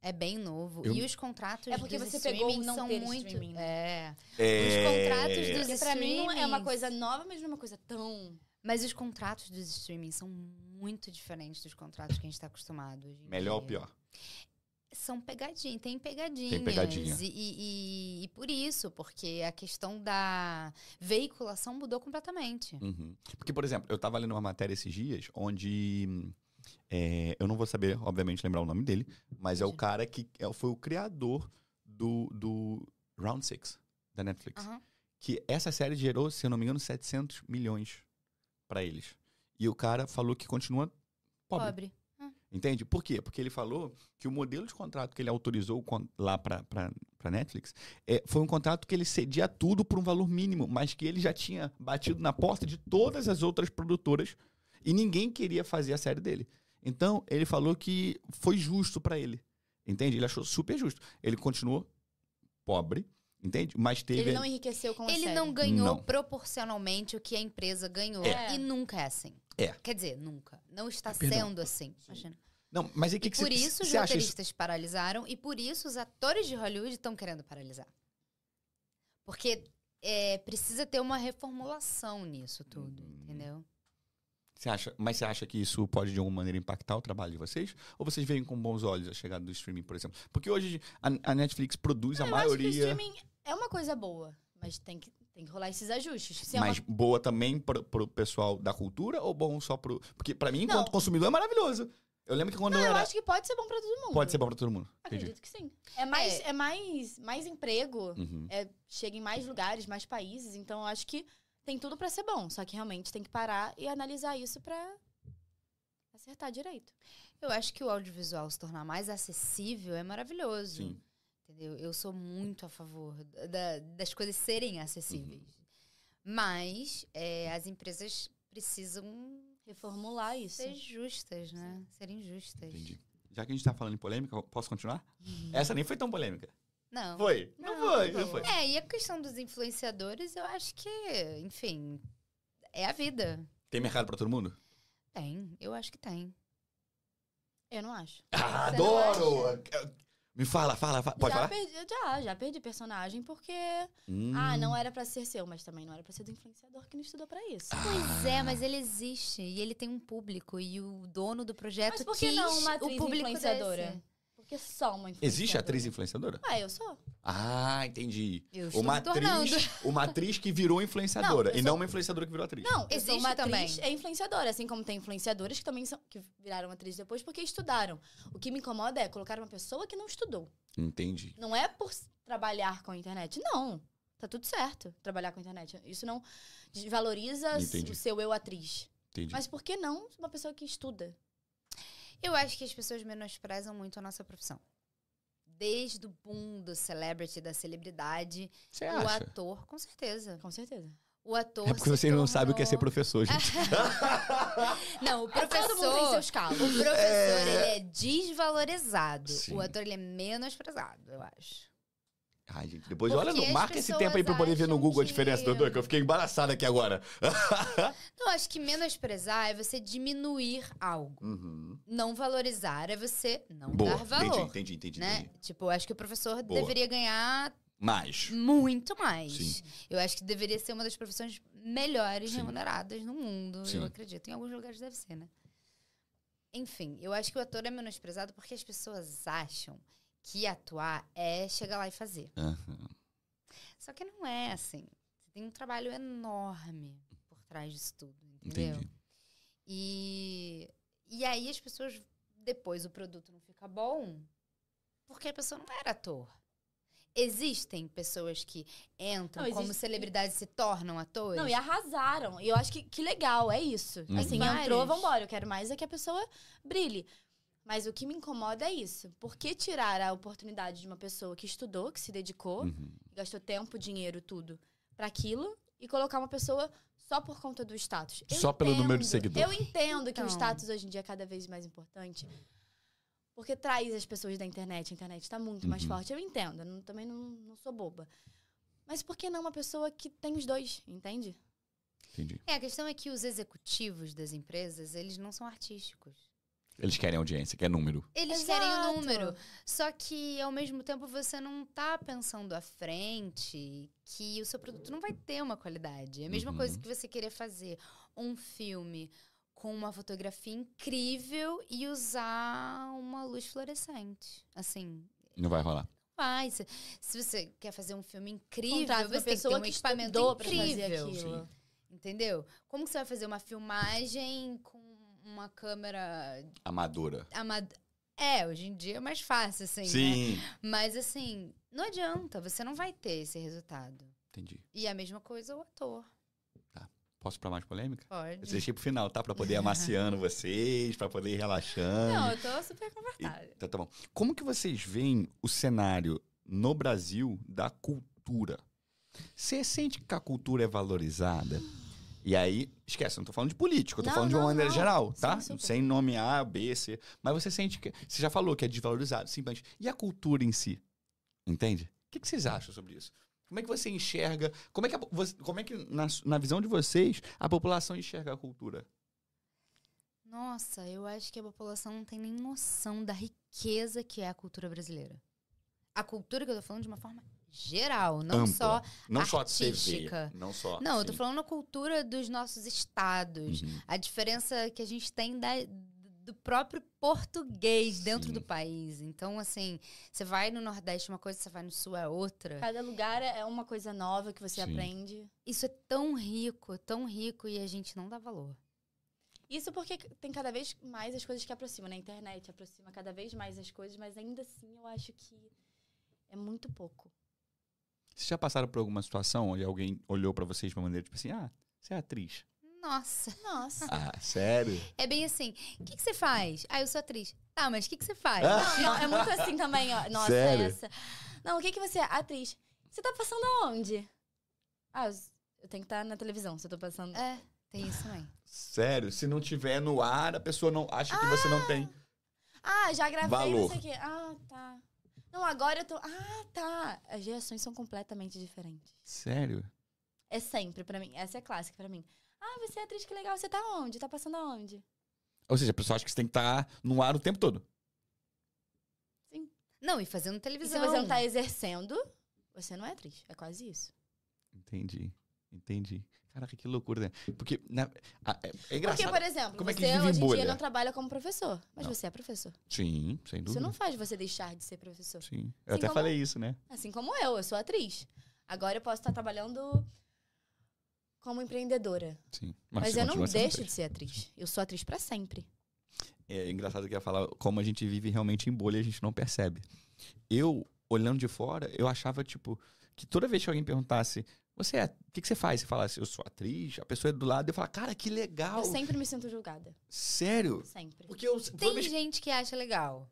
A: É bem novo.
B: Eu-
A: E os contratos
C: É porque
A: dos
C: você pegou o
A: streamings
C: não
A: são
C: ter
A: muito.
C: streaming, né?
A: É.
B: É...
A: Os contratos dos
C: é Porque pra mim não é uma é coisa nova, mas não é uma coisa tão.
A: Mas os contratos dos streaming são muito diferentes dos contratos que a gente está acostumado. hoje em
B: Melhor ou
A: dia.
B: pior?
A: São pegadinhas, tem pegadinhas.
B: pegadinha.
A: E, e- e- e por isso, porque a questão da veiculação mudou completamente.
B: Uhum. Porque, por exemplo, eu tava lendo uma matéria esses dias onde. hum, é, eu não vou saber, obviamente, lembrar o nome dele, mas é o
A: Entendi.
B: cara que é- foi o criador do, do Round Six da Netflix.
A: Aham.
B: Que essa série gerou, se eu não me engano, 700 milhões pra eles. E o cara falou que continua pobre.
A: Pobre.
B: Entende? Por quê? Porque ele falou que o modelo de contrato que ele autorizou con- lá pra, pra, pra Netflix é, foi um contrato que ele cedia tudo por um valor mínimo, mas que ele já tinha batido na porta de todas as outras produtoras e ninguém queria fazer a série dele. Então, ele falou que foi justo pra ele. Entende? Ele achou super justo. Ele continuou pobre, entende? Mas teve.
C: Ele não enriqueceu com a
A: Ele
C: série.
A: não ganhou
B: Não.
A: proporcionalmente o que a empresa ganhou.
C: É.
A: E nunca é assim.
B: É.
A: Quer dizer, nunca. Não está
B: Perdão.
A: sendo assim. Imagina.
B: Não, mas e o que, que
A: por
B: você
A: isso os
B: você acha isso?
A: roteiristas paralisaram e por isso os atores de Hollywood estão querendo paralisar. Porque é, precisa ter uma reformulação nisso tudo,
B: Hum.
A: entendeu?
B: Você acha, mas você acha que isso pode de alguma maneira impactar o trabalho de vocês? Ou vocês veem com bons olhos a chegada do streaming, por exemplo? Porque hoje a, a Netflix produz a
C: Eu acho que o
B: maioria,
C: streaming é uma coisa boa, mas tem que, tem que rolar esses ajustes. Se é uma
B: mas boa também pro, pro pessoal da cultura ou bom só pro. Porque pra mim, enquanto
C: Não.
B: consumidor, é maravilhoso. Eu lembro que quando eu
C: Eu
B: era.
C: acho que pode ser bom pra todo mundo.
B: Pode ser bom pra todo mundo. Entendi.
C: Acredito que sim. É mais,
A: É.
C: é. mais, mais emprego,
B: Uhum.
C: chega em mais lugares, mais países, então eu acho que tem tudo pra ser bom. Só que realmente tem que parar e analisar isso pra acertar direito.
A: Eu acho que o audiovisual se tornar mais acessível é maravilhoso.
B: Sim.
A: Entendeu? Eu sou muito a favor da- das coisas serem acessíveis.
B: Uhum.
A: Mas é, as empresas precisam
C: Reformular isso.
A: ser justas, né? Serem justas.
B: Entendi. Já que a gente tá falando em polêmica, posso continuar? Essa nem foi tão polêmica.
A: Não.
B: Foi? Não,
C: Uhum. Não,
B: foi,
C: não
B: não foi.
A: É, e a questão dos influenciadores, eu acho que, enfim, é a vida.
B: Tem mercado pra todo mundo?
A: Tem, eu acho que tem.
C: Eu não acho.
B: Ah,
C: Você não
B: adoro! Me fala, fala, fala. Pode
C: já
B: falar? Hum.
C: Perdi, já, já perdi personagem porque. Ah, não era pra ser seu, mas também não era pra ser do influenciador que não estudou pra isso.
B: Ah.
A: Pois é, mas ele existe e ele tem um público e o dono do projeto
C: Mas por que
A: é, quis
C: não uma atriz
A: o público
C: influenciadora?
A: desse.
C: Porque só uma
B: Hum.
C: influenciadora.
B: Existe atriz influenciadora?
C: Ah, eu sou.
B: Ah, entendi.
A: Eu estou
B: Uma
A: me tornando.
B: atriz, uma atriz que virou influenciadora. e
C: Não, eu sou-
B: não uma influenciadora que virou atriz.
C: Não, eu sou
A: Existe
C: uma atriz
A: também.
C: é influenciadora, assim como tem influenciadoras que também são que viraram atriz depois porque estudaram. O que me incomoda é colocar uma pessoa que não estudou.
B: Entendi.
C: Não é por s- trabalhar com a internet, não. Tá tudo certo trabalhar com a internet. Isso não desvaloriza s-
B: Entendi.
C: o seu eu atriz.
B: Entendi.
C: Mas por que não uma pessoa que estuda?
A: Eu acho que as pessoas menosprezam muito a nossa profissão. Desde o boom do celebrity, da celebridade,
B: Você
A: o
B: acha?
A: ator, com certeza.
C: Com certeza.
A: O ator.
B: É porque
A: se
B: vocês não
A: tornou-
B: sabem o que é ser professor, gente.
A: Não, o professor.
C: É, Todo mundo tem seus calos.
A: O professor, ele é desvalorizado.
B: Sim.
A: O ator, ele é menosprezado, eu acho.
B: Ai, gente, depois
A: Porque
B: olha, no-
A: as
B: marca esse
A: pessoas
B: tempo aí pra eu poder ver no
A: acham
B: Google a
A: que-
B: diferença, Dodô, que eu fiquei embaraçado aqui agora.
A: Não, Então, acho que menosprezar é você diminuir algo.
B: Uhum.
A: Não valorizar é você não
B: Boa,
A: dar valor.
B: entendi, entendi, entendi.
A: Né?
B: entendi.
A: Tipo, eu acho que o professor
B: Boa.
A: deveria ganhar
B: Mas,
A: muito mais.
B: Sim.
A: Eu acho que deveria ser uma das profissões melhores
B: Sim.
A: remuneradas no mundo,
B: Sim.
A: eu acredito. Em alguns lugares deve ser, né? Enfim, eu acho que o ator é menosprezado porque as pessoas acham que atuar é chegar lá e fazer.
B: aham,
A: Só que não é assim. Você tem um trabalho enorme por trás disso tudo, entendeu?
B: entendi.
A: E, e aí as pessoas. Depois o produto não fica bom porque a pessoa não era ator. Existem pessoas que entram
C: Não,
A: como
C: existe-
A: celebridades e se tornam atores.
C: Não, e arrasaram. E eu acho que, que legal, é isso.
B: Uhum.
C: Assim,
A: Vários.
C: entrou, vambora. Eu quero mais é que a pessoa brilhe. Mas o que me incomoda é isso. Por que tirar a oportunidade de uma pessoa que estudou, que se dedicou,
B: Uhum.
C: gastou tempo, dinheiro, tudo, pra aquilo, e colocar uma pessoa só por conta do status? Eu
B: Só pelo número de
C: entendo-
B: seguidor.
C: Eu entendo que o
A: Então.
C: status hoje em dia é cada vez mais importante. Porque traz as pessoas da internet. A internet tá muito mais
B: Uhum.
C: forte. Eu entendo. eu não- também não, não sou boba. Mas por que não uma pessoa que tem os dois, entende?
B: Entendi.
A: É, a questão é que os executivos das empresas, eles não são artísticos.
B: Eles querem audiência, quer número.
A: Eles
C: Exato.
A: querem o número. Só que, ao mesmo tempo, você não tá pensando à frente que o seu produto não vai ter uma qualidade. É a mesma
B: Uhum.
A: coisa que você querer fazer um filme com uma fotografia incrível e usar uma luz fluorescente. Assim,
B: Não vai rolar.
A: vai. Se, se você quer fazer um filme incrível, você
C: Contrata uma
A: tem que ter
C: pessoa
A: um
C: que
A: equipamento
C: estudou pra fazer
A: incrível.
C: aquilo.
A: Entendeu? Como que você vai fazer uma filmagem com uma câmera
B: Amadora.
A: amad... É, hoje em dia é mais fácil, assim. né? Mas assim, não adianta, você não vai ter esse resultado.
B: Entendi.
A: E é a mesma coisa o ator.
B: Posso pra mais polêmica? Eu
A: Pode.
B: deixei pro final, tá? Pra poder ir amaciando vocês, pra poder ir relaxando.
C: Não, eu tô super confortável.
B: Tá, tá bom. Como que vocês veem o cenário no Brasil da cultura? Você sente que a cultura é valorizada? E aí, esquece, não tô falando de político, eu tô
C: Não,
B: falando de uma
C: não,
B: maneira
C: não.
B: geral,
C: Sim,
B: tá?
C: super.
B: Sem nome A, B, C. Mas você sente que. Você já falou que é desvalorizado, simplesmente. E a cultura em si? Entende? O que, que vocês acham sobre isso? Como é que você enxerga? Como é que, a po- você- como é que na, su- na visão de vocês, a população enxerga a cultura?
A: Nossa, eu acho que a população não tem nem noção da riqueza que é a cultura brasileira. A cultura que eu tô falando de uma forma geral, não
B: Ampla.
A: só.
B: Não só a
A: Artística.
B: TV. Não só.
A: Não, eu tô
B: sim.
A: falando a cultura dos nossos estados.
B: Uhum.
A: A diferença que a gente tem da- do próprio português dentro
B: Sim.
A: do país. Então, assim, você vai no Nordeste é uma coisa, você vai no Sul é outra.
C: Cada lugar é uma coisa nova que você
B: Sim.
C: aprende.
A: Isso é tão rico, tão rico, e a gente não dá valor.
C: Isso porque tem cada vez mais as coisas que aproximam, né? A internet aproxima cada vez mais as coisas, mas ainda assim eu acho que é muito pouco.
B: Vocês já passaram por alguma situação onde alguém olhou pra vocês de uma maneira tipo assim, ah, você é atriz?
A: Nossa.
C: Nossa.
B: Ah, sério?
A: É bem assim. O que, que você faz? Ah, eu sou atriz. Tá, mas o que, que você faz?
B: Ah.
C: Não, não, é muito assim também, ó. Nossa,
B: Sério?
C: essa. Não, o que que você é? Atriz. Você tá passando aonde? Ah, eu s- eu tenho que estar na televisão, se eu tô passando.
A: É, tem isso também.
B: Sério, se não tiver no ar, a pessoa não acha que você não tem.
C: Ah, já gravei,
B: Valor.
C: não sei o quê. Ah, tá. Não, agora eu tô. Ah, tá. As gerações são completamente diferentes.
B: Sério?
C: É sempre pra mim. Essa é clássica pra mim. Ah, você é atriz, que legal. Você tá onde? Tá passando aonde?
B: Ou seja, a pessoa acha que você tem que estar no ar o tempo todo.
A: Não, e fazendo
C: E
A: televisão.
C: se você não tá exercendo, você não é atriz. É quase isso.
B: Entendi, entendi. Caraca, que loucura, né? Porque na- a- é, é
C: Porque,
B: engraçado.
C: por exemplo,
B: Como é que
C: você
B: vive em
C: hoje em dia
B: bolha?
C: não trabalha como professor, mas
B: Não.
C: você é professor.
B: Sim, sem
C: Isso
B: dúvida.
C: não faz você deixar de ser professor.
B: Sim, eu
C: Sim,
B: até
C: como-
B: falei isso, né?
C: Assim como eu, eu sou atriz. Agora eu posso estar trabalhando como empreendedora.
B: Sim.
C: Mas,
B: você
C: eu não
B: continua sendo
C: deixo
B: atriz.
C: de ser atriz. Eu sou atriz pra sempre.
B: É engraçado que eu ia falar como a gente vive realmente em bolha, a gente não percebe. Eu, olhando de fora, eu achava, tipo, que toda vez que alguém perguntasse, você é, o que, que você faz? Você falasse, eu sou atriz, a pessoa é do lado, eu falava, cara, que legal!
C: Eu sempre me sinto julgada.
B: Sério?
C: Sempre.
B: Porque eu, toda
A: Tem
B: vez,
A: gente que acha legal.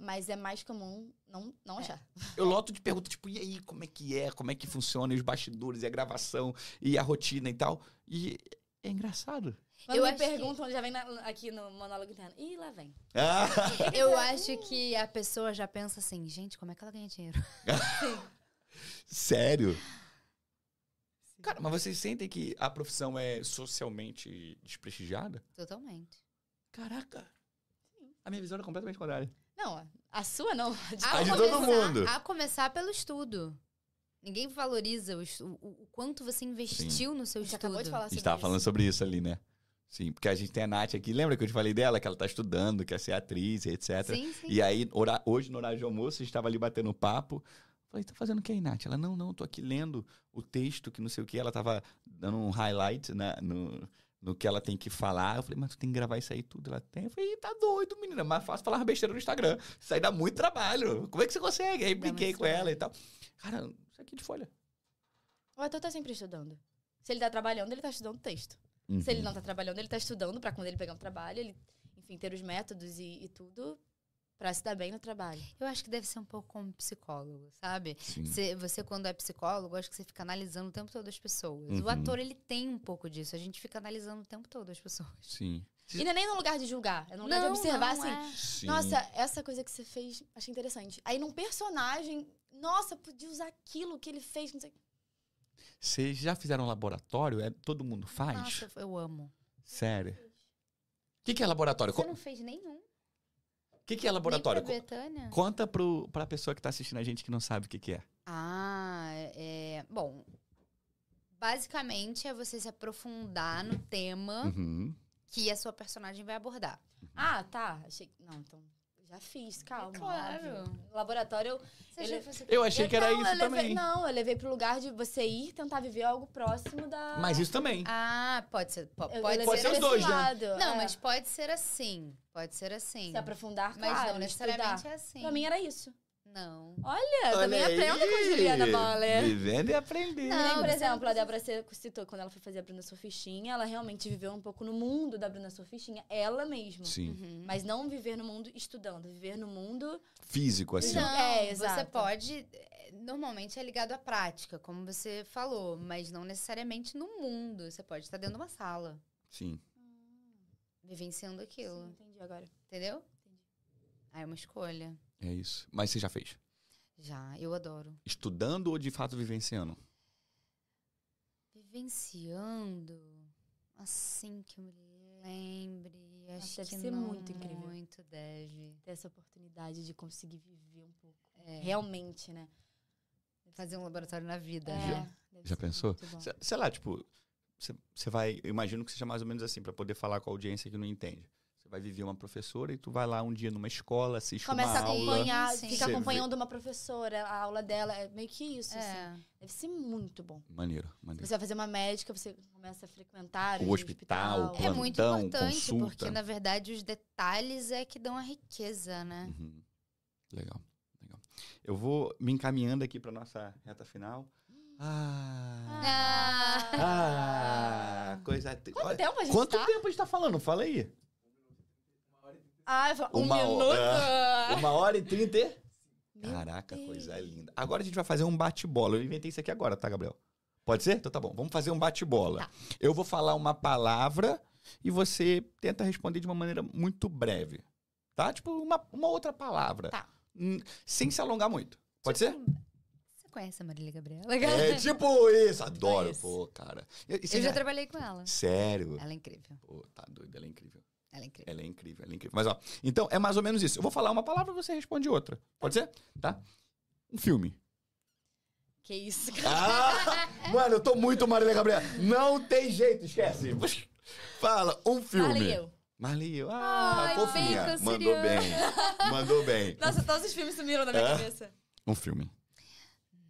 C: Mas é mais comum não,
A: É.
C: não achar.
B: eu loto de perguntas, tipo, e aí, como é que é? Como é que funciona? E os bastidores, e a gravação, e a rotina e tal. E é engraçado.
C: Quando
A: Eu
C: me
A: acho que-
C: perguntam, já vem na- aqui no monólogo interno. Ih, lá vem.
A: Eu acho que a pessoa já pensa assim, gente, como é que ela ganha dinheiro?
B: Sério? Cara, mas vocês sentem que a profissão é socialmente desprestigiada?
A: Totalmente.
B: Caraca! A minha visão era completamente contrária.
C: Não, a sua não.
B: A de todo mundo.
A: A começar pelo estudo. Ninguém valoriza o, estu- o- o quanto você investiu no seu
C: A gente
A: estudo.
C: acabou de falar
B: A
C: sobre
B: gente tava
C: isso.
B: falando sobre isso ali, né? Sim, porque a gente tem a Nath aqui. Lembra que eu te falei dela? Que ela tá estudando, quer ser atriz, etc.
A: Sim, sim.
B: E aí, hora- hoje, no horário de almoço, a gente tava ali batendo papo. Falei, tá fazendo o que aí, Nath? Ela, não, não, tô aqui lendo o texto, que não sei o que. Ela tava dando um highlight na, no, no que ela tem que falar. Eu falei, mas tu tem que gravar isso aí tudo? Ela tem. Eu falei, "Ih, tá doido, menina. Mais fácil falar besteira no Instagram. Isso aí dá muito trabalho. Como é que você consegue? Aí brinquei
A: muito
B: com ela e tal. Cara, isso aqui de folha.
C: O ator tá sempre estudando. Se ele tá trabalhando, ele tá estudando texto.
B: Uhum.
C: Se ele não tá trabalhando, ele tá estudando pra quando ele pegar um trabalho, ele, enfim, ter os métodos e, e tudo pra se dar bem no trabalho.
A: Eu acho que deve ser um pouco como psicólogo, sabe? Você, você, quando é psicólogo, acho que você fica analisando o tempo todo as pessoas.
B: Uhum.
A: O ator, ele tem um pouco disso. A gente fica analisando o tempo todo as pessoas.
B: Sim.
C: E não é nem no lugar de julgar, é no lugar de observar,
A: não
C: assim.
A: é.
B: Sim.
C: Nossa, essa coisa que você fez, achei interessante. Aí num personagem, nossa, podia usar aquilo que ele fez, não sei.
B: Vocês já fizeram laboratório? É, todo mundo faz?
A: Nossa, eu amo.
B: Sério. O que, que é laboratório?
A: Você
B: O
A: não fez nenhum?
B: que, que é laboratório?
A: Nem pra Betânia?
B: Conta pro, pra pessoa que tá assistindo a gente que não sabe o que, que é.
A: Ah, é... Bom, Basicamente é você se aprofundar no tema
B: Uhum.
A: que a sua personagem vai abordar.
C: Ah, tá. Achei... Não, então. Já fiz, calma.
A: É claro.
C: óbvio. No laboratório eu.
A: Você
C: Ele-
A: já fez
B: Eu achei que era
C: não,
B: isso
C: eu levei-
B: também.
C: Então, Não, eu levei pro lugar de você ir tentar viver algo próximo da.
B: Mas isso também.
A: Ah, pode ser. po-
C: Eu
A: Pode,
C: levei
B: Pode
A: ser.
B: ser os
C: desse
A: assim.
B: dois, né?
C: lado,
A: Não,
C: é.
A: mas pode ser assim. Pode ser assim.
C: Se aprofundar,
A: Mas
C: claro,
A: não necessariamente
C: estudar.
A: é assim.
C: Pra mim era isso.
A: Não.
C: Olha, Ah, É, eu também aprendo com a Juliana Baller.
B: Vivendo e aprendendo.
A: Não,
C: Não, por
A: você
C: exemplo, a Débora Seco citou quando ela foi fazer a Bruna Surfistinha, ela realmente viveu um pouco no mundo da Bruna Surfistinha, ela mesma.
B: Sim.
A: Uhum.
C: Mas não viver no mundo estudando, viver no mundo.
B: Físico, assim.
A: Não,
C: É,
A: você
C: exato.
A: pode. eh, Normalmente é ligado à prática, como você falou, mas não necessariamente no mundo. Você pode estar dentro de uma sala,
B: Sim.
A: vivenciando aquilo,
C: Sim, entendi agora.
A: entendeu? Ah, é uma escolha.
B: É isso. Mas você já fez?
A: Já, eu adoro.
B: Estudando ou de fato vivenciando?
A: Vivenciando, assim que eu me lembre,
C: Nossa,
A: acho
C: deve
A: que
C: ser
A: não
C: muito incrível.
A: Muito deve.
C: Ter essa oportunidade de conseguir viver um pouco.
A: É,
C: Realmente, né?
A: fazer um laboratório na vida.
C: É,
A: né?
C: deve
B: Já
C: ser
B: pensou?
C: muito bom.
B: Se- Sei lá, tipo, você você vai. Eu imagino que seja mais ou menos assim, pra poder falar com a audiência que não entende. Você vai viver uma professora e tu vai lá um dia numa escola, assiste
C: Começa a
B: uma aula.
C: acompanhar,
A: Sim, sim.
C: fica
B: Você vê.
C: acompanhando uma professora, a aula dela, é meio que isso. assim.
A: É.
C: Deve ser muito bom.
B: Maneiro, maneiro.
C: Você vai fazer uma médica, você começa a frequentar
B: O hospital, o
A: É
B: plano.
A: muito
B: plantão,
A: importante,
B: consulta.
A: porque na verdade os detalhes é que dão a riqueza,
C: é.
A: né?
B: Uhum. Legal, legal. Eu vou me encaminhando aqui pra nossa reta final. Ah.
A: Ah.
B: Ah, coisa. tri-
C: Quanto
B: Olha,
C: tempo a gente
B: Quanto
C: tá?
B: tempo a gente tá falando? Fala aí.
C: Ah, eu falo, um
B: Uma hora.
C: minuto?
B: Uma hora Ah. e trinta. e-
C: Meu
B: Caraca,
C: Deus.
B: coisa linda. Agora a gente vai fazer um bate-bola. Eu inventei isso aqui agora, tá, Gabriel? Pode ser? Então tá bom. Vamos fazer um bate-bola.
A: Tá.
B: Eu vou falar uma palavra e você tenta responder de uma maneira muito breve. Tá? Tipo, uma, uma outra palavra.
A: Tá. Tipo
B: Hum, Sem se alongar muito. Pode ser?
A: Você conhece a Marília Gabriela?
B: É tipo isso. Adoro,
C: isso.
B: pô, cara. E- e você
A: um Eu já
B: já-
A: trabalhei com ela.
B: Sério?
A: Ela é incrível.
B: Pô, tá doido. Ela é incrível.
A: Ela é incrível.
B: Ela é incrível, ela é incrível. Mas ó, então é mais ou menos isso. Eu vou falar uma palavra e você responde outra. Pode ser? Tá? Um filme.
C: Que isso, cara.
B: Ah, mano, eu tô muito Marília Gabriela. Não tem jeito, esquece. Fala, um filme.
C: Fala eu.
B: Marley e eu. Ah,
A: Ai,
B: fofinha.
A: bem
B: Mandou
A: canceriana.
B: bem. Mandou bem.
C: Nossa, todos os filmes sumiram da minha
B: É?
C: cabeça.
B: Um filme.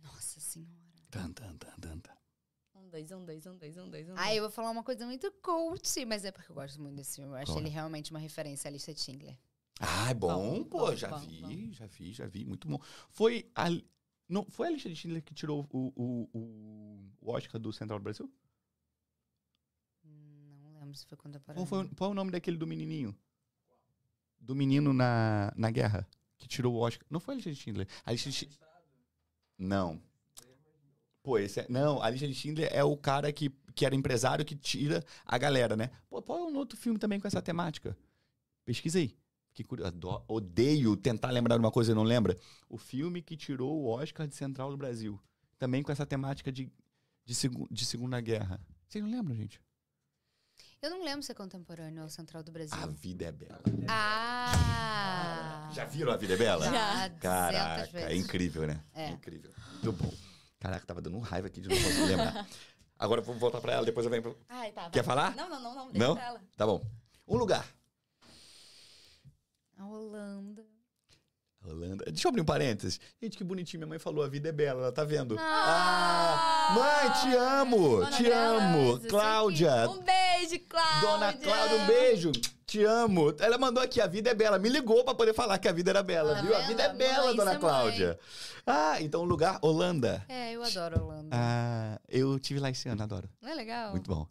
A: Nossa senhora.
B: Tan, tan, tan, tan, tan.
C: Um, dois, um, dois, um, dois, um,
B: Hum.
C: dois, um,
A: Ah,
C: dois.
A: eu vou falar uma coisa muito coach, mas é porque eu gosto muito desse filme. Eu acho
B: Qual é?
A: ele realmente uma referência à lista de Schindler.
B: Ah, é bom,
C: Bom,
B: pô.
C: bom,
B: já
C: bom,
B: vi,
C: bom.
B: já vi, já vi. Muito bom. Foi a, não, foi a lista de Schindler que tirou o, o, o- o Oscar do Central do Brasil?
A: Hum, Não lembro se foi
B: Qual,
A: contemporâneo.
B: foi, o- qual é o nome daquele do menininho? Do menino na, na guerra. Que tirou o Oscar. Não foi a lista de Schindler. A lista de Schindler... Não. Pô, esse é... Não, a lista de Schindler é o cara que, que era empresário que tira a galera, né? Pô, qual é um outro filme também com essa temática? Pesquisa aí. Que curioso. Ado- Odeio tentar lembrar de uma coisa e não lembra. O filme que tirou o Oscar de Central do Brasil. Também com essa temática de, de, segu- de Segunda Guerra. Vocês não lembram, gente?
A: Eu não lembro se é contemporâneo ou Central do Brasil.
B: A Vida é Bela.
A: Ah! Tá
B: Já viram A Vida é Bela?
C: Já.
A: Caraca,
B: Caraca, é incrível, né?
A: É.
B: Incrível. Muito bom. Caraca, tava dando um raiva aqui de não conseguir lembrar. Agora eu vou voltar pra ela, depois eu venho pro...
C: Ai, tá. vai.
B: Quer falar?
C: Não, não, não, não. Deixa
B: Não?
C: pra ela.
B: Tá bom. Um lugar.
A: A Holanda.
B: Holanda. Deixa eu abrir um parênteses. Gente, que bonitinho. Minha mãe falou, a vida é bela, ela tá vendo. Ah! mãe, te amo!
C: Dona
B: te
C: Grazi,
B: amo!
A: sei
B: Cláudia!
C: Um beijo, Cláudia!
B: Dona Cláudia, um beijo! Te amo! Ela mandou aqui, a vida é bela. Me ligou pra poder falar que a vida era bela,
A: Tá
B: viu? A
A: vendo?
B: vida é bela,
A: Mãe,
B: Dona
A: isso é
B: Cláudia. Ah, então lugar, Holanda.
A: É, eu adoro a Holanda.
B: Ah, eu tive lá esse ano, adoro.
A: Não é legal?
B: Muito bom.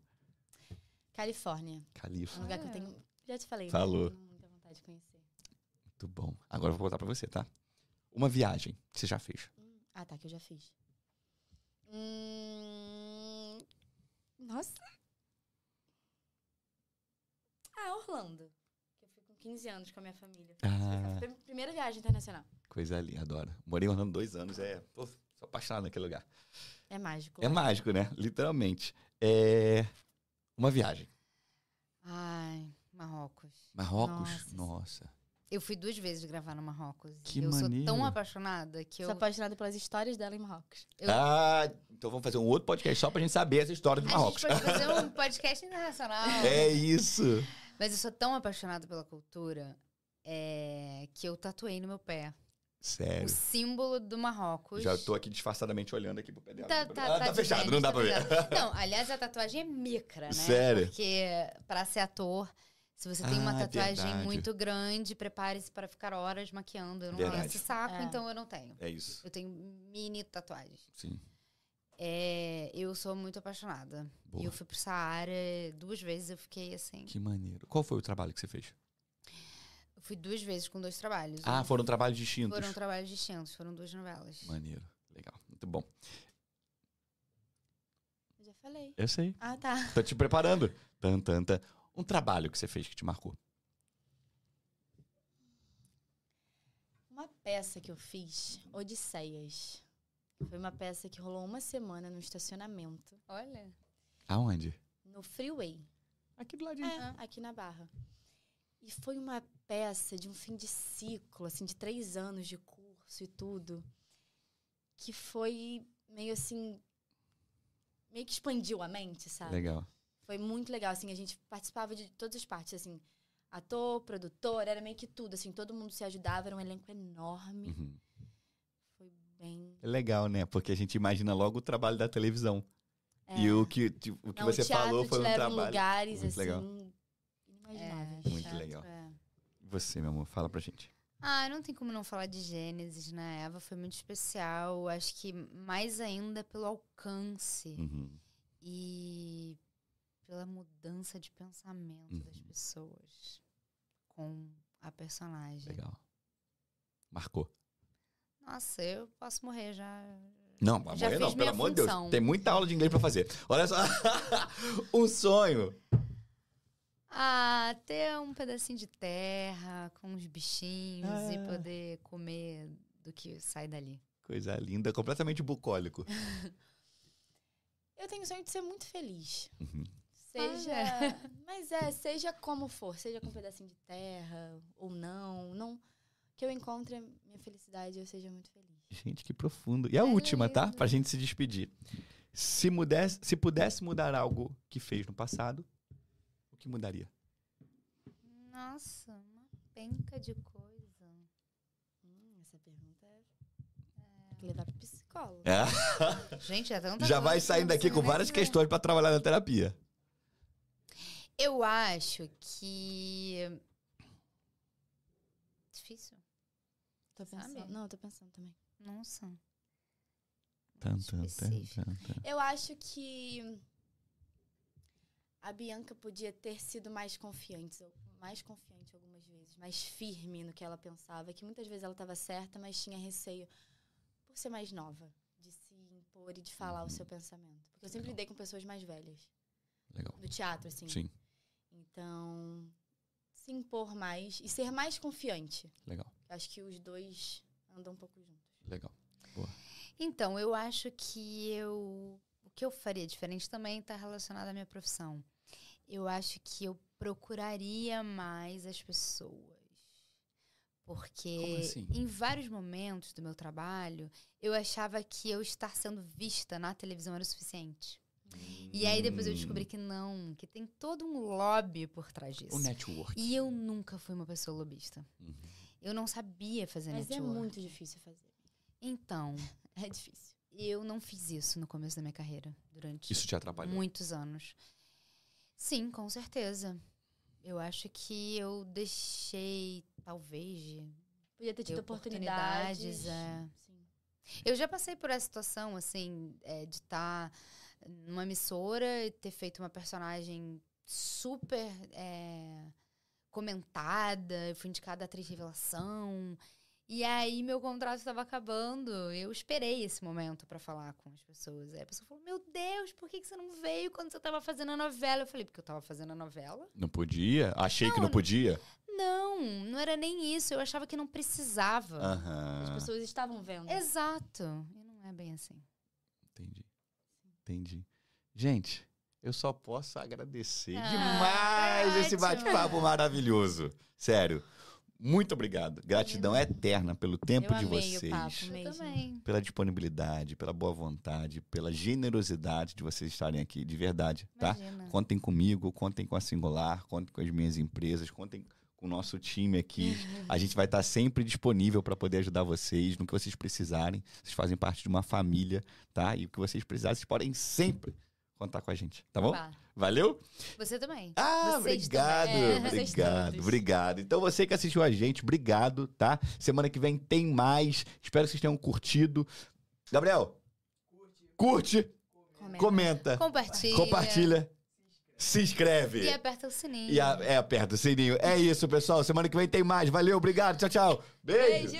C: Califórnia. É um
B: Califa.
C: lugar que eu tenho... Já te falei. né?
B: Falou.
C: Tenho muita vontade de conhecer.
B: Muito bom. Agora eu vou contar pra você, tá? Uma viagem que você já fez.
C: Ah, tá, que eu já fiz. Hum... Nossa. Ah, Orlando. Que eu fui com 15 anos com a minha família.
B: Ah.
C: Foi a Primeira viagem internacional.
B: Coisa linda, adoro. Morei em Orlando dois anos, é. Pô, sou apaixonado naquele lugar.
C: É mágico.
B: É mágico, né? Literalmente. É. Uma viagem.
A: Ai, Marrocos.
B: Marrocos?
C: Nossa.
B: Nossa.
A: Eu fui duas vezes gravar no Marrocos.
B: Que
A: eu sou
B: maneiro.
A: tão apaixonada que eu.
C: Sou apaixonada pelas histórias dela em Marrocos.
A: Eu-
B: Ah, então vamos fazer um outro podcast só pra gente saber essa história do
A: A gente
B: Marrocos.
A: pode fazer um podcast internacional.
B: É isso.
A: Mas eu sou tão apaixonada pela cultura é, que eu tatuei no meu pé o
B: Sério.
A: símbolo do Marrocos.
B: Já tô aqui disfarçadamente olhando aqui pro pé dela.
A: Tá,
B: Ah,
A: tá,
B: tá,
A: tá
B: fechado,
A: diferente,
B: não dá
A: tá
B: pra ver.
A: fechado. Não, aliás, a tatuagem é micra, né?
B: Sério?
A: Porque pra ser ator, se você tem uma
B: Ah,
A: tatuagem
B: verdade.
A: muito grande, prepare-se para ficar horas maquiando. Eu não
B: Verdade.
A: tenho esse saco,
C: É.
A: então eu não tenho.
B: É isso.
A: Eu tenho mini tatuagens.
B: Sim.
A: É, eu sou muito apaixonada. E
B: Boa.
A: eu fui pro Saara duas vezes, eu fiquei assim.
B: Que maneiro. Qual foi o trabalho que você fez?
A: Eu fui duas vezes com dois trabalhos.
B: Ah,
A: Um
B: foram trabalhos distintos.
A: Foram trabalhos distintos, foram duas novelas.
B: Maneiro. Legal. Muito bom.
C: Eu já falei.
B: Eu sei.
C: Ah, tá.
B: Tô te preparando. Tan, tan, tan. Um trabalho que você fez que te marcou.
C: Uma peça que eu fiz, Odisseias. Foi uma peça que rolou uma semana no estacionamento,
A: Olha.
B: Aonde?
C: no freeway,
B: Aqui do ladinho.
C: é, aqui na Barra. E foi uma peça de um fim de ciclo, assim, de três anos de curso e tudo, que foi meio assim. meio que expandiu a mente, sabe?
B: Legal.
C: Foi muito legal, assim, a gente participava de todas as partes, assim, ator, produtor, era meio que tudo, assim, todo mundo se ajudava, era um elenco enorme,
B: Uhum.
C: foi bem...
B: É Legal, né? Porque a gente imagina logo o trabalho da televisão.
C: É.
B: E o que, tipo, o que
C: Não,
B: você
C: o teatro
B: falou
C: te
B: foi um
C: leva em
B: trabalho.
C: lugares,
B: muito
C: assim,
B: legal.
C: inimagináveis.
A: É,
B: Muito
C: Teatro,
B: legal.
C: é.
B: Você, meu amor, fala pra gente.
A: Ah, não tem como não falar de Gênesis, né? Eva foi muito especial. Acho que mais ainda pelo alcance
B: Uhum.
A: e pela mudança de pensamento das
B: Uhum.
A: pessoas com a personagem.
B: Legal. Marcou.
A: Nossa, eu posso morrer já.
B: Não, mas
A: Já
B: amanhã não,
A: fiz
B: pelo
A: minha
B: amor de Deus.
A: função.
B: Tem muita aula de inglês pra fazer. Olha só. um sonho.
A: Ah, ter um pedacinho de terra com uns bichinhos e
B: Ah.
A: poder comer do que sai dali.
B: Coisa linda, completamente bucólico.
C: Eu tenho o sonho de ser muito feliz.
B: Uhum.
C: Seja...
A: Ah,
C: Mas é, seja como for, seja com um pedacinho de terra ou não, não... Que eu encontre a minha felicidade e eu seja muito feliz.
B: Gente, que profundo. E a última, tá? Pra gente se despedir. Se, mudesse, se pudesse mudar algo que fez no passado, o que mudaria?
A: Nossa, uma penca de coisa.
C: Hum, essa pergunta é... Tem que levar pro psicólogo.
B: É,
A: Gente, é tanta
B: já
A: coisa
B: vai
A: que é.
B: saindo
A: não
B: daqui
A: sei
B: com
A: nem
B: várias
A: dizer.
B: questões pra trabalhar na terapia.
A: Eu acho que. Difícil.
C: Tô pensando.
A: Sabe?
C: Não, eu tô pensando também.
A: Nossa.
B: Tan,
A: tan, tan, tan,
C: Eu acho que a Bianca podia ter sido mais confiante, mais confiante algumas vezes, mais firme no que ela pensava, que muitas vezes ela estava certa, mas tinha receio por ser mais nova, de se impor e de falar o seu pensamento. Porque eu sempre
B: Legal.
C: lidei com pessoas mais velhas,
B: Legal.
C: no teatro assim.
B: Sim,
C: Então, se impor mais e ser mais confiante.
B: legal,
C: Eu Acho que os dois andam um pouco juntos.
B: legal.
A: Então, eu acho que eu. O que eu faria diferente também está relacionado à minha profissão. Eu acho que eu procuraria mais as pessoas. Porque
B: Como assim?
A: em vários momentos do meu trabalho, eu achava que eu estar sendo vista na televisão era o suficiente. E aí depois eu descobri que não, que tem todo um lobby por trás disso.
B: Hum. O network.
A: E eu nunca fui uma pessoa lobista.
B: Uhum.
A: Eu não sabia fazer
C: Mas é
A: network.
C: muito difícil fazer.
A: Então,
C: É difícil.
A: eu não fiz isso no começo da minha carreira, durante
B: Isso te atrapalhou.
A: muitos anos. Sim, com certeza. Eu acho que eu deixei, talvez. de-
C: Podia ter tido
A: de
C: oportunidades.
A: é.
C: Sim.
A: Eu já passei por essa situação, assim, é, de estar numa emissora e ter feito uma personagem super é, comentada. Eu fui indicada a atriz revelação. E aí meu contrato estava acabando. Eu esperei esse momento para falar com as pessoas. Aí a pessoa falou: Meu Deus, por que, que você não veio quando você estava fazendo a novela? Eu falei: Porque eu estava fazendo a novela.
B: Não podia? Achei que não podia?
A: Não, não era nem isso. Eu achava que não precisava.
C: As
B: Aham.
C: pessoas estavam vendo.
A: Exato. E não é bem assim.
B: Entendi. Entendi. Gente, eu só posso agradecer
A: Ah,
B: demais
A: tá
B: esse
A: ótimo.
B: bate-papo maravilhoso. Sério. Muito obrigado. Gratidão eterna pelo tempo
C: Eu
B: de
C: amei o
B: vocês,
C: papo.
A: Eu
C: Mesmo.
A: também.
B: pela disponibilidade, pela boa vontade, pela generosidade de vocês estarem aqui, de verdade, tá?
A: Imagina.
B: Contem comigo, contem com a Singular, contem com as minhas empresas, contem com o nosso time aqui. A gente vai estar sempre disponível para poder ajudar vocês no que vocês precisarem. Vocês fazem parte de uma família, tá? E o que vocês precisarem, vocês podem sempre contar com a gente, tá bom?
A: Pá,
B: Valeu?
A: Você também.
B: Ah,
A: Vocês
B: obrigado,
A: também.
C: É, vocês
B: obrigado,
C: todos.
B: obrigado. Então você que assistiu a gente, obrigado, tá? Semana que vem tem mais. Espero que vocês tenham curtido. Gabriel, curte,
C: Comenta.
B: comenta,
A: Compartilha.
B: Ah, compartilha, se inscreve.
A: E aperta o sininho.
B: E a- é, aperta o sininho. É isso, pessoal. Semana que vem tem mais. Valeu, obrigado. Tchau, tchau. Beijo.
A: Beijo.